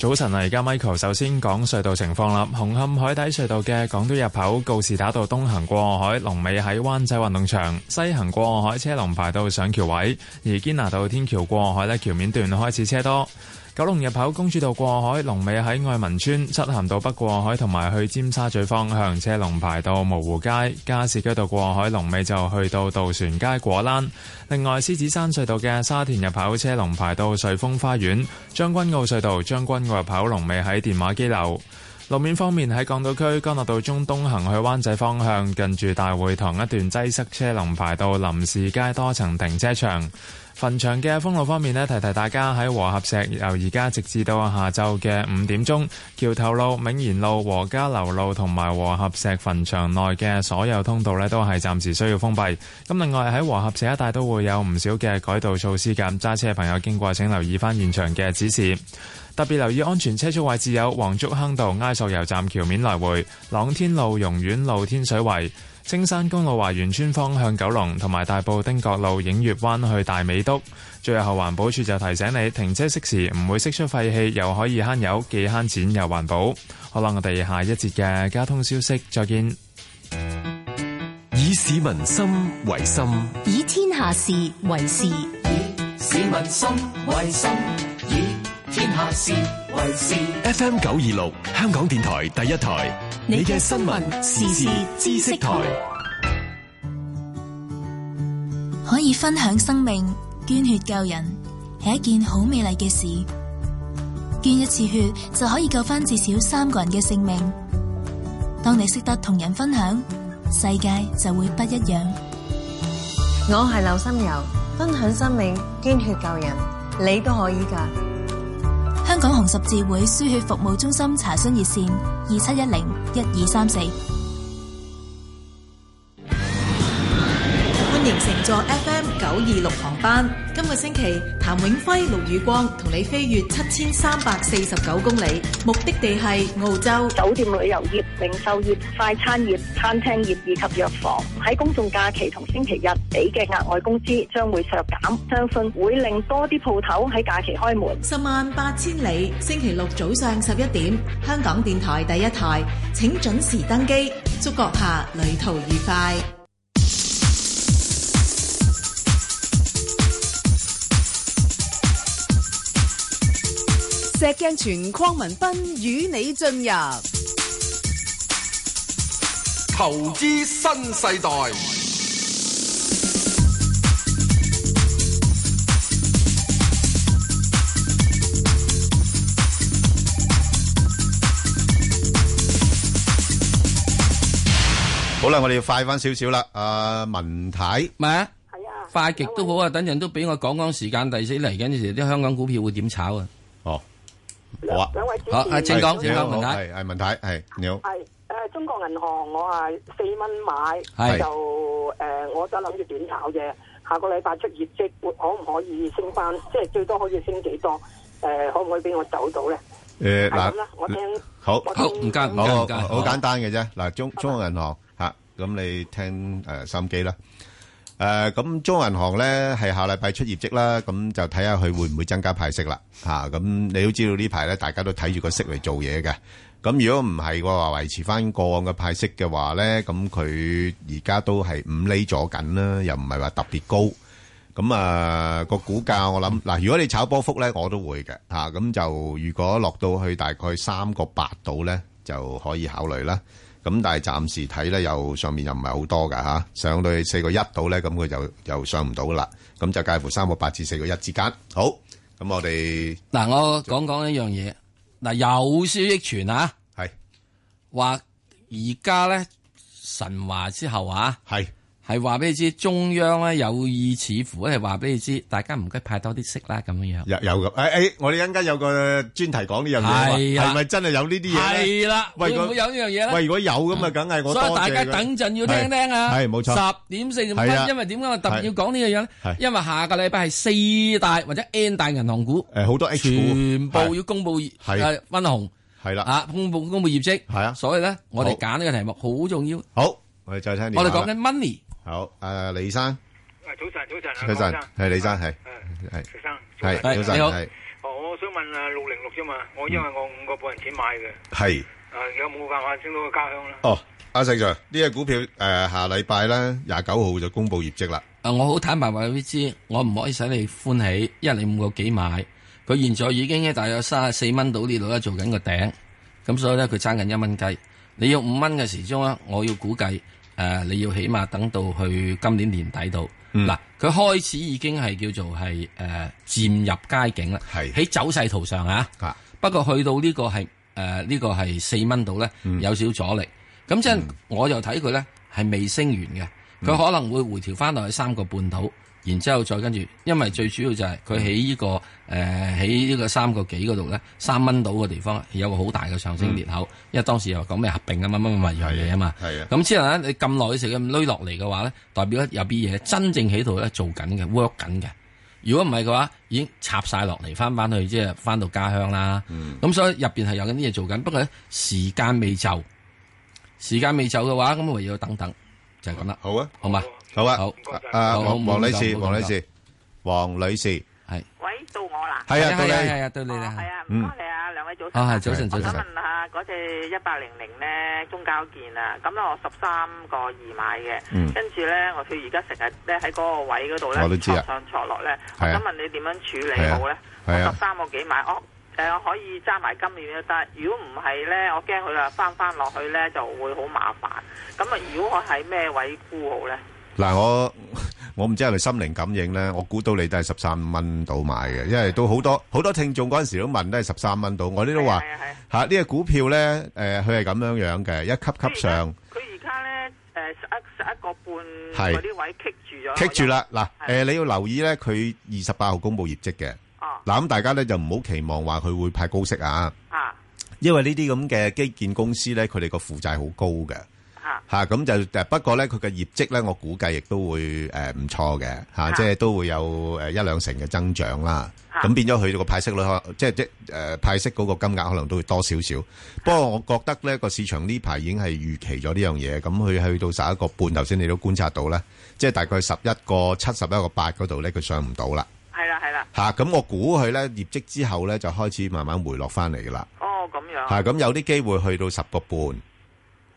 Speaker 25: 早晨啊，而家 Michael 首先講隧道情況啦。紅磡海底隧道嘅港島入口告士打道東行過海，龍尾喺灣仔運動場；西行過海車龍排到上橋位。而堅拿道天橋過海呢，橋面段開始車多。九龍入口公主道過海，龍尾喺愛民村；漆咸道北過海同埋去尖沙咀方向，車龍排到蕪湖街；加士居道過海，龍尾就去到渡船街果欄。另外，獅子山隧道嘅沙田入口車龍排到瑞峰花園；將軍澳隧道將軍澳入口龍尾喺電話機樓。路面方面喺港島區干諾道中東行去灣仔方向，近住大會堂一段擠塞車龍排到林士街多層停車場。墳場嘅封路方面呢，提提大家喺和合石由而家直至到下晝嘅五點鐘，橋頭路、銘賢路、和家樓路同埋和合石墳場內嘅所有通道呢，都係暫時需要封閉。咁另外喺和合石一帶都會有唔少嘅改道措施㗎，揸車嘅朋友經過請留意翻現場嘅指示。特別留意安全車速位置有黃竹坑道埃索油站橋面來回、朗天路、榕苑路、天水圍、青山公路華園村方向九龍，同埋大埔汀角路影月灣去大美督。最後環保署就提醒你，停車熄匙唔會釋出廢氣，又可以慳油，既慳錢又環保。好啦，我哋下一節嘅交通消息再見。
Speaker 12: 以市民心為心，
Speaker 26: 以天下事為事，
Speaker 13: 市民心為心，以天下事為事。
Speaker 12: FM 九二六香港電台第一台，你嘅新聞時事知識台，
Speaker 27: 可以分享生命、捐血救人，係一件好美麗嘅事。捐一次血就可以救翻至少三個人嘅性命。當你識得同人分享，世界就會不一樣。
Speaker 28: 我係劉心柔，分享生命，捐血救人，你都可以㗎。
Speaker 27: 香港紅十字會輸血服務中心查詢熱線：二七一零一二三四。
Speaker 29: 歡迎乘坐 FM 九二六航班。今個星期，譚永輝、盧宇光同你飛越七千三百四十九公里，目的地係澳洲。
Speaker 22: 酒店旅遊業、零售業、快餐業、餐廳業以及藥房喺公眾假期同星期日俾嘅額外工資將會削減，相信會令多啲鋪頭喺假期開門。
Speaker 29: 十萬八千里，星期六早上十一點，香港電台第一台，請準時登機。祝閣下旅途愉快。
Speaker 17: 石鏡泉邝文斌與你進入
Speaker 18: 投資新世代，
Speaker 6: 好啦，我哋要快翻少少啦。阿文太，
Speaker 7: 咩？啊快極都好啊！等陣都俾我講講時間，第四嚟緊嘅時啲香港股票會點炒啊？
Speaker 6: 哦，好啊，
Speaker 22: 兩位主持
Speaker 7: 好啊，請講，請
Speaker 6: 你好
Speaker 7: 講，文太。
Speaker 6: 係係文太，係你好。
Speaker 22: 係誒，中國銀行我係四蚊買，
Speaker 6: 係
Speaker 22: 就誒、我就諗住短炒嘅。下個禮拜出業績，會可唔可以升翻？即係最多可以升幾多？誒、可唔可以俾我走到咧？
Speaker 6: 誒
Speaker 22: 係
Speaker 6: 嗱
Speaker 22: 咁啦，，我聽
Speaker 6: 好，
Speaker 22: 我聽好唔該唔該
Speaker 6: 好
Speaker 22: 唔該
Speaker 6: 好
Speaker 22: 好
Speaker 6: 好簡單嘅啫。嗱，中中國銀行嚇，咁你聽誒心機啦。誒，咁中國銀行咧係下禮拜出業績啦，咁就睇下佢會唔會增加派息啦。嚇，咁你都知道呢排咧，大家都睇住個息嚟做嘢嘅。咁如果唔係嘅話，維持翻過往嘅派息嘅話咧，咁佢而家都係五厘咗緊啦，又唔係話特別高。咁啊個股價我諗嗱，如果你炒波幅咧，我都會嘅嚇。咁、就如果落到去大概三個八度咧，就可以考慮啦。咁但係暫時睇咧，又上面又唔係好多㗎嚇、上到去四個一度咧，咁佢就又上唔到啦。咁就介乎三個八至四個一之間。好，咁我哋
Speaker 7: 嗱，我講講一樣嘢，嗱有消息傳啊，
Speaker 6: 係
Speaker 7: 話而家咧神話之後啊，
Speaker 6: 係
Speaker 7: 係話俾你知中央咧有意似乎咧係話俾你知，大家唔該派多啲息啦咁樣樣。
Speaker 6: 有有嘅，誒誒，我哋一陣間有個專題講呢樣嘢啊嘛，
Speaker 7: 係啦
Speaker 6: 係咪真係有呢啲嘢咧？
Speaker 7: 係啦，
Speaker 6: 喂，
Speaker 7: 會唔會有呢樣嘢咧？
Speaker 6: 喂，如果有咁啊，梗係我
Speaker 7: 所以
Speaker 6: 多謝
Speaker 7: 大家
Speaker 6: 佢
Speaker 7: 等陣要聽聽啊，
Speaker 6: 係係冇錯
Speaker 7: 十點四十五
Speaker 6: 係啊
Speaker 7: 分，因為點解我特別要講呢樣嘢咧
Speaker 6: 係？
Speaker 7: 因為下個禮拜係四大或者 N 大銀行股，
Speaker 6: 誒好多 H 股
Speaker 7: 全部
Speaker 6: 係
Speaker 7: 要公佈
Speaker 6: 係
Speaker 7: 誒分紅，
Speaker 6: 係啦，
Speaker 7: 啊公佈公佈業績，
Speaker 6: 係啊，
Speaker 7: 所以咧我哋
Speaker 6: 好
Speaker 7: 揀呢個題目好重要。
Speaker 6: 好，我哋再聽電話
Speaker 7: 我
Speaker 6: 啦
Speaker 7: 哋講緊 money，
Speaker 6: 好，誒，李生，
Speaker 2: 早晨，早晨啊，
Speaker 6: 早
Speaker 2: 江
Speaker 6: 晨
Speaker 2: 生，
Speaker 6: 係李生，係
Speaker 2: 徐生，
Speaker 6: 係
Speaker 2: 早晨
Speaker 6: 早晨，
Speaker 2: 你好
Speaker 6: 係
Speaker 2: 哦，我想問啊，六零六啫嘛，我因為我五個半人錢買嘅，
Speaker 6: 係。
Speaker 2: 啊，有冇辦法升到個家鄉啦？
Speaker 6: 哦，阿石 Sir，呢只股票誒下禮拜咧廿九號就公布業績啦。
Speaker 7: 啊我好坦白話俾你知，我唔可以使你歡喜，因為你五個幾買，佢現在已經咧大約三十四蚊到呢度咧做緊個頂，咁所以咧佢爭緊一蚊雞。你要五蚊嘅時鐘咧，我要估計誒、呃你要起碼等到去今年年底度。
Speaker 3: 嗯
Speaker 7: 嗱、佢開始已經係叫做係誒、呃、漸入佳境啦，喺走勢圖上啊。不過去到呢個係誒呢個係四蚊度咧，有少阻力。咁即係我又睇佢咧係未升完嘅，佢可能會回調翻落去三個半度，然之後再跟住，因為最主要就係佢喺呢個誒喺呢個三個幾嗰度咧，三蚊度嘅地方有個好大嘅上升裂口，因為當時又講咩合併啊乜乜乜樣嘢啊嘛。
Speaker 6: 嗯係啊，
Speaker 7: 咁之後咧，你咁耐嘅時間攞落嚟嘅話咧，代表咧有啲嘢真正喺度咧做緊嘅 work 緊嘅。如果唔係嘅話，已經插晒落嚟，翻翻去即係翻到家鄉啦。咁、
Speaker 6: 嗯
Speaker 7: 所以入邊係有緊啲嘢做緊，不過咧時間未就，時間未就嘅話，咁唯有等等，就係咁啦。
Speaker 6: 好啊，
Speaker 7: 好嘛，
Speaker 6: 好啊，
Speaker 7: 好
Speaker 6: 啊，
Speaker 7: 好
Speaker 6: 黃黃女士，
Speaker 7: 唔好咁
Speaker 6: 黃女
Speaker 7: 講
Speaker 6: 士，黃女士，
Speaker 7: 係
Speaker 22: 喂，到我啦。
Speaker 6: 係啊，到
Speaker 7: 係啊係
Speaker 6: 你
Speaker 7: 啊，到你啦。
Speaker 22: 係啊，唔
Speaker 6: 嗯
Speaker 22: 該你啊，兩位早晨。
Speaker 6: 啊係早晨
Speaker 22: 我
Speaker 6: 早
Speaker 22: 想
Speaker 6: 晨
Speaker 22: 問下嗰隻一八零零咧，中交建啊，咁咧我十三個二買
Speaker 6: 嗯
Speaker 22: 嘅，跟住咧我佢而家成日咧喺嗰個位嗰度咧，
Speaker 6: 我都知啊
Speaker 22: 挫上挫落咧，我
Speaker 6: 係啊
Speaker 22: 想問你點樣處理
Speaker 6: 係啊
Speaker 22: 好咧？我
Speaker 6: 係啊
Speaker 22: 十三個幾買，我誒我可以揸埋今年都得，如果唔係咧，我驚佢啊翻翻落去咧就會好麻煩。咁啊，如果我喺咩位沽好咧？
Speaker 6: 嗱，我 *laughs* 我唔知係咪心靈感應咧，我估到你都係十三蚊到買嘅，因為都好多好多聽眾嗰陣時都問都係十三蚊到，我呢都
Speaker 22: 啊
Speaker 6: 話嚇呢只股票咧，誒佢係咁樣樣嘅，一級級上。
Speaker 22: 佢而家咧誒十一十一個半
Speaker 6: 係
Speaker 22: 嗰啲位棘住咗，
Speaker 6: 棘住啦，嗱，誒你要留意咧，佢二十八號公布業績嘅，嗱咁大家咧就唔好期望話佢會派高息啊，
Speaker 22: 哦啊
Speaker 6: 因為呢啲咁嘅基建公司咧，佢哋個負債好高嘅，
Speaker 30: 啊
Speaker 6: 嚇咁就誒不過咧佢嘅業績咧，我估計亦都會誒唔錯嘅嚇，即係都會有誒一兩成嘅增長啦，咁變咗佢個派息率可即係即係誒派息嗰個金額可能都會多少少，不過我覺得咧個市場呢排已經係預期咗呢樣嘢，咁佢去到十一個半，頭先你都觀察到啦，即係大概十一個七、十一個八嗰度咧，佢上唔到啦。
Speaker 22: 係啦係啦，
Speaker 6: 吓，咁我估佢咧業績之後咧就開始慢慢回落翻嚟噶啦。
Speaker 22: 哦咁樣，
Speaker 6: 吓，咁有啲機會去到十個半。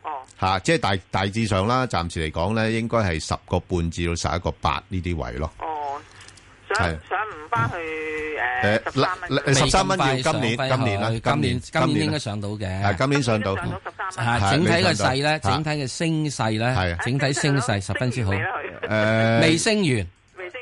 Speaker 6: 哦。吓，即係大大致上啦，暫時嚟講咧，應該係十個半至到十一個八呢啲位咯。
Speaker 22: 哦，
Speaker 6: 係
Speaker 22: 想想唔翻去
Speaker 6: 誒
Speaker 22: 誒十三蚊，
Speaker 6: 嗱十三蚊要今年，
Speaker 7: 未咁快
Speaker 6: 今年啦，
Speaker 7: 上今年今年應該上到嘅
Speaker 6: 係今年上到，
Speaker 7: 啊，整體嘅勢咧，整體
Speaker 6: 體
Speaker 7: 嘅升勢咧，整體升勢十分之好。
Speaker 6: 啊誒
Speaker 7: 未升完，
Speaker 22: 未升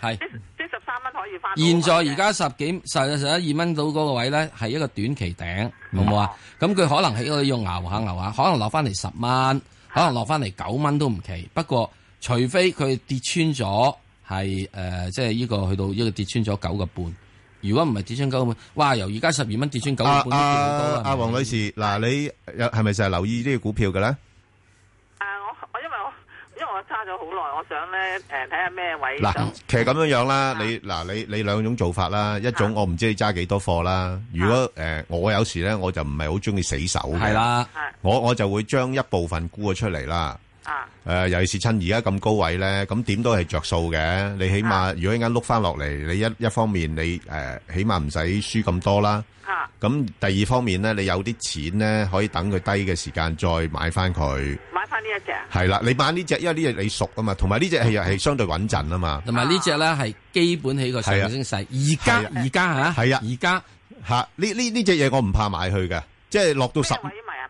Speaker 7: 係。
Speaker 22: 即係十三蚊可以翻。
Speaker 7: 現在而家十幾十十一二蚊到嗰個位咧，係一個短期頂，
Speaker 6: 嗯
Speaker 7: 好唔好啊？咁佢可能喺度要熬下熬下，可能落翻嚟十蚊，可能落翻嚟九蚊都唔奇。不過除非佢跌穿咗，係誒、呃即係呢個去到呢個跌穿咗九個半。如果唔係跌穿九個半，哇！由而家十二蚊跌穿九個半
Speaker 6: 啊
Speaker 7: 都
Speaker 6: 啊
Speaker 7: 見好多啦。
Speaker 6: 啊，黃女士，嗱你有係咪成日留意呢啲股票嘅咧？
Speaker 22: 因為我揸咗好耐，我想咧誒睇下咩位
Speaker 6: 嗱
Speaker 22: 想，
Speaker 6: 其實咁樣樣啦，你嗱你你兩種做法啦，一種我唔知你揸幾多貨啦。如果誒我有時咧，我就唔係好中意死守嘅。
Speaker 7: 係啦，
Speaker 6: 我我就會將一部分沽咗出嚟啦。誒，尤其是趁而家咁高位咧，咁點都係着數嘅。你起碼如果一間碌翻落嚟，你一一方面你誒起碼唔使輸咁多啦。咁第二方面咧，你有啲錢咧可以等佢低嘅時間再買翻佢。
Speaker 22: 買翻翻呢一隻啊？
Speaker 6: 系啦，你買呢只，因為呢只你熟啊嘛，同埋呢只係係相對穩陣啊嘛。啊
Speaker 7: 同埋呢只咧系基本起個上升勢，而家而家
Speaker 6: 吓，系啊，
Speaker 7: 而家
Speaker 6: 吓呢呢呢只嘢我唔怕買去嘅，即係落到十
Speaker 22: 啊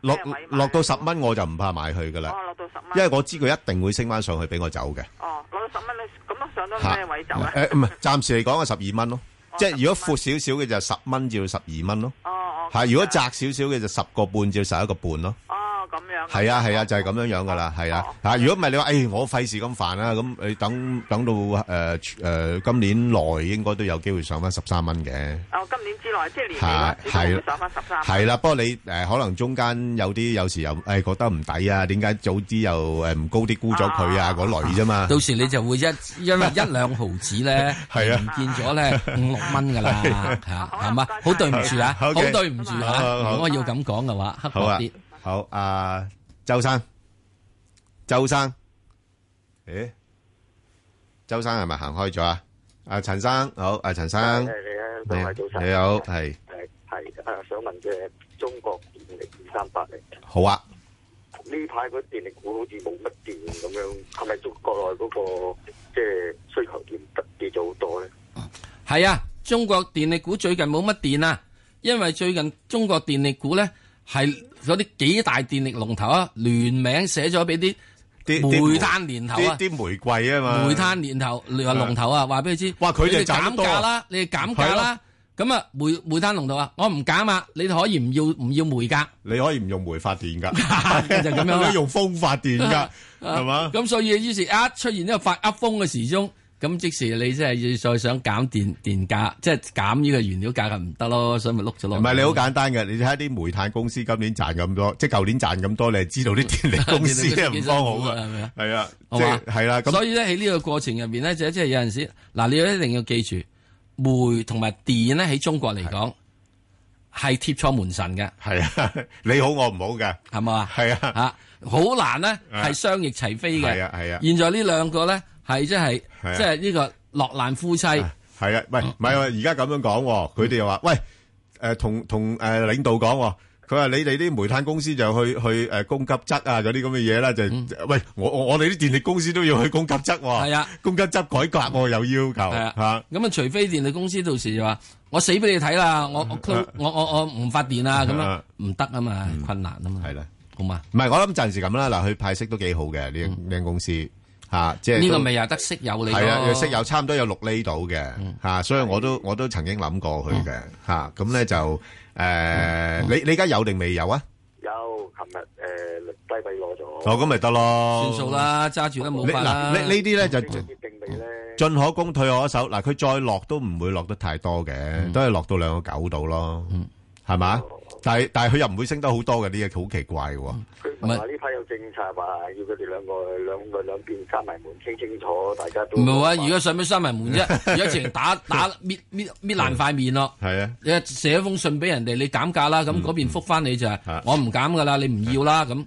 Speaker 6: 落落到十蚊我就唔怕買去噶啦。
Speaker 22: 哦落到十蚊，
Speaker 6: 因為我知佢一定會升翻上去俾我走嘅。
Speaker 22: 哦，攞到十蚊你咁樣上
Speaker 6: 嚇
Speaker 22: 到咩位走啊咧？
Speaker 6: 誒唔係，暫時嚟講係十二蚊咯。即係如果闊少少嘅就十蚊至到十二蚊咯。
Speaker 22: 哦
Speaker 6: 嚇如果窄少少嘅就十個半至十一個半咯。
Speaker 22: 哦咁樣。
Speaker 6: 係啊係啊，就係咁樣樣噶啦，係啊嚇。如果唔係你話，誒我費事咁煩啦，咁你等等到誒誒今年內應該都有機會上翻十三蚊嘅。
Speaker 22: 哦，今年之內即係年
Speaker 6: 係
Speaker 22: 尾嗰會上翻十三。
Speaker 6: 係啦，不過你誒可能中間有啲有時又誒覺得唔抵啊，點解早啲又誒唔高啲沽咗佢啊嗰類啫嘛。
Speaker 7: 到時你就會一因為一兩毫子
Speaker 6: *laughs*
Speaker 7: 咧，
Speaker 6: 係啊
Speaker 7: 唔見咗咧五六蚊噶
Speaker 6: *laughs*
Speaker 7: 啦，嚇係嘛？好對唔住啊，
Speaker 6: 好
Speaker 7: 好
Speaker 6: OK
Speaker 7: 對唔住
Speaker 6: 好好
Speaker 7: 啊！
Speaker 6: 好
Speaker 7: 如果要咁講嘅話，刻
Speaker 6: 好
Speaker 7: 薄
Speaker 6: 啊
Speaker 7: 啲。，
Speaker 6: 好啊，周生，周生，诶，周生系咪行開咗啊？啊，陳生，好，啊，陳生，
Speaker 3: 你好早晨
Speaker 6: 你好，係
Speaker 3: 誒係誒，想問嘅中國電力二三八零
Speaker 6: 好啊，
Speaker 3: 呢排嗰電力股好似冇乜電咁樣，係咪中國內嗰、個即係需求跌得跌咗好多咧？
Speaker 7: 係啊，中國電力股最近冇乜電啊，因為最近中國電力股咧係嗰啲幾大電力龍頭啊，聯名寫咗俾啲
Speaker 6: 啲
Speaker 7: 煤炭年頭啊
Speaker 6: 啲。啲玫瑰啊嘛，
Speaker 7: 煤炭年頭你話龍頭啊，話俾你知。
Speaker 6: 哇佢哋
Speaker 7: 你
Speaker 6: 賺得
Speaker 7: 減
Speaker 6: 多啊
Speaker 7: 價啦，你哋減價啦。咁啊，煤煤炭龍頭啊，我唔減啊，你哋可以唔要唔要煤價。
Speaker 6: 你可以唔用煤發電噶，
Speaker 7: *laughs* 就咁樣啦
Speaker 6: 你用風發電噶，
Speaker 7: *laughs*
Speaker 6: 係嘛？
Speaker 7: 咁所以於是一出現呢個發噏風嘅時鐘，咁即時你即係要再想減電電價，即係減呢個原料價就唔得咯，所以咪碌咗落。
Speaker 6: 唔係你好簡單嘅，你睇下啲煤炭公司今年賺咁多，即係舊年賺咁多，你係知道啲電力公司
Speaker 7: 電力公
Speaker 6: 唔
Speaker 7: 司
Speaker 6: 幫好
Speaker 7: 辛苦啊係咪
Speaker 6: 嘅係
Speaker 7: 啊，
Speaker 6: 啊，即
Speaker 7: 好嘛
Speaker 6: 係係啦，咁
Speaker 7: 所以咧喺呢個過程入邊咧，就即係有陣時嗱，你一定要記住，煤同埋電咧喺中國嚟講係貼錯門神嘅。
Speaker 6: 係啊， *laughs* 你好我唔好嘅，
Speaker 7: 係嘛？
Speaker 6: 係啊
Speaker 7: 啊，嚇好難咧係雙翼齊飛嘅。
Speaker 6: 係啊係啊
Speaker 7: 現在呢兩個咧係即係
Speaker 6: 係啊
Speaker 7: 即係呢個落難夫妻。
Speaker 6: 係啊，喂，唔係啊，而家咁樣講喎，佢哋又話，喂，誒同同誒領導講喎，佢話你哋啲煤炭公司就去去誒供給側啊嗰啲咁嘅嘢啦，就喂我我我哋啲電力公司都要去供給側喎，
Speaker 7: 係啊，
Speaker 6: 供給側改革喎有要求
Speaker 7: 係啊
Speaker 6: 嚇，
Speaker 7: 咁啊，除非電力公司到時就話我死俾你睇啦，我我 close- 我我我唔發電啊，咁樣
Speaker 6: 啊
Speaker 7: 唔得啊嘛，困難啊嘛。
Speaker 6: 係啦，
Speaker 7: 好嘛，
Speaker 6: 唔係我諗暫時咁啦，嗱，佢派息都幾好嘅呢呢間公司嚇，即係
Speaker 7: 呢
Speaker 6: 都
Speaker 7: 個咪又得息有你
Speaker 6: 係啊，
Speaker 7: 咯
Speaker 6: 息有差唔多有六厘到嘅嚇，所以我都我都曾經諗過佢嘅嚇，咁咧就誒你你而家有定未有啊？
Speaker 3: 有，琴日誒低位攞咗，
Speaker 6: 哦，咁咪得咯，
Speaker 7: 算數啦，揸住都冇
Speaker 6: 你
Speaker 7: 法
Speaker 6: 嗱，
Speaker 7: 啦。
Speaker 6: 呢呢啲咧就
Speaker 3: 定未咧？
Speaker 6: 進可攻退可守。嗱，佢再落都唔會落得太多嘅，都係落到兩個九度咯，係嘛？但係但係佢又唔會升得好多嘅，呢嘢好奇怪喎。
Speaker 3: 佢唔係話呢排有政策話要佢哋兩個兩個兩邊閂埋門傾清楚，大家都
Speaker 7: 唔係啊！而家上咩閂埋門啫？
Speaker 6: *laughs*
Speaker 7: 而家直情打打搣搣搣爛塊面咯。
Speaker 6: 係啊，嗯
Speaker 7: 你寫封信俾人哋，你減價啦，咁嗰邊覆翻你就係
Speaker 6: 啊
Speaker 7: 我唔減噶啦，你唔要啦咁。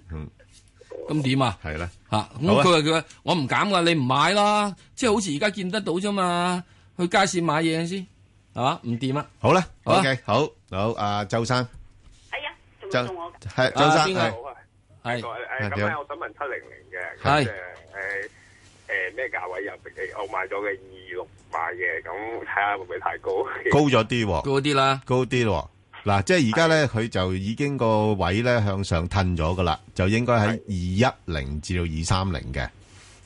Speaker 7: 咁點啊？
Speaker 6: 嗯係啦，
Speaker 7: 嚇咁
Speaker 3: 好
Speaker 7: 佢
Speaker 3: 啊
Speaker 7: 話佢話我唔減噶，你唔買啦，即係好似而家見得到啫嘛。去街市買嘢先係嘛？唔掂啊！
Speaker 6: 好啦
Speaker 7: 好啊
Speaker 6: ，OK，好，好，阿周生，
Speaker 24: 仲
Speaker 6: 周
Speaker 24: 有我啊
Speaker 6: 係周生係
Speaker 7: 係
Speaker 24: 誒咁
Speaker 6: 你
Speaker 24: 咧，
Speaker 6: 好
Speaker 24: 我想問七零零嘅，
Speaker 6: 係
Speaker 24: 咁誒誒誒咩價位入？誒我買咗嘅二六買嘅，咁睇下會唔會太高？
Speaker 6: 高咗啲喎，
Speaker 7: 高啲啦，
Speaker 6: 高啲咯。嗱，即係而家咧，佢就已經個位咧向上褪咗噶啦，就應該喺二一零至到二三零嘅。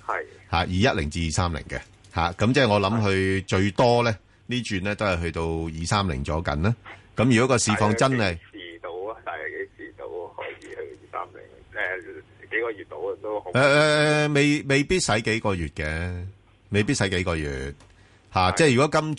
Speaker 24: 係
Speaker 6: 吓二一零至二三零嘅吓，咁即係我諗佢最多咧呢轉咧都係去到二三零左近啦。咁如果個市況真係
Speaker 24: 幾時到啊？大約幾時到可以去二三零？誒幾個月到啊都好。
Speaker 6: 誒誒誒，未未必使幾個月嘅，未必使幾個月吓。即係如果今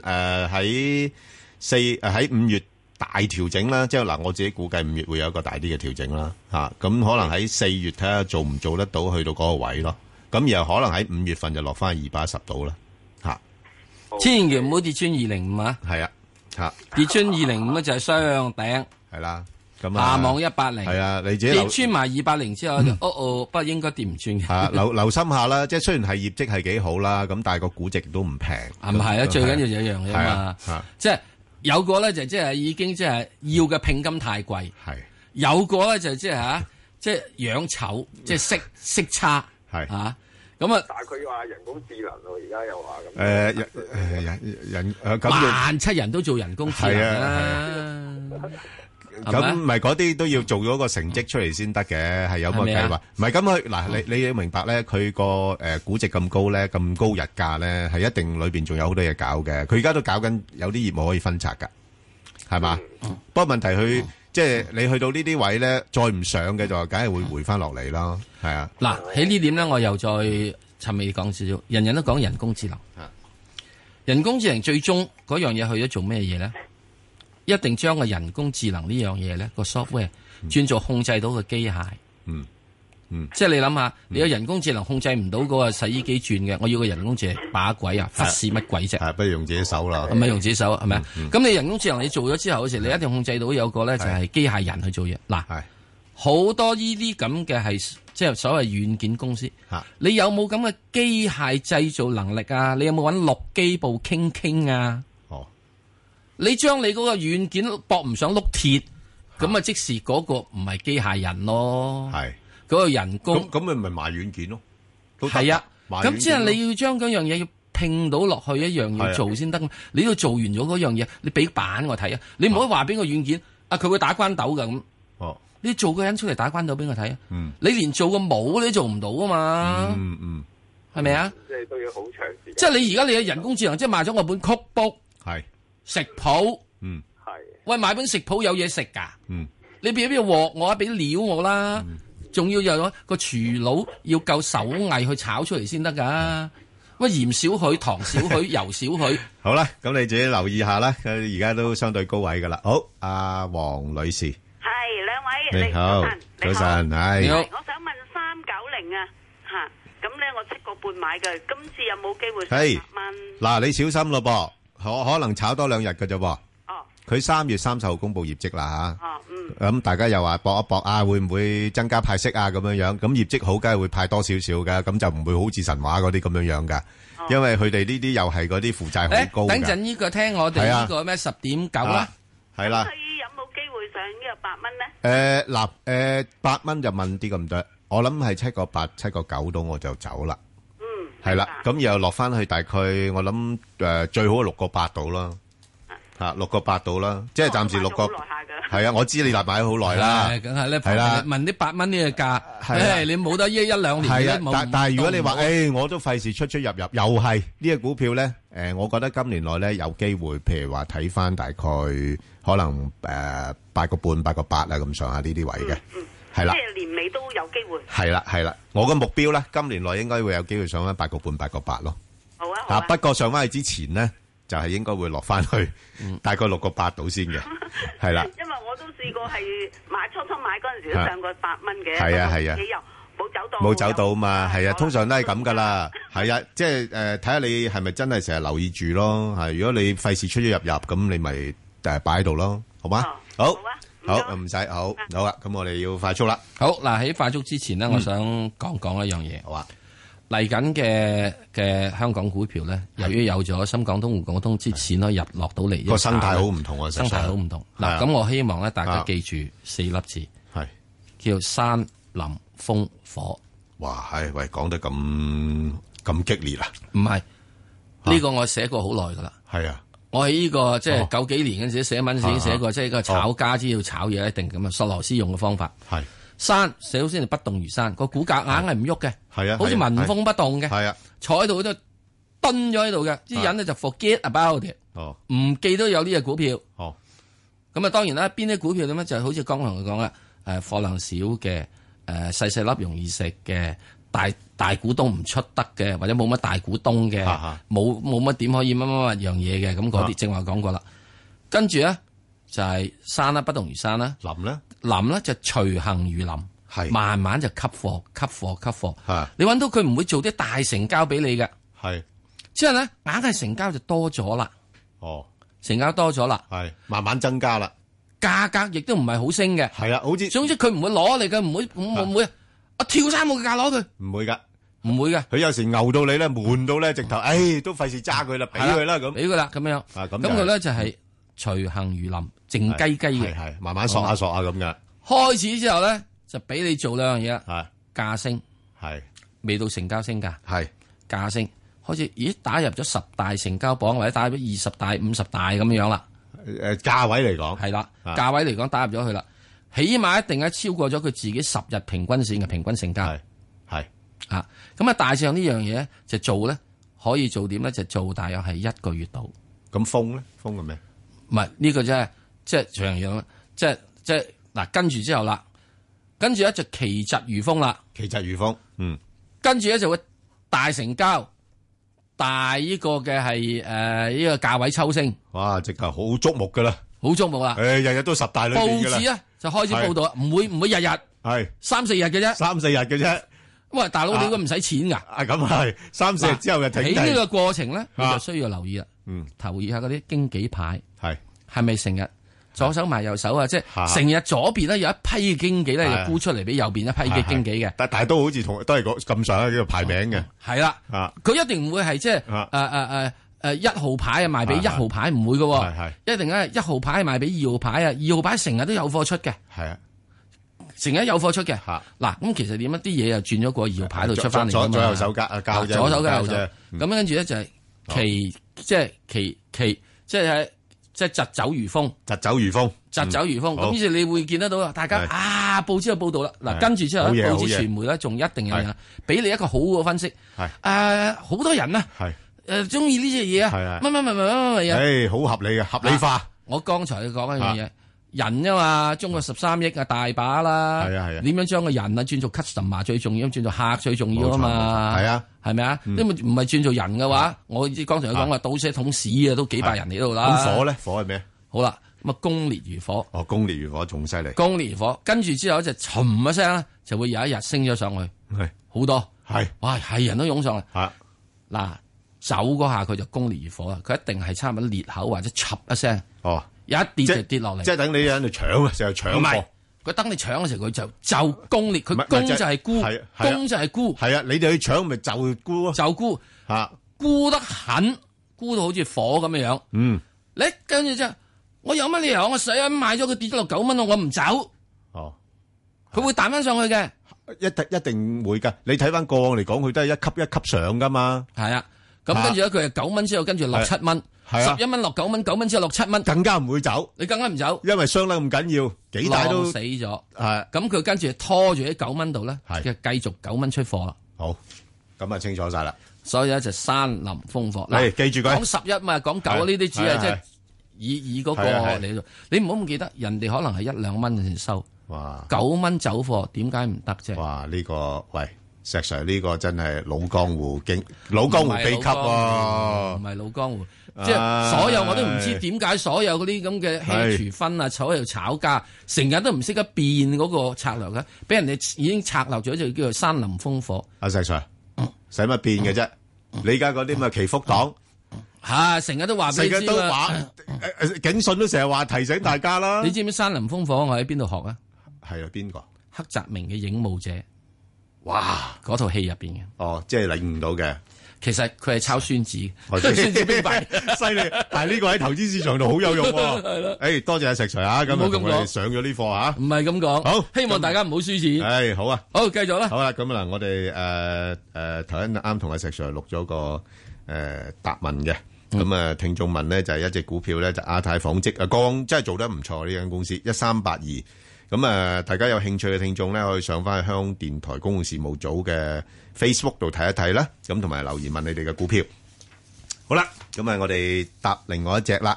Speaker 6: 轉誒喺四誒喺五月大調整啦，即係嗱我自己估計五月會有一個大啲嘅調整啦吓。咁可能喺四月睇下做唔做得到去到嗰個位咯。咁然後可能喺五月份就落翻二百一十度啦吓。
Speaker 7: 千祈唔好跌穿二零五啊！
Speaker 6: 係啊吓。
Speaker 7: 跌穿二零五咧就係雙頂，
Speaker 6: 係啦，咁啊
Speaker 7: 下網一八零，
Speaker 6: 係啊你自己留
Speaker 7: 跌穿埋二八零之後就哦哦，不過應該跌唔穿嘅。
Speaker 6: 啊，留留心下啦，即係雖然係業績係幾好啦，咁但係個估值都唔平。
Speaker 7: 係咪係啊？最緊要就一樣嘢
Speaker 6: 係
Speaker 7: 嘛
Speaker 6: 啊係啊，
Speaker 7: 即係有個咧就即係已經即係要嘅聘金太貴，
Speaker 6: 係
Speaker 7: 有個咧就即係嚇啊即係養醜，即
Speaker 6: *laughs*
Speaker 7: 係色色差
Speaker 6: 嗯係
Speaker 7: 嚇。咁啊，
Speaker 24: 但係佢話人工智能喎，而家又話咁。
Speaker 6: 诶，人诶人人诶咁
Speaker 7: 萬七人都做人工智
Speaker 6: 係
Speaker 7: 能
Speaker 6: 啊
Speaker 7: 啦，
Speaker 24: *laughs*
Speaker 6: 要咁咪嗰啲都要做咗個成績出嚟先得嘅，係有個
Speaker 7: 係咪
Speaker 6: 計
Speaker 7: 啊
Speaker 6: 劃。唔係咁佢嗱，你你要明白咧，佢個诶估值咁高咧，咁高日價咧，係一定裏边仲有好多嘢搞嘅。佢而家都搞緊有啲業務可以分拆㗎，係嘛？不過問題佢即係你去到呢啲位咧，再唔上嘅就梗係會回翻落嚟咯，係啊。
Speaker 7: 嗱喺呢點咧，我又再尋味講少少。人人都講人工智能，
Speaker 6: 啊
Speaker 7: 人工智能最終嗰樣嘢去咗做咩嘢咧？一定將個人工智能呢樣嘢咧個 software 轉做控制到個機械。
Speaker 6: 嗯嗯，
Speaker 7: 即係你諗下，你有人工智能控制唔到嗰個洗衣機轉嘅，我要個人工智能把鬼啊，忽視乜鬼啫？
Speaker 6: 係不如用自己手啦，嗯
Speaker 7: 唔係用自己手係咪啊？咁你人工智能你做咗之後，嗰時你一定控制到有個咧就係機械人去做嘢。嗱，好多呢啲咁嘅係即係所謂軟件公司，你有冇咁嘅機械製造能力啊？你有冇揾六機部傾傾啊？
Speaker 6: 哦，
Speaker 7: 你將你嗰個軟件駁唔上碌鐵，咁啊即時嗰個唔係機械人咯，
Speaker 6: 係
Speaker 7: 嗰個人
Speaker 6: 咁
Speaker 7: 工。
Speaker 6: 咁咪咪賣軟件咯，
Speaker 7: 係啊，
Speaker 6: 賣
Speaker 7: 咁
Speaker 6: 軟
Speaker 7: 即係
Speaker 6: 件咯
Speaker 7: 你要將嗰樣嘢要拼到落去一樣
Speaker 6: 係
Speaker 7: 嘢
Speaker 6: 啊
Speaker 7: 做先得。你要做完咗嗰樣嘢，你俾版我睇啊！你唔可以話俾個軟件啊，佢會打關鬥㗎咁。
Speaker 6: 哦，
Speaker 7: 你做個人出嚟打關鬥俾我睇啊！
Speaker 6: 嗯
Speaker 7: 你連做個模你都做唔到啊嘛。
Speaker 6: 嗯嗯，
Speaker 7: 係咪啊？
Speaker 24: 即係都要好長時間。
Speaker 7: 即係你而家你嘅人工智能，即係賣咗我本曲 book
Speaker 6: 係
Speaker 7: 食譜。
Speaker 6: 嗯
Speaker 24: 係。
Speaker 7: 喂，買本食譜有嘢食㗎。
Speaker 6: 嗯。
Speaker 7: 你俾邊個鑊我啊？俾料我啦，仲要有個廚佬要夠手藝去炒出嚟先得
Speaker 6: 嗯
Speaker 7: 㗎。喂，鹽少許，糖少許，油少許，
Speaker 6: 好啦，咁你自己留意下啦。佢而家都相對高位噶啦。好，阿黃女士，
Speaker 20: 系两位，
Speaker 6: 你
Speaker 20: 早
Speaker 6: 好
Speaker 20: 晨，
Speaker 6: 早晨，啊係
Speaker 20: 係我想問三九零啊，吓咁咧我七個半買嘅，今次有冇機會上
Speaker 6: 係
Speaker 20: 十蚊？
Speaker 6: 嗱，你小心咯噃，可可能炒多兩日嘅啫噃。哦，佢三月三十號公布業績啦吓。
Speaker 20: 哦，嗯，
Speaker 6: 咁大家又話搏一搏啊，會唔會增加派息啊？咁樣樣，咁業績好，梗係會派多少少㗎，咁就唔會好似神話嗰啲咁樣樣㗎。
Speaker 20: 哦
Speaker 6: 因為佢哋呢啲又係嗰啲負債好
Speaker 7: 誒
Speaker 6: 高㗎。
Speaker 7: 等陣呢個聽我哋
Speaker 6: 係啊
Speaker 7: 呢個咩十點九啦
Speaker 6: 啊，，係啦。
Speaker 20: 你有冇機會上呢個八蚊咧？
Speaker 6: 诶，嗱，诶，八蚊就問啲咁多，我諗係七個八、七個九到我就走啦。嗯，系啦，咁又落翻去大概，我諗诶最好六個八到啦，
Speaker 20: 啊
Speaker 6: 吓六個八到啦，即係
Speaker 20: 哦
Speaker 6: 暫時六個。係啊，我知你立買咗好耐啦，
Speaker 7: 係梗啊係咧，
Speaker 6: 係啦。
Speaker 7: 問啲八蚊呢個價，
Speaker 6: 係啊
Speaker 7: 誒你冇得一一兩年
Speaker 6: 係
Speaker 7: 嘅
Speaker 6: 啊，
Speaker 7: 冇
Speaker 6: 但但係如果你話，
Speaker 7: 冇
Speaker 6: 誒我都費事出出入入，又係呢個股票咧，誒我覺得今年內咧有機會，譬如話睇翻大概可能誒八個半、八個八啊咁上下呢啲位嘅，係啦
Speaker 20: 即。係年尾都有機會。
Speaker 6: 係啦，係啦，我個目標咧，今年內應該會有機會上翻八個半、八個八咯。
Speaker 20: 好啊，好
Speaker 6: 啊，
Speaker 20: 啊。 *laughs*
Speaker 6: 不過上翻去之前呢，就係應該會落翻去
Speaker 7: 嗯
Speaker 6: 大概六個八度先
Speaker 20: *laughs*
Speaker 6: 嘅，係啦，
Speaker 20: 因為我都試過係買初初買嗰陣時都
Speaker 6: 啊
Speaker 20: 上過八蚊嘅，
Speaker 6: 係啊係啊
Speaker 20: 你又冇走到，
Speaker 6: 冇走到嘛，係啊，通常都係咁噶 *laughs* 啦，係啊，即係誒睇下你係咪真係成日留意住咯，係如果你費事出出入入咁，你咪誒擺喺度咯，好嗎？哦好，好唔使好，好啊，咁我哋要快速啦，
Speaker 7: 好嗱喺快速之前呢，
Speaker 6: 嗯
Speaker 7: 我想講講一樣嘢。
Speaker 6: 好啊，
Speaker 7: 嚟緊嘅嘅香港股票咧，由於有咗深港通、滬港通之錢可以入落到嚟，
Speaker 6: 個生態好唔同啊
Speaker 7: 生態好唔同。
Speaker 6: 實上
Speaker 7: 嗱，咁我希望咧，大
Speaker 6: 啊
Speaker 7: 家記住四粒字，
Speaker 6: 係
Speaker 7: 叫山林風火。
Speaker 6: 哇，係喂，講得咁咁激烈啊，
Speaker 7: 唔係呢個我寫過好耐噶啦。
Speaker 6: 係啊。
Speaker 7: 我喺呢個即
Speaker 6: 哦
Speaker 7: 係九幾年嗰陣時寫文已經寫過，
Speaker 6: 啊哦
Speaker 7: 即係個炒家之要炒嘢一定咁啊，索羅斯用嘅方法。
Speaker 6: 係
Speaker 7: 山首先係不動如山，個股價硬係唔喐嘅，
Speaker 6: 係啊
Speaker 7: 好似
Speaker 6: 係啊
Speaker 7: 民風不動嘅，
Speaker 6: 係啊，
Speaker 7: 坐喺度都蹲咗喺度嘅，啲人咧就 forget about it，
Speaker 6: 哦，
Speaker 7: 唔記得有呢只股票。
Speaker 6: 哦，
Speaker 7: 咁啊當然啦，邊啲股票咁咧就好似剛才佢講啦，誒貨量少嘅，誒細細粒容易食嘅。大大股東唔出得嘅，或者冇乜大股東
Speaker 6: 啊
Speaker 7: 嘅，冇冇乜點可以乜乜乜樣嘢嘅，咁嗰
Speaker 11: 啊
Speaker 7: 啲正話講過啦。跟住咧就係、山啦，不動如山啦。
Speaker 6: 林咧，
Speaker 7: 林咧就隨行如林，
Speaker 6: 係啊
Speaker 7: 慢慢就吸貨、吸貨、吸貨。你揾到佢唔會做啲大成交俾你嘅。
Speaker 6: 係
Speaker 7: 之後咧，硬係成交就多咗啦。
Speaker 6: 哦，
Speaker 7: 成交多咗啦，
Speaker 6: 係慢慢增加啦。
Speaker 7: 價格亦都唔係好升嘅。
Speaker 6: 係啦，好似
Speaker 7: 總之佢唔會攞你嘅，唔會唔唔會，我跳三個價攞佢。
Speaker 6: 唔會噶，
Speaker 7: 唔會噶。
Speaker 6: 佢有時牛到你咧，悶到咧，直頭，唉，都費事揸佢啦，俾佢啦咁。
Speaker 7: 俾佢啦，咁樣。
Speaker 6: 啊，咁
Speaker 7: 咁
Speaker 6: 就
Speaker 7: 佢咧就係隨行如林，靜雞雞嘅，
Speaker 6: 係慢慢索下索下咁嘅。
Speaker 7: 開始之後咧就俾你做兩樣嘢啦，價升係未到成交升價，係價升開始，咦打入咗十大成交榜或者打入咗二十大、五十大咁樣啦。誒價位嚟講係啦，
Speaker 6: 啊
Speaker 7: 價位嚟講打入咗去啦，起碼一定係超過咗佢自己十日平均線嘅平均成交。係啊，咁啊大致上呢樣嘢就做咧，可以做點咧？就做大約係一個月度。咁封咧？封嘅咩？唔係呢個真係即係長樣，即係即係嗱跟住之後啦，跟住咧就奇疾如風啦，奇疾如風，嗯，跟住咧就會大成交。大呢個嘅係誒呢個價位抽升，哇！直頭好矚目噶啦，好矚目啦。
Speaker 6: 誒，日日都十大裏邊
Speaker 7: 報
Speaker 6: 㗎啦
Speaker 7: 紙咧就開始報道啦，唔會唔會日日係三四日嘅啫，三四日嘅啫。喂，大佬
Speaker 6: 啊
Speaker 7: 你都唔使錢㗎，啊
Speaker 6: 咁係三四日之後就停
Speaker 7: 喺
Speaker 6: 地
Speaker 7: 呢個過程咧，你
Speaker 6: 啊
Speaker 7: 就需要留意啦。嗯，留意下嗰啲經紀牌係係咪成日左手賣右手啊？即係成日左邊咧有一批經紀咧
Speaker 6: 係
Speaker 7: 就沽出嚟俾右邊一批嘅經紀嘅。
Speaker 6: 但但係都好似同都係嗰咁上下嘅排名嘅，
Speaker 7: 係啦，啊佢一定唔會係即係
Speaker 6: 啊
Speaker 7: 誒誒誒誒一號牌啊賣俾一號牌唔會嘅喎，一定咧一號牌賣俾二號牌啊，二號牌成日都有貨出嘅，係啊，成日有貨出嘅。嗱咁其實點啊？啲嘢又轉咗過二號牌度出翻嚟㗎
Speaker 6: 左
Speaker 7: 嘛
Speaker 6: 左右手交啊交啫
Speaker 7: 左手交
Speaker 6: 交
Speaker 7: 右手
Speaker 6: 啫嗯
Speaker 7: 咁跟住咧就係其即係其其即係即係疾走如風，疾走如風，疾走如風。
Speaker 6: 嗯好
Speaker 7: 咁於是你會見得到啊，大家
Speaker 6: 係
Speaker 7: 啊報紙有報道啦，嗱
Speaker 6: 係
Speaker 7: 跟住之後
Speaker 6: 好嘢
Speaker 7: 咧報
Speaker 6: 好
Speaker 7: 紙
Speaker 6: 嘢
Speaker 7: 傳媒咧仲一定有
Speaker 6: 係
Speaker 7: 嘢，俾你一個好嘅分析。
Speaker 6: 係
Speaker 7: 誒，好多人啊，
Speaker 6: 係
Speaker 7: 誒中意呢只嘢啊，乜乜乜乜乜乜嘢。啊
Speaker 6: 誒好合理嘅，合理化啊
Speaker 7: 我剛才講一樣嘢，人啫嘛，中國十三億啊，大把啦。係啊係啊，點樣將個人啊轉做 customer 最重要，轉做客最重要啊嘛。係啊，係咪
Speaker 6: 嗯
Speaker 7: 啊？因為唔係轉做人嘅
Speaker 6: 啊
Speaker 7: 話，我剛才有講話倒瀉桶屎啊，都幾百人嚟到啦。
Speaker 6: 咁火咧，火係咩？
Speaker 7: 好啦，咁啊，攻烈如火。
Speaker 6: 哦，攻烈如火仲犀利，
Speaker 7: 光年火，跟住之後就沉一聲咧，就會有一日升咗上去，
Speaker 6: 係
Speaker 7: 好多，係，哇，係人都湧上嚟，嗱，走嗰下佢就攻烈如火啊，佢一定係差唔多裂口或者插一聲，
Speaker 6: 哦，
Speaker 7: 一跌就跌落嚟，
Speaker 6: 即係等你喺度搶啊，成日搶
Speaker 7: 唔係
Speaker 6: 貨。
Speaker 7: 佢等你搶嘅時候，佢就就攻裂，佢
Speaker 6: 唔係
Speaker 7: 攻
Speaker 6: 唔係
Speaker 7: 就
Speaker 6: 就係
Speaker 7: 係沽
Speaker 6: 係啊，係啊
Speaker 7: 攻就係沽，
Speaker 6: 係啊，你哋去搶咪就沽咯，
Speaker 7: 就沽
Speaker 6: 吓，
Speaker 7: 沽得狠，沽到好似火咁樣樣，
Speaker 6: 嗯，
Speaker 7: 你跟住之後，我有乜理由我使咁買咗佢跌咗落九蚊我唔走，
Speaker 6: 哦，
Speaker 7: 佢會彈翻上去嘅。
Speaker 6: 一定一定會㗎。你睇翻過往嚟講，佢都係一級一級上㗎嘛。
Speaker 7: 係啊，咁跟住咧，佢係九蚊之後，跟住落七蚊，
Speaker 6: 係啊
Speaker 7: 十一蚊落九蚊，九蚊之後落七蚊，
Speaker 6: 更加唔會走，
Speaker 7: 你更加唔走，
Speaker 6: 因為傷得咁緊要，幾大都
Speaker 7: 浪死咗。
Speaker 6: 係
Speaker 7: 咁佢跟住拖住喺九蚊度咧，
Speaker 6: 係
Speaker 7: 就繼續九蚊出貨啦。
Speaker 6: 好，咁啊清楚晒啦。
Speaker 7: 所以咧就山林風火。
Speaker 6: 係記住佢
Speaker 7: 講十一嘛，講九呢啲只
Speaker 6: 係
Speaker 7: 係
Speaker 6: 係
Speaker 7: 即係
Speaker 6: 係
Speaker 7: 以以嗰個
Speaker 6: 係啊係
Speaker 7: 嚟做，你唔好唔記得，人哋可能係一兩蚊先收，
Speaker 6: 哇，
Speaker 7: 九蚊走貨點解唔得啫？
Speaker 6: 哇！呢個喂石 Sir 呢個真係老江湖經老江湖秘笈喎，
Speaker 7: 唔係老江湖，即係所有我都唔知點解所有嗰啲咁嘅
Speaker 6: 係
Speaker 7: h 廚分啊，坐喺度炒價，成日都唔識得變嗰個策略嘅，俾人哋已經策略咗就叫做山林烽火。
Speaker 6: 阿石 Sir 使乜變嘅啫？你而家嗰啲咁嘅祈福黨
Speaker 7: 嚇，啊成日都話俾你
Speaker 6: 成
Speaker 7: 知
Speaker 6: 日都
Speaker 7: 啦
Speaker 6: 話，誒誒警訊都成日話提醒大家啦。
Speaker 7: 嗯你知唔知山林烽火我喺邊度學啊？
Speaker 6: 係啊，邊個？
Speaker 7: 黑澤明嘅影舞者，
Speaker 6: 哇！
Speaker 7: 嗰套戲入邊嘅。
Speaker 6: 哦，即係領悟到嘅。
Speaker 7: 其實佢係抄孫子， *laughs*
Speaker 6: 知
Speaker 7: 孫子兵法
Speaker 6: 犀利。 *laughs* 但係呢個喺投資市場度好有用喎。
Speaker 7: *laughs* 係咯
Speaker 6: 誒，多謝阿石 Sir 啊，咁
Speaker 7: 唔
Speaker 6: 啊
Speaker 7: 好咁
Speaker 6: 同我哋
Speaker 7: 講
Speaker 6: 上咗呢課啊。
Speaker 7: 唔係咁講。
Speaker 6: 好，
Speaker 7: 希望大家唔好輸錢。
Speaker 6: 诶，好啊，
Speaker 7: 好，繼續啦。
Speaker 6: 好啦，咁啊嗱，我哋诶诶头先啱同阿石 Sir 錄咗個诶答問嘅，
Speaker 7: 嗯
Speaker 6: 咁啊聽眾問咧就係一隻股票咧就亞太紡織啊，剛真係做得唔錯呢間公司一三八二，咁啊大家有興趣嘅聽眾咧可以上翻去香港電台公共事務組嘅 Facebook 度睇一睇啦，咁同埋留言問你哋嘅股票。好啦，咁啊，我哋搭另外一隻啦。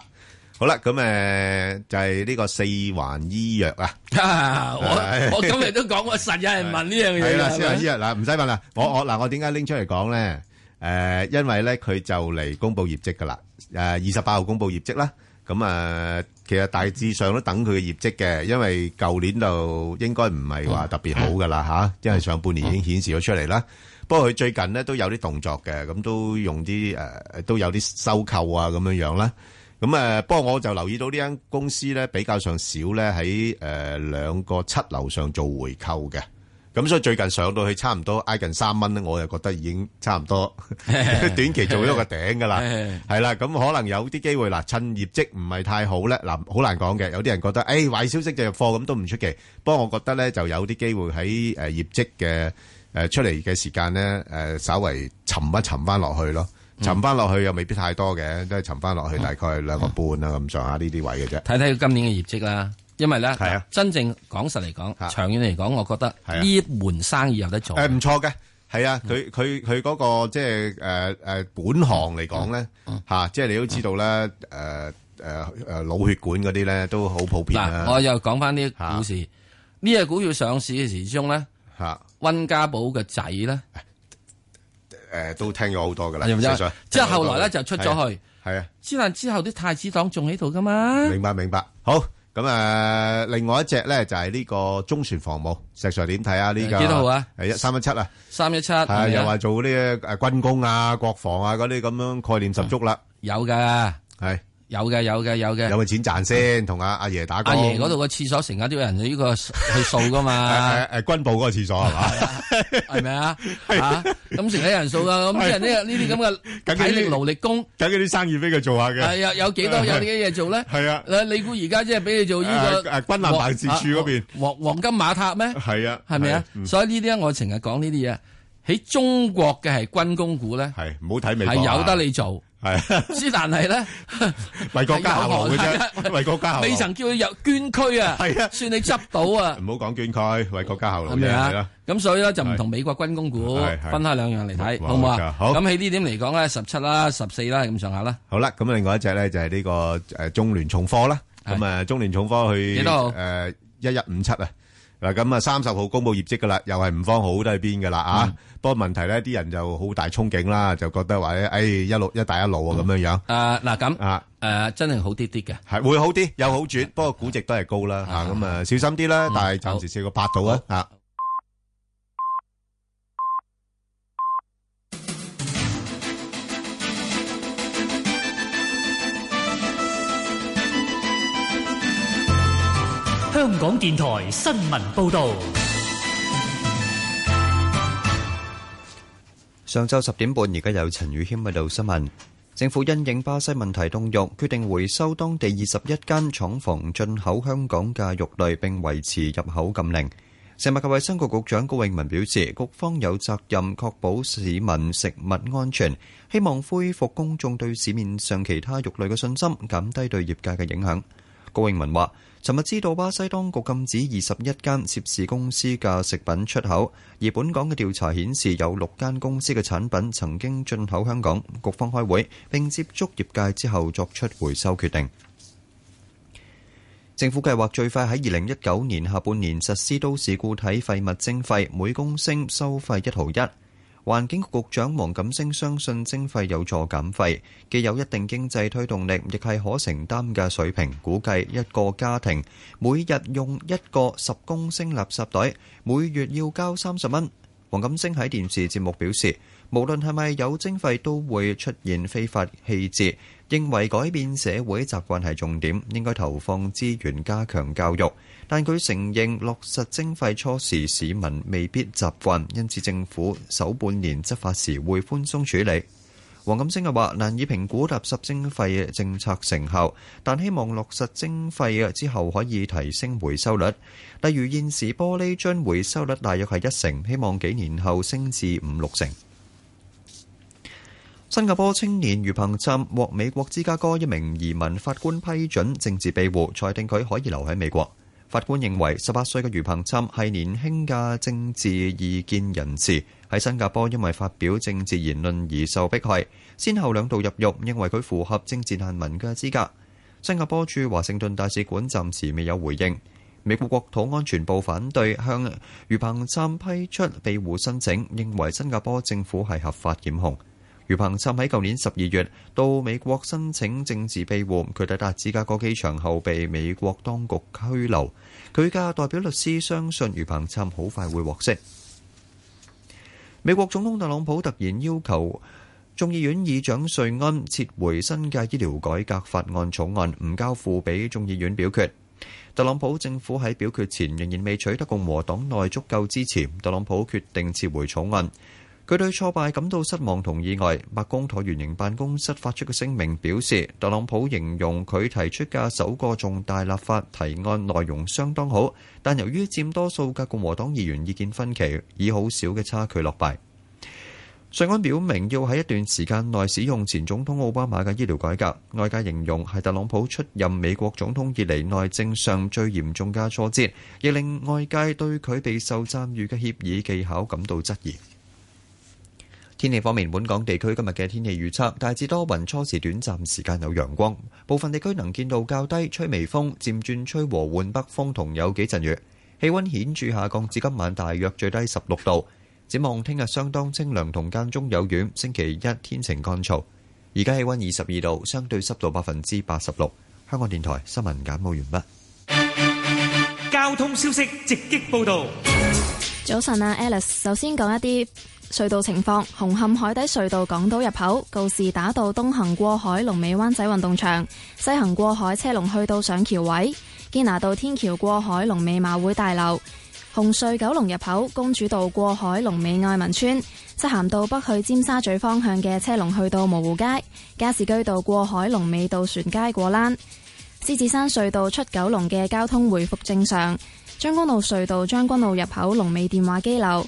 Speaker 6: 好啦，咁诶就係呢個四環醫藥
Speaker 7: *laughs*
Speaker 6: 啊。
Speaker 7: 啊
Speaker 6: 唉
Speaker 7: 我我今日都講，我實有人問呢樣嘢
Speaker 6: 係啦，
Speaker 7: 啦。
Speaker 6: 先
Speaker 7: 係
Speaker 6: 啊，
Speaker 7: 咪
Speaker 6: 依日嗱，唔使問啦。我我嗱，我點解拎出嚟講咧？誒，因為咧佢就嚟公佈業績噶啦。誒，二十八號公佈業績啦。咁啊，其實大致上都等佢嘅業績嘅，因為舊年就應該唔係
Speaker 7: 嗯
Speaker 6: 話特別好噶啦嚇，因為上半年已經顯示咗出嚟啦。不過佢最近咧都有啲動作嘅，咁都用啲誒都有啲收購啊咁樣樣啦。咁誒，不過我就留意到呢間公司咧比較上少咧喺誒兩個七樓上做回購嘅。咁所以最近上到去差唔多挨近三蚊咧，我就覺得已經差唔多短期做咗個頂噶啦，係啦，咁可能有啲機會嗱，趁業績唔係太好咧，嗱好難講嘅，有啲人覺得誒壞消息就入貨咁都唔出奇，不過我覺得咧就有啲機會喺誒業績嘅誒出嚟嘅時間咧誒稍為沉一沉翻落去咯。沉翻落去又未必太多嘅，都係沉翻落去大概兩個半啦咁上下呢啲位嘅啫。
Speaker 7: 睇睇佢今年嘅業績啦，因為咧，
Speaker 6: 啊
Speaker 7: 真正講實嚟講，長遠嚟講，我覺得呢門生意有得做。
Speaker 6: 誒唔錯嘅，係啊，佢佢佢嗰個即係誒誒本行嚟講咧嚇，即係你都知道啦，誒誒誒腦血管嗰啲咧都好普遍啦
Speaker 7: 嗱，我又講翻呢個股市，呢個股票上市嘅時鐘咧，温家寶嘅仔咧。
Speaker 6: 誒都聽咗好多噶啦，
Speaker 7: 係咪
Speaker 6: 石
Speaker 7: 啫
Speaker 6: Sir，
Speaker 7: 即係後來咧就出咗去，
Speaker 6: 係啊，
Speaker 7: 之但之後啲太子黨仲喺度噶嘛？
Speaker 6: 明白明白。好咁誒，另外一隻咧就係呢個中船防務，石 Sir 點睇啊？呢個
Speaker 7: 幾多號啊？
Speaker 6: 誒一三一七啊，
Speaker 7: 三一七
Speaker 6: 係啊又話做呢誒軍工啊、國防啊嗰啲咁樣概念十足啦，
Speaker 7: 有噶，
Speaker 6: 係
Speaker 7: 有嘅有嘅有嘅，
Speaker 6: 有冇錢賺先？同阿阿爺打
Speaker 7: 阿
Speaker 6: 工
Speaker 7: 爺嗰度個廁所成日都有人呢
Speaker 6: *laughs*
Speaker 7: 個去掃噶嘛？
Speaker 6: 誒誒誒軍部嗰個廁所
Speaker 7: *laughs*
Speaker 6: 係嘛？
Speaker 7: 係
Speaker 6: *laughs*
Speaker 7: 咪啊？啊，咁成日有人數噶，咁啲人呢呢啲咁
Speaker 6: 緊要
Speaker 7: 嘅
Speaker 6: 啲
Speaker 7: 體力勞力工，
Speaker 6: 梗係啲生意俾佢做下嘅。
Speaker 7: 係啊，有幾
Speaker 6: *laughs*
Speaker 7: 多有啲嘢做咧？
Speaker 6: 係啊，
Speaker 7: 你估而家即係俾你做呢個
Speaker 6: 誒誒軍艦辦事處嗰邊
Speaker 7: 黃黃金馬塔咩？
Speaker 6: 係啊，
Speaker 7: 係咪啊
Speaker 6: 嗯？
Speaker 7: 所以呢啲咧，我成日講呢啲嘢。喺中國嘅係軍工股咧，
Speaker 6: 係唔好睇美國啊
Speaker 7: 係
Speaker 6: *laughs*
Speaker 7: 有得你做，
Speaker 6: 係
Speaker 7: 之但係咧，
Speaker 6: 為國家效勞嘅啫為國家效勞
Speaker 7: 未曾叫佢入捐軀啊，
Speaker 6: 係啊，
Speaker 7: 算你執到啊，
Speaker 6: 唔好講捐軀，為國家效勞
Speaker 7: 係
Speaker 6: 啫，
Speaker 7: 咪
Speaker 6: 係啦
Speaker 7: 啊？？咁所以咧就唔同美國軍工股
Speaker 6: 係係
Speaker 7: 分開兩樣嚟睇，
Speaker 6: 冇
Speaker 7: 好唔好啊
Speaker 6: 錯？好
Speaker 7: 咁喺呢點嚟講咧，十七啦、十四啦咁上下啦。
Speaker 6: 好啦，咁另外一隻咧就係呢個誒中聯重科啦。咁啊，中聯重科去
Speaker 7: 幾多號
Speaker 6: 誒一一五七啊。嗱，咁啊三十號公佈業績噶啦，又係唔方好都係邊噶啦啊！不過問題咧，啲人就好大憧憬啦，就覺得話咧，誒一路一帶一路啊咁樣樣。
Speaker 7: 誒嗱咁
Speaker 6: 啊
Speaker 7: 誒，真係好啲啲嘅，
Speaker 6: 係會好啲，有好轉，不過估值都係高啦嚇，咁啊小心啲啦。但係暫時試過八度啊啊！
Speaker 10: 香港電台新聞報導，
Speaker 9: 上晝十點半，而家有陳宇軒喺度新聞。政府因應巴西問題動用，決定回收當地二十一間廠房進口香港嘅肉類，並維持入口禁令。食物及衛生局局長高永文表示，局方有責任確保市民食物安全，希望恢復公眾對市面上其他肉類嘅信心，減低對業界嘅影響。高永文話：尋日知道巴西當局禁止二十一間涉事公司嘅食品出口，而本港嘅調查顯示有六間公司嘅產品曾經進口香港。局方開會並接觸業界之後作出回收決定。政府計劃最快喺二零一九年下半年實施都市固體廢物徵費，每公升收費一毫一。環境局局長黃錦星相信徵費有助減費，既有一定經濟推動力，亦係可承擔嘅水平。估計一個家庭每日用一個十公升垃圾袋，每月要交三十蚊。黃錦星喺電視節目表示，無論係咪有徵費，都會出現非法棄置，認為改變社會習慣係重點，應該投放資源加強教育。但佢承認落實徵費初時市民未必習慣，因此政府首半年執法時會寬鬆處理。黃錦星又話：難以評估垃圾徵費政策成效，但希望落實徵費之後可以提升回收率。例如現時玻璃樽回收率大約係一成，希望幾年後升至五六成。新加坡青年余彭琛獲美國芝加哥一名移民法官批准政治庇護，裁定佢可以留喺美國。法官認為十八歲嘅余彭琛係年輕嘅政治異見人士，喺新加坡因為發表政治言論而受迫害，先後兩度入獄，認為佢符合政治難民嘅資格。新加坡駐華盛頓大使館暫時未有回應。美國國土安全部反對向余彭琛批出庇護申請，認為新加坡政府係合法檢控。余彭琛喺舊年十二月到美國申請政治庇護，佢抵達芝加哥機場後被美國當局拘留。佢嘅代表律師相信余彭琛好快會獲釋。美國總統特朗普突然要求眾議院議長瑞安撤回新嘅醫療改革法案草案，唔交付俾眾議院表決。特朗普政府喺表決前仍然未取得共和黨內足夠支持，特朗普決定撤回草案。佢對挫敗感到失望同意外。白宮橢圓形辦公室發出嘅聲明表示，特朗普形容佢提出嘅首個重大立法提案內容相當好，但由於佔多數嘅共和黨議員意見分歧，以好少嘅差距落敗。瑞安表明要喺一段時間內使用前總統奧巴馬嘅醫療改革，外界形容係特朗普出任美國總統以嚟內政上最嚴重嘅挫折，亦令外界對佢備受讚譽嘅協議技巧感到質疑。天氣方面，本港地區今日嘅天氣預測大致多雲，初時短暫時間有陽光，部分地區能見度較低，吹微風，漸轉吹和緩北風，同有幾陣雨。氣温顯著下降至今晚大約最低十六度。展望聽日相當清涼同間中有雨，星期一天晴乾燥。而家氣温二十二度，相對濕度百分之八十六。香港電台新聞簡報完畢。
Speaker 10: 交通消息直擊報道。
Speaker 11: 早晨啊，Alice，首先講一啲隧道情況。紅磡海底隧道港島入口告士打道東行過海，龍尾灣仔運動場；西行過海車龍去到上橋位。堅拿道天橋過海，龍尾馬會大樓。紅隧九龍入口公主道過海，龍尾愛民村；漆咸道北去尖沙咀方向嘅車龍去到蕪湖街。加士居道過海，龍尾渡船街果欄。獅子山隧道出九龍嘅交通回復正常。將軍澳隧道將軍澳入口龍尾電話機樓。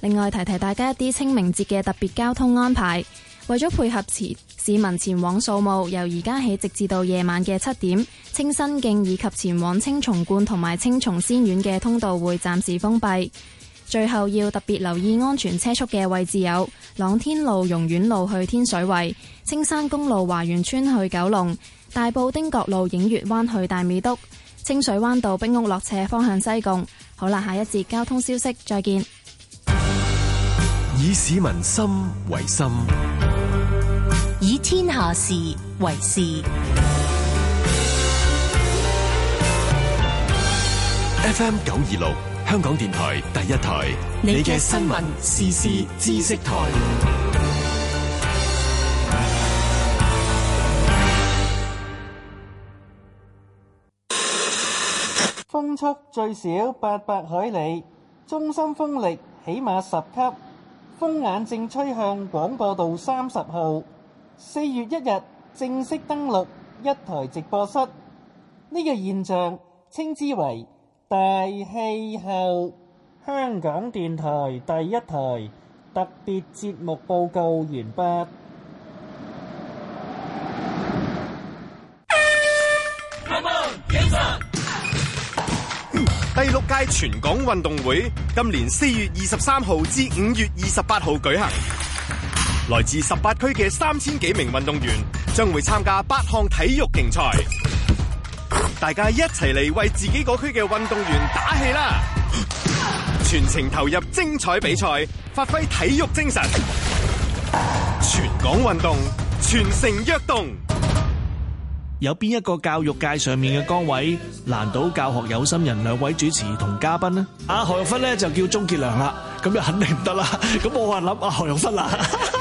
Speaker 11: 另外提提大家一啲清明節嘅特別交通安排，為咗配合前市民前往掃墓，由而家起直至到夜晚嘅七點，清新徑以及前往青松觀同埋青松仙苑嘅通道會暫時封閉。最後要特別留意安全車速嘅位置有朗天路、榕苑路去天水圍、青山公路華園村去九龍、大埔汀角路映月灣去大美督。清水灣道壁屋落斜方向西貢，好啦，下一節交通消息再見。
Speaker 12: 以市民心為心，
Speaker 13: 以天下事為事。
Speaker 12: FM 九二六，香港電台第一台，你嘅新聞、時事、知識台。
Speaker 31: 風速最少八百海里，中心風力起碼十級，風眼正吹向廣播道三十號。四月一日正式登陸一台直播室，呢個現象稱之為大氣候。香港電台第一台特別節目報告完畢。
Speaker 14: 第六屆全港運動會今年四月二十三號至五月二十八號舉行，來自十八區嘅三千幾名運動員將會參加八項體育競賽，大家一齊嚟為自己嗰區嘅運動員打氣啦！全程投入精彩比賽，發揮體育精神，全港運動，全城躍動。
Speaker 15: 有邊一個教育界上面嘅崗位難到教學有心人兩位主持同嘉賓呢？阿啊何玉芬咧就叫鍾傑良啦，咁就肯定唔得啦。 *laughs* 咁我話諗阿啊何玉芬啦，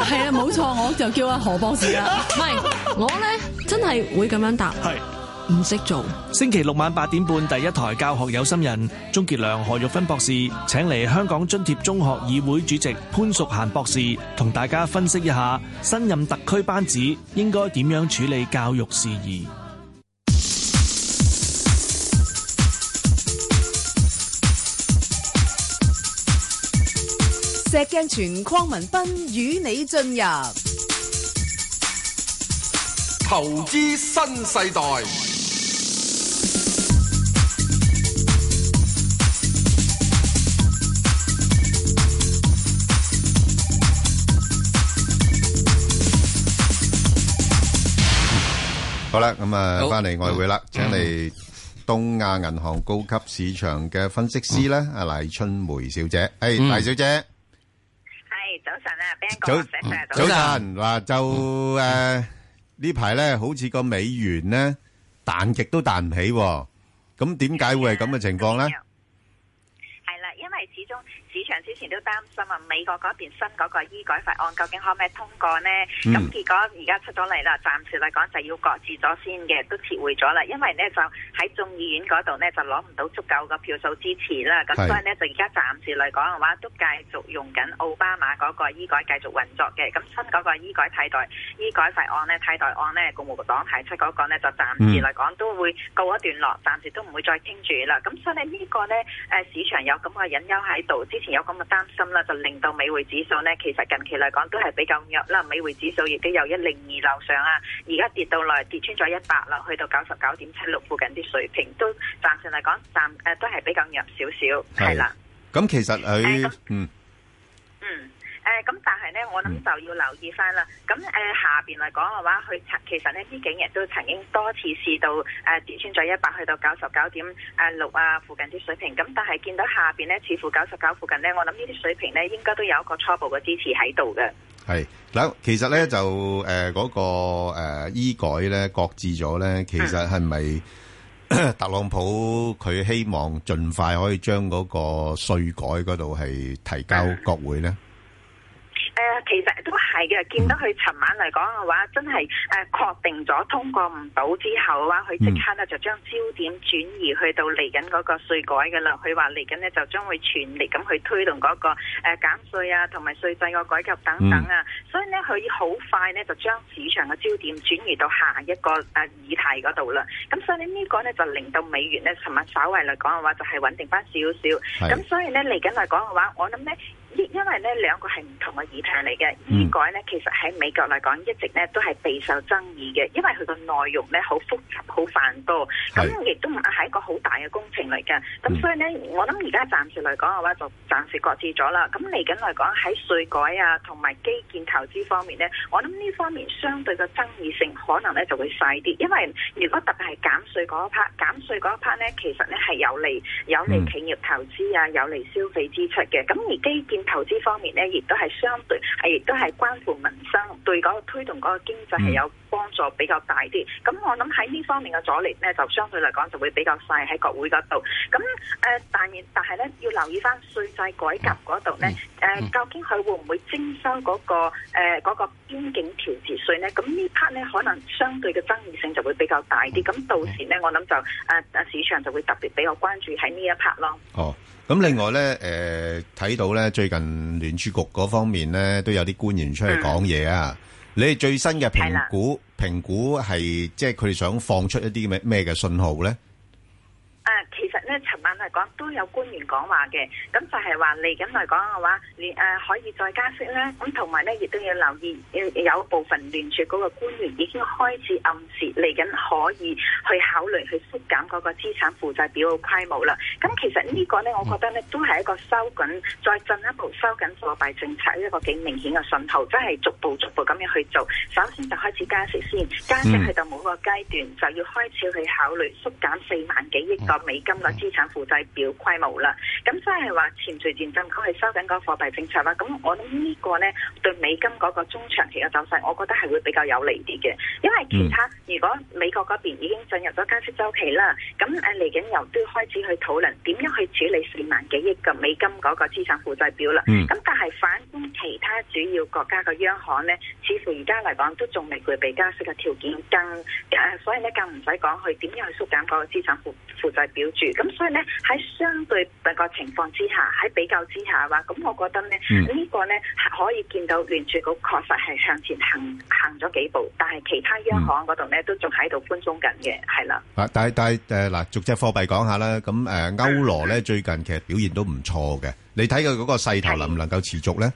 Speaker 16: 係啊，冇錯，我就叫阿何博士啦。唔係，我咧真係會咁樣答，係唔識做。
Speaker 15: *laughs* 星期六晚八點半，第一台教學有心人，鍾傑良、何玉芬博士請嚟香港津貼中學議會主席潘淑嫻博士，同大家分析一下新任特區班子應該點樣處理教育事宜。
Speaker 17: 石鏡泉鄺民彬與你進入
Speaker 18: 投資新世代。
Speaker 6: 好啦，咁啊，
Speaker 7: 好
Speaker 6: 翻嚟外匯啦，請嚟東亞銀行高級市場嘅分析師咧，阿黎春梅小姐，誒，
Speaker 19: 嗯
Speaker 6: 黎小姐。
Speaker 19: 系早晨啊，Ben
Speaker 6: 早
Speaker 19: 哥，石 Sir，
Speaker 6: 早晨，嗱就诶呢排咧，好似個美元咧彈極都彈唔起喎，咁點解會係咁嘅情況咧？
Speaker 19: 系啦，因為始終市場之前都擔心啊，美國嗰邊新嗰個醫改法案究竟可唔可以通過呢？咁、
Speaker 30: 嗯
Speaker 19: 結果而家出咗嚟啦，暫時嚟講就要擱置咗先嘅，都撤回咗啦，因為呢就喺眾議院嗰度呢，就攞唔到足夠嘅票數支持啦，咁
Speaker 30: 係
Speaker 19: 所以呢，就而家暫時嚟講嘅話，都繼續用緊奧巴馬嗰個醫改繼續運作嘅，咁新嗰個醫改替代醫改法案呢，替代案呢，共和黨提出嗰個呢，就暫
Speaker 30: 嗯
Speaker 19: 時嚟講都會告一段落，暫時都唔會再傾住啦，咁所以呢，呢個呢，誒市場有咁嘅隱憂喺度，之前有咁嘅擔心啦，就令到美匯指數呢，其實近期嚟講都係比較弱啦，美匯指數亦都有一零二樓上啊，而家跌到落嚟跌穿咗一百啦，去到九十九點七六附近啲水平，都暫時嚟講暫誒都係比較弱少少，係啦。
Speaker 6: 咁其實佢-嗯，
Speaker 19: 嗯，誒、咁但係咧，我諗就要留意翻啦。咁誒、下邊嚟講嘅話，佢曾其實咧呢幾日都曾經多次試到誒、跌穿咗一百，去到九十九點誒六啊附近啲水平。咁但係見到下邊咧，似乎九十九附近咧，我諗呢啲水平咧應該都有一個初步嘅支持喺度嘅。
Speaker 6: 係嗱，其實咧就誒嗰、個、呃、醫改咧擱置咗咧，其實係咪 *coughs* 特朗普佢希望盡快可以將嗰個稅改嗰度係提交國會咧？
Speaker 19: 誒、其實都係嘅。呃見到佢尋晚嚟講嘅話，真係誒、呃確定咗通過唔到之後嘅話，佢即刻咧就將焦點轉移去到嚟緊嗰個稅改嘅啦。佢話嚟緊咧就將會全力咁去推動嗰、個誒、減稅啊，同埋稅制個改革等等啊。所以呢，佢好快呢就將市場嘅焦點轉移到下一個誒、議題嗰度啦。咁所以呢，呢個呢就令到美元呢尋晚稍為嚟講嘅話就係穩定翻少少。咁所以呢，嚟緊嚟講嘅話，我諗呢。因因為咧兩個係唔同嘅議題嚟嘅，醫改咧其實喺美國嚟講一直咧都係備受爭議嘅，因為佢個內容咧好複雜、好繁多，咁亦都唔係一個好大嘅工程嚟嘅。咁所以咧，我諗而家暫時嚟講嘅話，就暫時擱置咗啦。咁嚟緊嚟講喺稅改啊同埋基建投資方面咧，我諗呢方面相對嘅爭議性可能咧就會細啲，因為如果特別係減稅嗰一 part，減稅嗰一 part 咧其實咧係有利有利企業投資啊，有利消費支出嘅。咁而基建投資方面咧，亦都係相對係亦都係關乎民生，對嗰個推動嗰個經濟係有幫助比較大啲。咁我諗喺呢方面嘅阻力咧，就相對嚟講就會比較細喺國會嗰度。咁誒、呃但然但係咧要留意翻稅制改革嗰度咧，誒、究竟佢會唔會徵收嗰、個誒嗰、個邊境調節稅咧？咁呢 part 咧可能相對嘅爭議性就會比較大啲。咁到時咧，我諗就誒誒、呃市場就會特別比較關注喺呢一 part 咯。
Speaker 6: 哦，咁另外咧，誒、睇到咧最近聯儲局嗰方面咧都有啲官員出嚟講嘢啊。你哋最新嘅評估評估係即係佢哋想放出一啲咩咩嘅信號咧？
Speaker 19: 誒、其實咧，尋晚嚟講都有官員講話嘅，咁就係話嚟緊嚟講嘅話，連誒、可以再加息咧，咁同埋咧亦都要留意，要有部分聯儲嗰個官員已經開始暗示嚟緊可以去考慮去縮減嗰個資產負債表嘅規模啦。咁其實呢個咧，我覺得咧都係一個收緊，再進一步收緊貨幣政策一個幾明顯嘅信號，即係逐步逐步咁樣去做。首先就開始加息先，加息去到某個階段就要開始去考慮縮減四萬幾億個美金嘅資產負債表規模啦。咁即係話潛在戰爭佢係收緊個貨幣政策啦。咁我諗呢個呢對美金嗰個中長期嘅走勢，我覺得係會比較有利啲嘅，因為其他如果美國嗰邊已經進入咗加息周期啦，咁呃誒嚟緊又都要開始去討論點樣去處理四萬幾億嘅美金嗰個資產負債表啦。咁、
Speaker 23: 嗯
Speaker 19: 但係反觀其他主要國家嘅央行呢，似乎而家嚟講都仲未具備加息嘅條件，更誒所以呢，更唔使講去點樣去縮減嗰個資產負負債表住。咁所以呢，喺相對個情況之下，喺比較之下嘅話，咁我覺得呢，
Speaker 32: 嗯
Speaker 19: 呢個呢係可以見到聯儲局確實係向前行行咗幾步，但係其他央行嗰度呢，都仲喺度寬鬆緊嘅，係啦。
Speaker 6: 啊！但係但係誒嗱，逐隻貨幣講下啦。咁誒歐羅咧最近其實表現都唔錯嘅。你睇佢嗰個勢頭能唔能夠持續咧？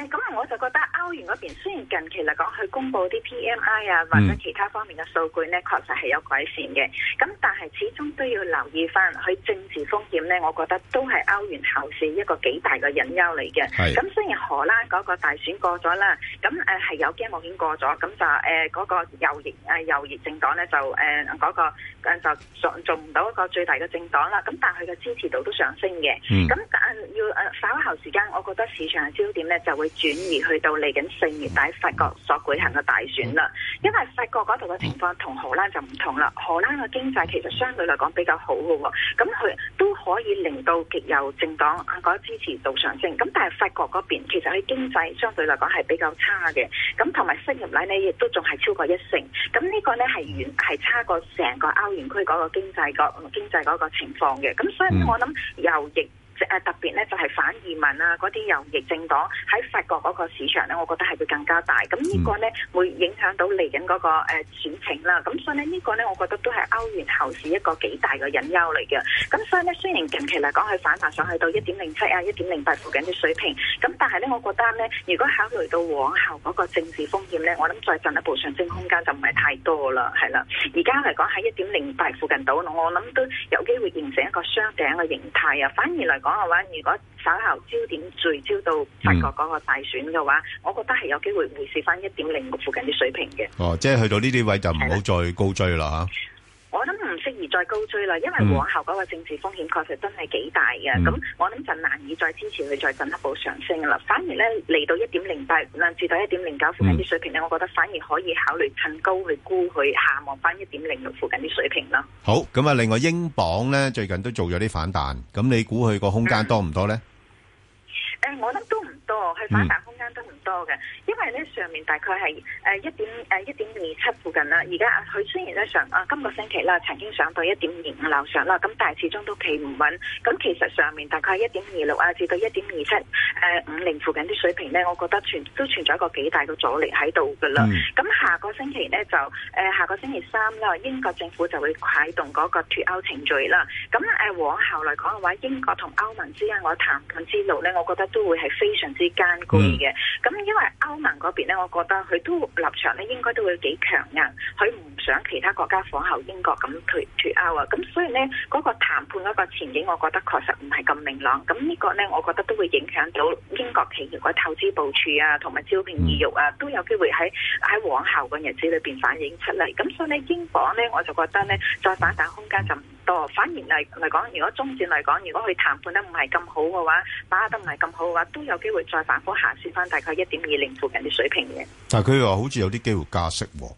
Speaker 19: 誒，咁我就覺得歐元嗰邊雖然近期嚟講，佢公布啲 PMI 啊或者其他方面嘅數據呢，確實係有改善嘅。咁但係始終都要留意翻佢政治風險呢，我覺得都係歐元後市一個幾大嘅隱憂嚟嘅。
Speaker 23: 係
Speaker 19: 咁雖然荷蘭嗰個大選過咗啦，咁誒係有驚無險過咗，咁就誒嗰個右翼誒右翼政黨呢，就誒嗰個誒就做做唔到一個最大嘅政黨啦。咁但係佢嘅支持度都上升嘅。
Speaker 23: 嗯
Speaker 19: 咁但要誒稍後時間，我覺得市場嘅焦點咧就會轉移去到嚟緊緊四月底法國所舉行嘅大選啦。因為法國嗰度嘅情況同荷蘭就唔同啦，荷蘭嘅經濟其實相對嚟講比較好嘅喎，咁佢都可以令到極右政黨啊嗰支持度上升。咁但係法國嗰邊其實佢經濟相對嚟講係比較差嘅，咁同埋失業率呢亦都仲係超過一成。咁呢個呢係遠係差過成個歐元區嗰個經濟個經濟嗰個情況嘅。咁所以我諗右翼。誒特別咧就係反移民啊，嗰啲右翼政黨喺法國嗰個市場咧，我覺得係會更加大。咁呢個咧會影響到嚟緊嗰個誒選情啦。咁所以呢，呢個咧，我覺得都係歐元後市一個幾大嘅隱憂嚟嘅。咁所以咧，雖然近期嚟講佢反彈上去到一點零七啊、一點零八附近啲水平，咁但係咧，我覺得咧，如果考慮到往後嗰個政治風險咧，我諗再進一步上升空間就唔係太多啦，係啦。而家嚟講喺一點零八附近度，我諗都有機會形成一個雙頂嘅形態啊。反而嚟講嘅話，如果稍後焦點聚焦到法國嗰個大選嘅話，我覺得係有機會回試翻一點零六附近啲水平嘅。
Speaker 6: 哦，即係去到呢啲位就唔好再高追啦，吓。
Speaker 19: 我諗唔適宜再高追啦，因為
Speaker 6: 嗯
Speaker 19: 往後嗰個政治風險確實真係幾大嘅，
Speaker 6: 嗯
Speaker 19: 咁、我諗就難以再支持佢再進一步上升啦。反而咧嚟到一點零八至到一點零九
Speaker 6: 嗯
Speaker 19: 附近啲水平咧，我覺得反而可以考慮趁高去沽佢下望翻一點零六附近啲水平啦。
Speaker 6: 好，咁啊，另外英鎊呢，最近都做咗啲反彈，咁你估佢個空間多唔多呢？
Speaker 19: 誒、我諗都唔多，佢反彈空間都唔多嘅，因為咧上面大概係誒一點誒一點二七附近啦。而家佢雖然咧上啊今個星期啦曾經上到一點二五樓上啦，咁但係始終都企唔穩。咁其實上面大概一點二六啊至到一點二七誒五零附近啲水平咧，我覺得存都存在一個幾大嘅阻力喺度㗎啦。咁、下個星期咧就誒、下個星期三啦，英國政府就會啟動嗰個脱歐程序啦。咁誒、往後嚟講嘅話，英國同歐盟之間嗰個談判之路咧，我覺得都會係非常之艱巨嘅。咁、因為歐盟嗰邊咧，我覺得佢都立場咧應該都會幾強硬，佢唔想其他國家仿效英國咁脱脱歐啊。咁所以咧，嗰、個談判嗰個前景，我覺得確實唔係咁明朗。咁呢個咧，我覺得都會影響到英國企業嘅投資部署啊，同埋招聘意欲啊，都有機會喺喺往後嘅日子裏邊反映出嚟。咁所以咧，英鎊咧，我就覺得咧，再反彈空間就唔多。反而嚟嚟講，如果中線嚟講，如果佢談判得唔係咁好嘅話，把握得唔係咁好嘅話，都有機會再反覆下試翻大概一點二零附近啲水平嘅。
Speaker 6: 但係佢話好似有啲機會加息喎。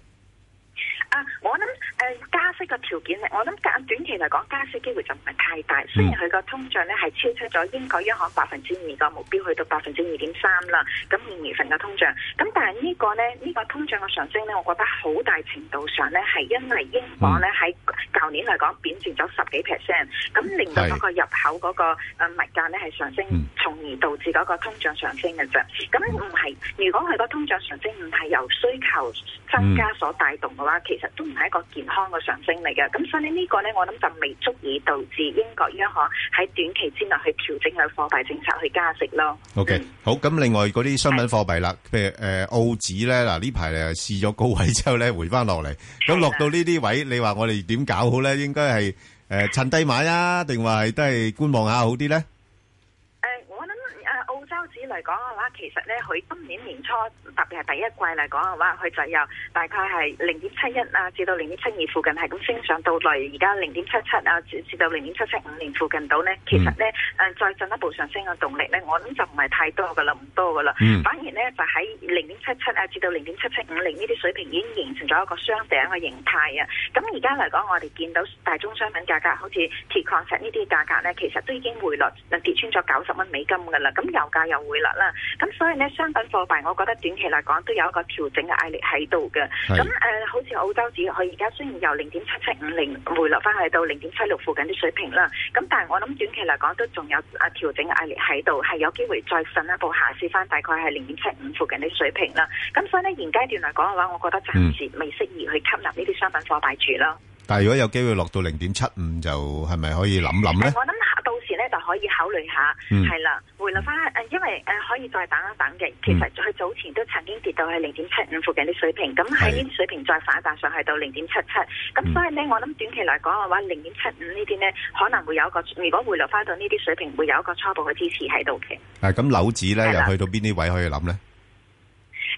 Speaker 19: 啊，我諗誒、呃加息嘅條件咧，我諗短短期嚟講加息機會就唔係太大。雖然佢個通脹咧係超出咗英國央行百分之二個目標，去到百分之二點三啦。咁二月份嘅通脹，咁但係呢個咧，呢、個通脹嘅上升咧，我覺得好大程度上咧係因為英鎊咧喺舊年嚟講貶值咗十幾 percent，咁令到嗰個入口嗰、個呃物價咧係上升，從而導致嗰個通脹上升嘅啫。咁唔係，如果佢個通脹上升唔係由需求增加所帶動嘅話，其實都唔係一個健康嘅上升嚟嘅。咁所以呢個呢，我諗就未足以導致英國央行喺短期之內去調整佢貨幣政策去加息咯。
Speaker 6: OK，好，咁另外嗰啲商品貨幣啦，譬如，誒，澳紙呢，嗱，呢排，誒，試咗高位之後呢，回返落嚟，咁落到呢啲位，你話我哋點搞好呢？應該係，誒，趁低買啊，定話係都係觀望下好啲呢？
Speaker 19: 誒、我諗誒、澳洲紙嚟講嘅話，其實咧佢今年年初特別係第一季嚟講嘅話，佢就由大概係零點七一啊至到零點七二附近係咁升上到嚟而家零點七七啊至至到零點七七五年附近度咧，其實咧誒、呃再進一步上升嘅動力咧，我諗就唔係太多噶啦，唔多噶啦，
Speaker 30: 嗯
Speaker 19: 反而咧就喺零點七七啊至到零點七七五零呢啲水平已經形成咗一個雙頂嘅形態啊。咁而家嚟講，我哋見到大宗商品價格好似鐵礦石呢啲價格咧，其實都已經回落跌穿咗九十蚊美金㗎啦。咁油價又回落啦。咁所以咧，商品貨幣我覺得短期嚟講都有一個調整嘅壓力喺度嘅。
Speaker 30: 係
Speaker 19: 咁誒、呃好似澳洲紙，佢而家雖然由零點七七五零回落翻去到零點七六附近啲水平啦，咁但係我諗短期嚟講都仲有啊調整嘅壓力喺度，係有機會再進一步下試翻大概係零點七五附近啲水平啦。咁所以呢，現階段嚟講嘅話，我覺得暫時未適宜去吸納呢啲商品貨幣住咯。
Speaker 6: 但係如果有機會落到0.75就係咪可以諗諗呢？
Speaker 19: 我諗到時咧就可以考慮下，
Speaker 6: 嗯
Speaker 19: 係啦、回落翻誒，因為誒、可以再等一等嘅。其實
Speaker 6: 嗯
Speaker 19: 佢早前都曾經跌到去零點七五附近啲水平，咁喺呢啲水平再反彈上去到零點七七，
Speaker 6: 嗯
Speaker 19: 咁所以咧，我諗短期嚟講嘅話，零點七五呢啲咧可能會有一個，如果回落翻到呢啲水平，會有一個初步嘅支持喺度嘅。
Speaker 6: 啊，咁樓指呢，又去到邊啲位可以諗呢？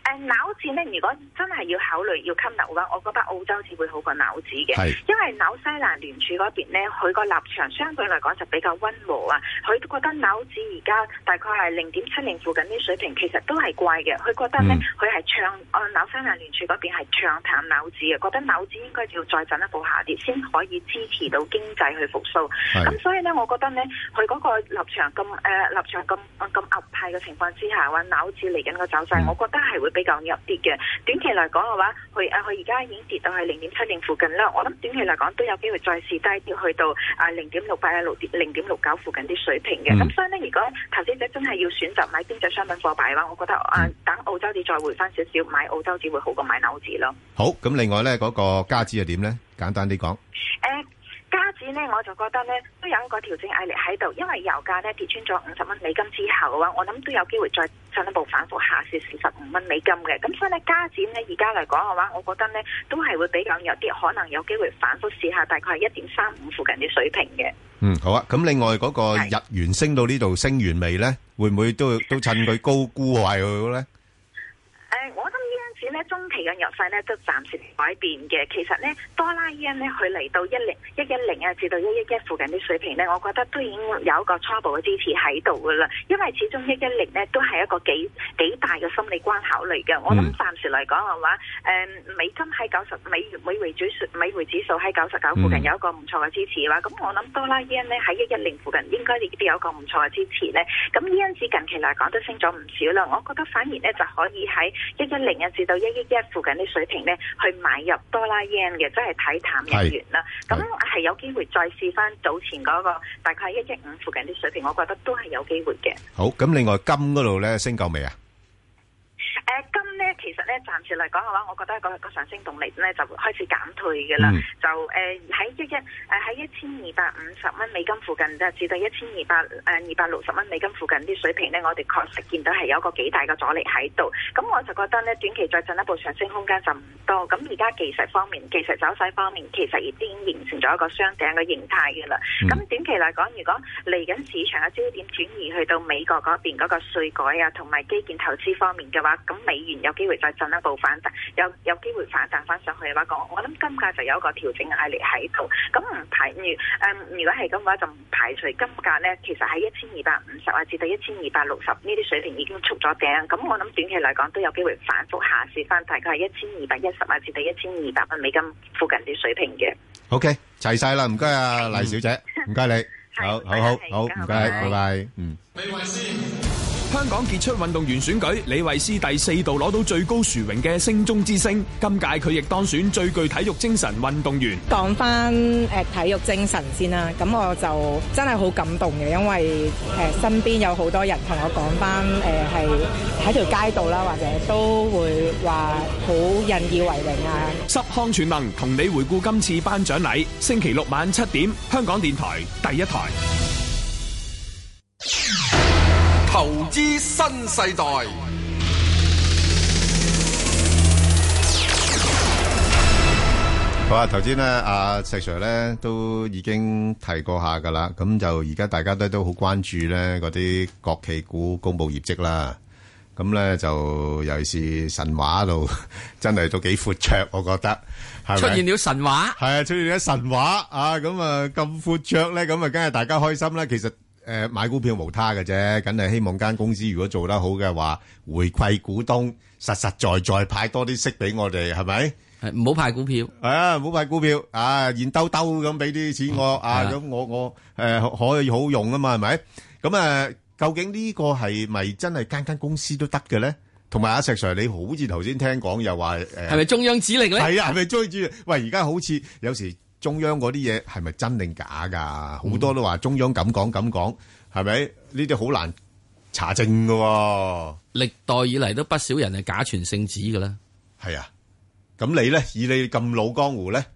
Speaker 19: 誒、誒紐紙咧，如果真係要考慮要吸紐嘅話，我覺得澳洲紙會好過紐紙嘅
Speaker 30: 係，
Speaker 19: 因為紐西蘭聯儲嗰邊咧，佢個立場相對嚟講就比較温和啊。佢覺得紐紙而家大概係零點七零附近啲水平，其實都係貴嘅。佢覺得咧
Speaker 23: 嗯，
Speaker 19: 佢係唱按紐西蘭聯儲嗰邊係唱淡紐紙嘅，覺得紐紙應該要再進一步下跌先可以支持到經濟去復甦。咁所以咧，我覺得咧，佢嗰個立場咁誒、呃立場咁咁鴿派嘅情況之下，話紐紙嚟緊個走勢，我覺得係會比較弱啲嘅。短期嚟講嘅話，佢啊佢而家已經跌到去零點七零附近啦。我諗短期嚟講都有機會再試低啲，去到啊零點六八啊六零點六九附近啲水平嘅。咁、
Speaker 30: 嗯
Speaker 19: 所以咧，如果投資者真係要選擇買邊隻商品貨幣嘅話，我覺得啊、等澳洲紙再回翻少少，買澳洲紙會好過買紐紙咯。
Speaker 6: 好，咁另外呢，嗰個加資係點呢？簡單啲講。
Speaker 19: 誒呃加紙呢，我就覺得呢都有一個調整壓力喺度，因為油價呢跌穿咗五十蚊美金之後嘅話，我諗都有機會再進一步反覆下試四十五蚊美金嘅。咁所以呢，加紙呢而家嚟講嘅話，我覺得呢都係會比較弱啲，可能有機會反覆試下大概係一點三五附近啲水平嘅。
Speaker 6: 嗯，好啊，咁另外嗰個日元升到呢度，升完未呢？會唔會都-都趁佢高沽壞佢呢？
Speaker 19: 誒、我覺得呢陣時咧，中期嘅弱勢咧都暫時唔改變嘅。其實咧，多拉 yen 咧，佢嚟到一零一一零啊，至到一一一附近啲水平咧，我覺得都已經有一個初步嘅支持喺度噶啦。因為始終一一零咧都係一個幾幾大嘅心理關口嚟嘅。我諗
Speaker 30: 嗯
Speaker 19: 暫時嚟講嘅話，誒、美金喺九十美元每匯指數美匯指數喺九十九附近
Speaker 30: 嗯
Speaker 19: 有一個唔錯嘅支持嘅話，咁我諗多拉 yen 咧喺一一零附近應該亦都有一個唔錯嘅支持咧。咁 yen 指近期嚟講都升咗唔少啦，我覺得反而咧就可以喺一一零啊至到一一一附近啲水平咧去買入多拉 yen 嘅，即係睇淡日元啦。咁係有機會再試翻早前嗰、個大概一一五附近啲水平，我覺得都係有機會嘅。
Speaker 6: 好，咁另外金嗰度呢，升夠未啊？
Speaker 19: 誒、呃金咧，其實咧，暫時嚟講嘅話，我覺得個個上升動力咧就開始減退嘅啦。
Speaker 30: 嗯
Speaker 19: 就誒喺一一誒喺一千二百五十蚊美金附近啫，至到一千二百誒二百六十蚊美金附近啲水平咧，我哋確實見到係有一個幾大嘅阻力喺度。咁我就覺得咧，短期再進一步上升空間就唔多。咁而家技術方面，技術走勢方面，其實已經形成咗一個雙頂嘅形態嘅啦。咁、短期嚟講，如果呃嚟緊市場嘅焦點轉移去到美國嗰邊嗰個稅改啊，同埋基建投資方面嘅話，咁美元有機會再進一步反彈，有有機會反彈翻上去嘅話，我我諗金價就有一個調整壓力喺度。咁唔排如誒、如果係咁嘅話，就唔排除金價咧，其實喺一千二百五十啊至到一千二百六十呢啲水平已經觸咗頂。咁我諗短期嚟講都有機會反覆下試翻，大概係一千二百一十啊至到一千二百蚊美金附近啲水平嘅。
Speaker 6: OK，齊晒啦，唔該啊，黎小姐， *laughs* 唔該你。好，好，好，好，唔該，拜拜，嗯。
Speaker 32: 香港傑出運動員選舉，李慧詩第四度攞到最高殊榮嘅星中之星，今屆佢亦當選最具體育精神運動員。
Speaker 27: 講翻誒體育精神先啦，咁我就真係好感動嘅，因為誒、呃身邊有好多人同我講翻誒係喺條街度啦，或者都會話好引以為榮啊。
Speaker 32: 十項全能同你回顧今次頒獎禮，星期六晚七點，香港電台第一台。
Speaker 18: 投資新世代，
Speaker 6: 好啊，頭先咧，阿石 Sir 咧都已經提過下噶啦，咁就而家大家都都好關注咧嗰啲國企股公布業績啦，咁咧就尤其是神話度， *laughs* 真係都幾闊綽，我覺得係咪
Speaker 7: 出現了神話，
Speaker 6: 係啊，出現咗神話啊，咁啊咁闊綽咧，咁啊梗係大家開心啦。其實誒、呃、買股票無他嘅啫，梗係希望間公司如果做得好嘅話，回饋股東，實實在在派多啲息俾我哋，係咪？
Speaker 7: 唔好派股票，
Speaker 6: 係啊，唔好派股票啊，現兜兜咁俾啲錢我啊，
Speaker 7: 係啊
Speaker 6: 咁我我誒、呃可以好用啊嘛，係咪？咁誒、呃究竟呢個係咪真係間間公司都得嘅咧？同埋阿石 Sir，你好似頭先聽講又話誒，呃
Speaker 7: 係咪中央指令咧？
Speaker 6: 系啊，係咪追住？喂，而家好似有時中央嗰啲嘢係咪真定假㗎？好多都話中央咁講咁講，係咪？呢啲好難查證㗎喎。
Speaker 7: 歷代以嚟都不少人係假傳聖旨㗎啦。
Speaker 6: 係啊，咁你咧，以你咁老江湖咧，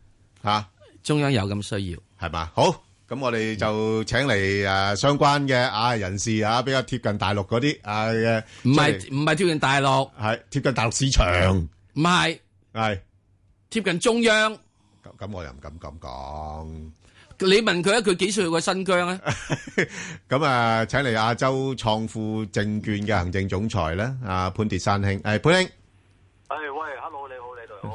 Speaker 6: 嚇、
Speaker 7: 中央有咁需要
Speaker 6: 係嘛？好，咁我哋就請嚟誒、呃相關嘅啊人士啊，比較貼近大陸嗰啲啊嘅，
Speaker 7: 唔係唔係貼近大陸，
Speaker 6: 係貼近大陸市場，
Speaker 7: 唔係
Speaker 6: 係
Speaker 7: 貼近中央。
Speaker 6: 咁咁我又唔敢咁講。
Speaker 7: 你問佢一句幾歲個新疆啊？
Speaker 6: 咁啊，請嚟亞洲創富證券嘅行政總裁咧，阿潘鐵山兄，誒潘兄，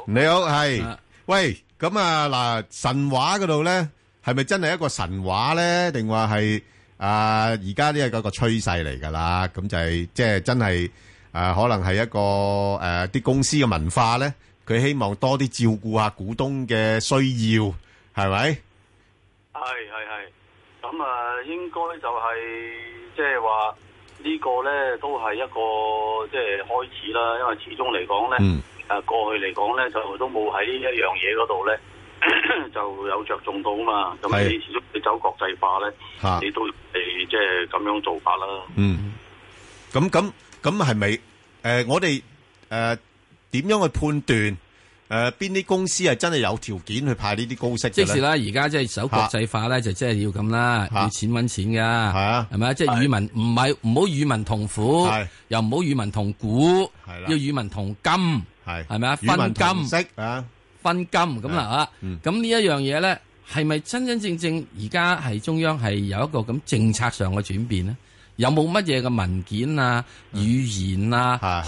Speaker 6: 你好，係。喂，咁啊，嗱，神話嗰度呢，係咪真係一個神話呢？定話係，啊，而家呢個一個趨勢嚟㗎啦，咁就係-即係真係，啊，可能係一個，誒，啲公司嘅文化呢，佢希望多啲照顧下股東嘅需要，係咪？
Speaker 30: 係係係，咁啊應該就係即係話呢個咧都係一個即係開始啦，因為始終嚟講
Speaker 7: 嗯
Speaker 30: 咧，誒過去嚟講咧就都冇喺呢 *clears throat* 一樣嘢嗰度咧就有着重到啊嘛，咁
Speaker 6: 係
Speaker 30: 你始終你走國際化咧
Speaker 6: 嚇，
Speaker 30: 你都係即係咁樣做法啦。
Speaker 6: 嗯，咁咁咁系咪诶？我哋诶点样去判斷诶边啲公司係真係有條件去派呢啲高息
Speaker 7: 即
Speaker 6: 嘅
Speaker 7: 是啦，而家即係走國際化咧，就即係要咁啦，要錢揾錢噶，係
Speaker 6: 啊，
Speaker 7: 咪即係與民唔係唔好與民同苦，又唔好與民同股，
Speaker 6: 啦
Speaker 7: 要與民同金，
Speaker 6: 係
Speaker 7: 係咪啊？
Speaker 6: 與民
Speaker 7: 分
Speaker 6: 同
Speaker 7: 金
Speaker 6: 息啊，嗯
Speaker 7: 分金咁啦啊，咁呢一樣嘢咧，係咪真真正正而家係中央係有一個咁政策上嘅轉變呢？有冇乜嘢嘅文件啊、
Speaker 6: 嗯
Speaker 7: 語言啊、開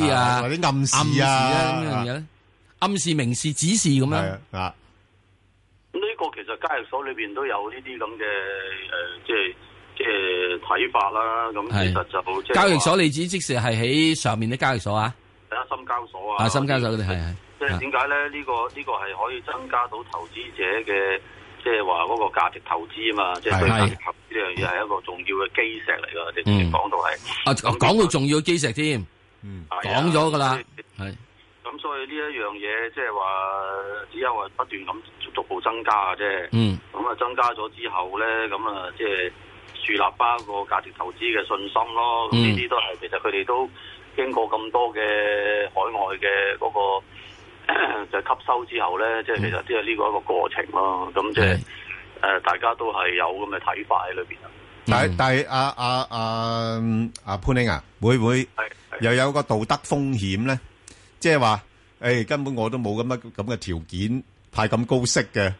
Speaker 7: 會啊，
Speaker 6: 啊或者暗示啊
Speaker 7: 暗示啊呢樣嘢咧？暗示、明示、指示咁樣
Speaker 6: 啊？
Speaker 30: 呢個其實交易所裏邊都有呢啲咁嘅誒，即係即係睇法啦。咁其實就即係
Speaker 7: 交易
Speaker 30: 話
Speaker 7: 所你指即時係喺上面啲交易所啊，
Speaker 30: 睇下深交所啊，
Speaker 7: 啊深交所嗰啲係係啊
Speaker 30: 即係點解咧？呢、個呢、個係可以增加到投資者嘅，即係話嗰個價值投資啊嘛，即係對
Speaker 7: 係
Speaker 30: 價值投資呢樣嘢係一個重要嘅基石嚟㗎。直接
Speaker 7: 嗯
Speaker 30: 講到係，
Speaker 7: 啊講到重要嘅基石添，
Speaker 30: 係啊
Speaker 7: 講咗噶啦，係
Speaker 30: 咁所以呢一樣嘢即係話，只有係不斷咁逐步增加嘅啫。
Speaker 7: 嗯。
Speaker 30: 咁啊，增加咗之後咧，咁啊，即係樹立翻個價值投資嘅信心咯。咁
Speaker 7: 嗯
Speaker 30: 呢啲都係其實佢哋都經過咁多嘅海外嘅嗰、個 *clears throat* 就吸收之後咧，即係其實即係呢個一個過程咯。咁即係誒，大家都係有咁嘅睇法喺裏邊啊。
Speaker 6: 但係但係阿阿阿阿潘兄啊，會唔會又有個道德風險咧？即係話诶，誒根本我都冇咁乜咁嘅條件派咁高息嘅，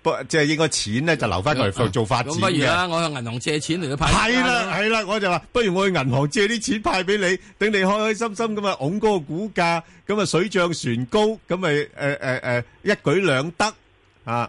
Speaker 6: 不即係應該錢咧就留翻佢做做發展
Speaker 7: 咁不如
Speaker 6: 嘅
Speaker 7: 啦，。我向銀行借錢嚟到派。
Speaker 6: 係啦，係啦，我就話不如我去銀行借啲錢派俾你，等你開開心心咁啊，拱嗰個股價，咁啊水漲船高，咁咪诶诶诶一舉兩得啊！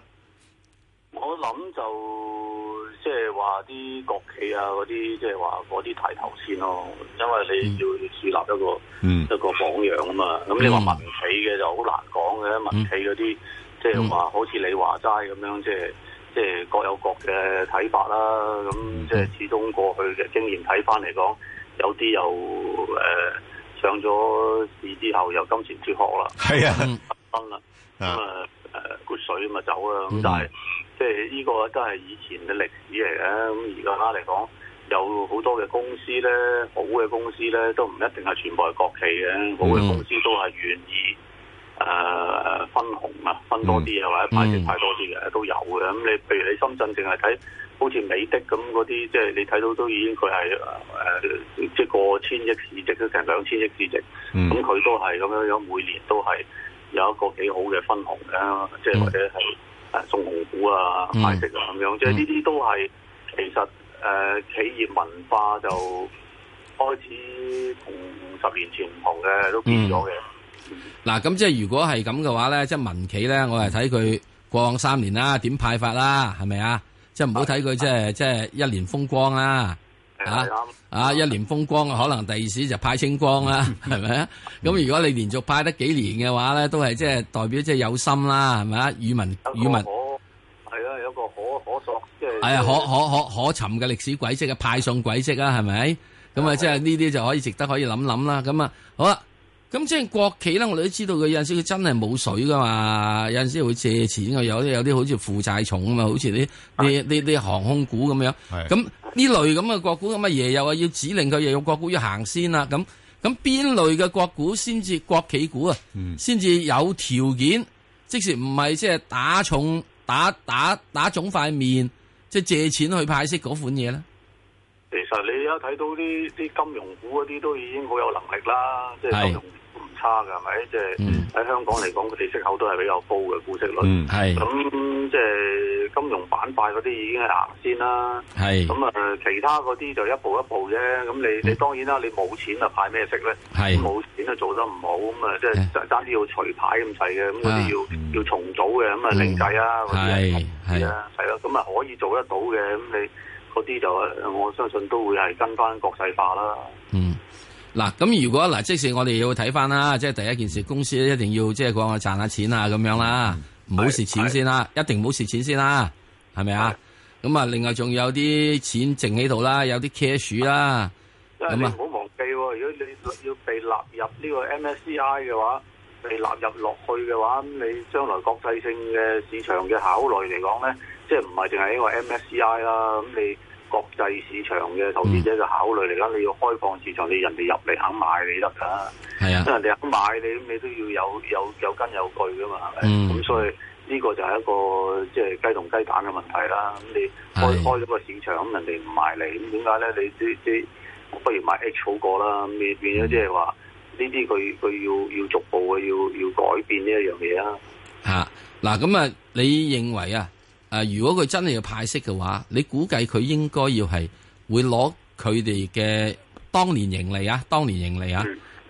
Speaker 30: 我諗就即係話啲國企啊嗰啲，即係話嗰啲提頭先咯，因為你要樹立一個、
Speaker 6: 嗯
Speaker 30: 一個榜樣啊嘛。咁你話民企嘅就好難講嘅，民企嗰啲即係話好似你話齋咁樣，即係即係各有各嘅睇法啦。咁即係始終過去嘅經驗睇翻嚟講，有啲又誒、呃上咗市之後又金錢脱殼啦，
Speaker 6: 係啊，
Speaker 30: 分啦，咁啊誒潑水咪走啦，
Speaker 6: 嗯
Speaker 30: 咁但係。即係呢個都係以前嘅歷史嚟嘅。咁而家嚟講，有好多嘅公司咧，好嘅公司咧，都唔一定係全部係國企嘅，好嘅公司都係願意誒、呃分紅啊，分多啲啊，或者派息派多啲嘅都有嘅。咁你譬如你深圳淨係睇。好似美的咁嗰啲，即係你睇到都已經佢係誒，即係過千億市值都成兩千億市值，咁佢、都係咁樣樣，每年都係有一個幾好嘅分紅嘅，即係或者係誒送紅股啊、
Speaker 2: 嗯
Speaker 30: 派息啊咁樣，即係呢啲都係其實誒、呃企業文化就開始同十年前唔同嘅，都變咗
Speaker 7: 嗯
Speaker 30: 嘅。
Speaker 7: 嗱，咁即係如果係咁嘅話咧，即係民企咧，我係睇佢過往三年啦，點派發啦，係咪啊？即係唔好睇佢即係即係一年風光啦，啊啊一年風光，可能第二時就派清光啦，
Speaker 30: 嗯
Speaker 7: 係咪啊？咁如果你連續派得幾年嘅話咧，都係即係代表即係有心啦，係咪啊？與民與民
Speaker 30: 可係啦，有一個可可索即係
Speaker 7: 係啊，可可可可尋嘅歷史軌跡嘅派送軌跡啊，係咪？咁啊，即係呢啲就可以值得可以諗諗啦。咁啊，好啦，咁即係國企咧，我哋都知道佢有陣時佢真係冇水噶嘛，有陣時會借錢嘅，有啲有啲好似負債重啊嘛，好似啲啲啲啲航空股咁樣。咁呢類咁嘅國股咁啊，爺又話要指令佢，又要國股要行先啦。咁咁邊類嘅國股先至國企股啊，先至有條件，即使唔係即係打重打打打腫塊面。即係借錢去派息嗰款嘢咧，
Speaker 30: 其實你而家睇到啲啲金融股嗰啲都已經好有能力啦，即係金融股唔差㗎，係咪？即係喺香港嚟講，佢哋息口都係比較高嘅股息率。
Speaker 7: 嗯係
Speaker 30: 咁即係金融板塊嗰啲已經係行先啦。
Speaker 7: 係
Speaker 30: 咁啊，其他嗰啲就一步一步啫。咁你你當然啦，你冇錢啊派咩息咧？
Speaker 7: 嗯係
Speaker 30: 冇錢啊做得唔好咁啊，即係爭爭啲要除牌咁滯嘅。咁嗰
Speaker 7: 啊嗯
Speaker 30: 啲要要重組嘅，咁啊另計啊嗰啲係
Speaker 7: 係係
Speaker 30: 啊，係咯，咁啊可以做得到嘅，咁你嗰啲就誒我相信都會係跟翻國際化啦。
Speaker 7: 嗱，咁如果嗱，即使我哋要睇翻啦，即係第一件事，公司一定要即係講我賺下錢啊，咁樣啦，
Speaker 30: 嗯
Speaker 7: 唔好蝕錢先啦，一定唔好蝕錢先啦，係咪啊？咁啊，另外仲有啲錢剩喺度啦，有啲 cash 啦，
Speaker 30: 因為你
Speaker 7: 咁啊，
Speaker 30: 唔好忘記喎，如果你要被納入呢個 MSCI 嘅話，被納入落去嘅話，咁你將來國際性嘅市場嘅考慮嚟講咧，即係唔係淨係因為 MSCI 啦，咁你國際市場嘅投資者嘅考慮嚟講，你要開放市場，你人哋入嚟肯買你得㗎。
Speaker 7: 係啊
Speaker 30: 因為人哋肯買你，咁你都要有有有根有據㗎嘛，係咪？
Speaker 7: 嗯
Speaker 30: 咁所以呢個就係一個即係雞同雞蛋嘅問題啦。咁你開開咗個市場，咁人哋唔買你，咁點解咧？你啲啲不如買 H 好過啦。咁你變咗即係話呢啲佢佢要要逐步嘅要要改變呢一樣嘢啊啦。
Speaker 7: 吓，嗱，咁啊，你認為啊，誒，如果佢真係要派息嘅話，你估計佢應該要係會攞佢哋嘅當年盈利啊，當年盈利啊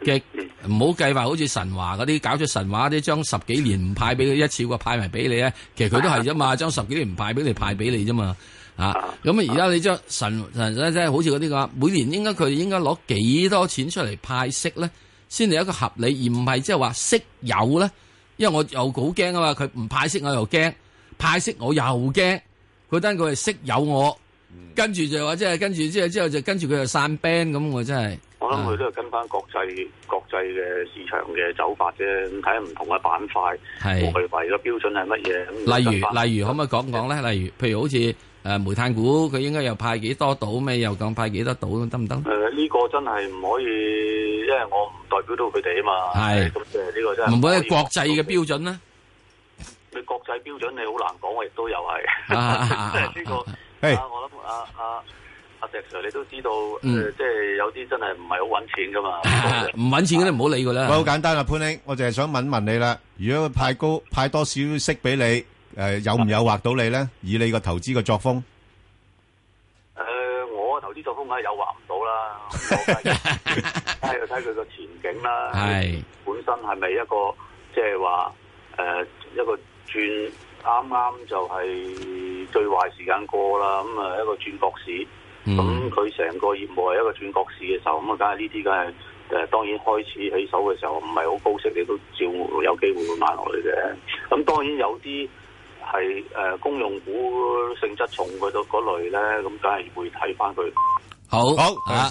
Speaker 7: 嘅，唔好計話好似神話嗰啲搞咗神話啲，將十幾年唔派俾佢一次過派埋俾你咧，其實佢都係啫嘛，將十幾年唔派俾你派俾你啫嘛。啊，咁啊而家你將神神即係好似嗰啲講，每年應該佢應該攞幾多錢出嚟派息咧，先係一個合理，而唔係即係話息有咧。因為我又好驚啊嘛，佢唔派息我又驚，派息我又驚，佢等佢係息有我，跟住就話即係跟住之後之後就跟住佢就散 band 咁，我真係
Speaker 30: 我
Speaker 7: 啊
Speaker 30: 諗佢都係跟翻國際國際嘅市場嘅走法啫，咁睇下唔同嘅板塊
Speaker 7: 係
Speaker 30: 外圍嘅標準係乜嘢。咁
Speaker 7: 例
Speaker 30: 跟
Speaker 7: 如
Speaker 30: 返
Speaker 7: 例如可唔可以講講咧？例如譬如好似誒煤炭股，佢應該又派幾多度咩？又講派幾多度得唔得？
Speaker 30: 誒呢個真係唔可以，因為我唔代表到佢哋啊嘛。
Speaker 7: 係
Speaker 30: 咁誒呢個真係
Speaker 7: 唔好
Speaker 30: 可
Speaker 7: 咧
Speaker 30: 以
Speaker 7: 國際嘅標準咧。
Speaker 30: 你國際標準你好難講，我亦都有係，
Speaker 7: 啊
Speaker 30: 即係呢個
Speaker 6: 係
Speaker 30: 啊，我諗啊啊阿石 Sir 你都知道，誒
Speaker 7: 嗯
Speaker 30: 即係有啲真係唔係好揾錢噶
Speaker 7: *laughs*
Speaker 30: 嘛。
Speaker 7: 唔揾錢嗰啲唔好理佢啦。
Speaker 6: 喂，好簡單啊，潘兄，我淨係想問問你啦，如果派高-派多少息俾你，誒，有唔有惑到你呢？以你個投資嘅作風。
Speaker 30: 誒、我投資作風梗係誘惑唔到啦，我梗係
Speaker 7: *laughs*
Speaker 30: 要睇佢個前景啦。
Speaker 7: 係
Speaker 30: 本身係咪一個即係話誒一個轉啱啱就係最壞時間過啦，咁啊一個轉角市，咁佢成個業務係一個轉角市嘅時候，咁啊梗係呢啲梗係誒當然開始起手嘅時候唔係好高息，你都照有機會會買落去嘅。咁當然有啲。係誒、呃公用股性質重嗰度嗰類咧，咁梗係會睇翻佢
Speaker 7: 好
Speaker 6: 好
Speaker 7: 啊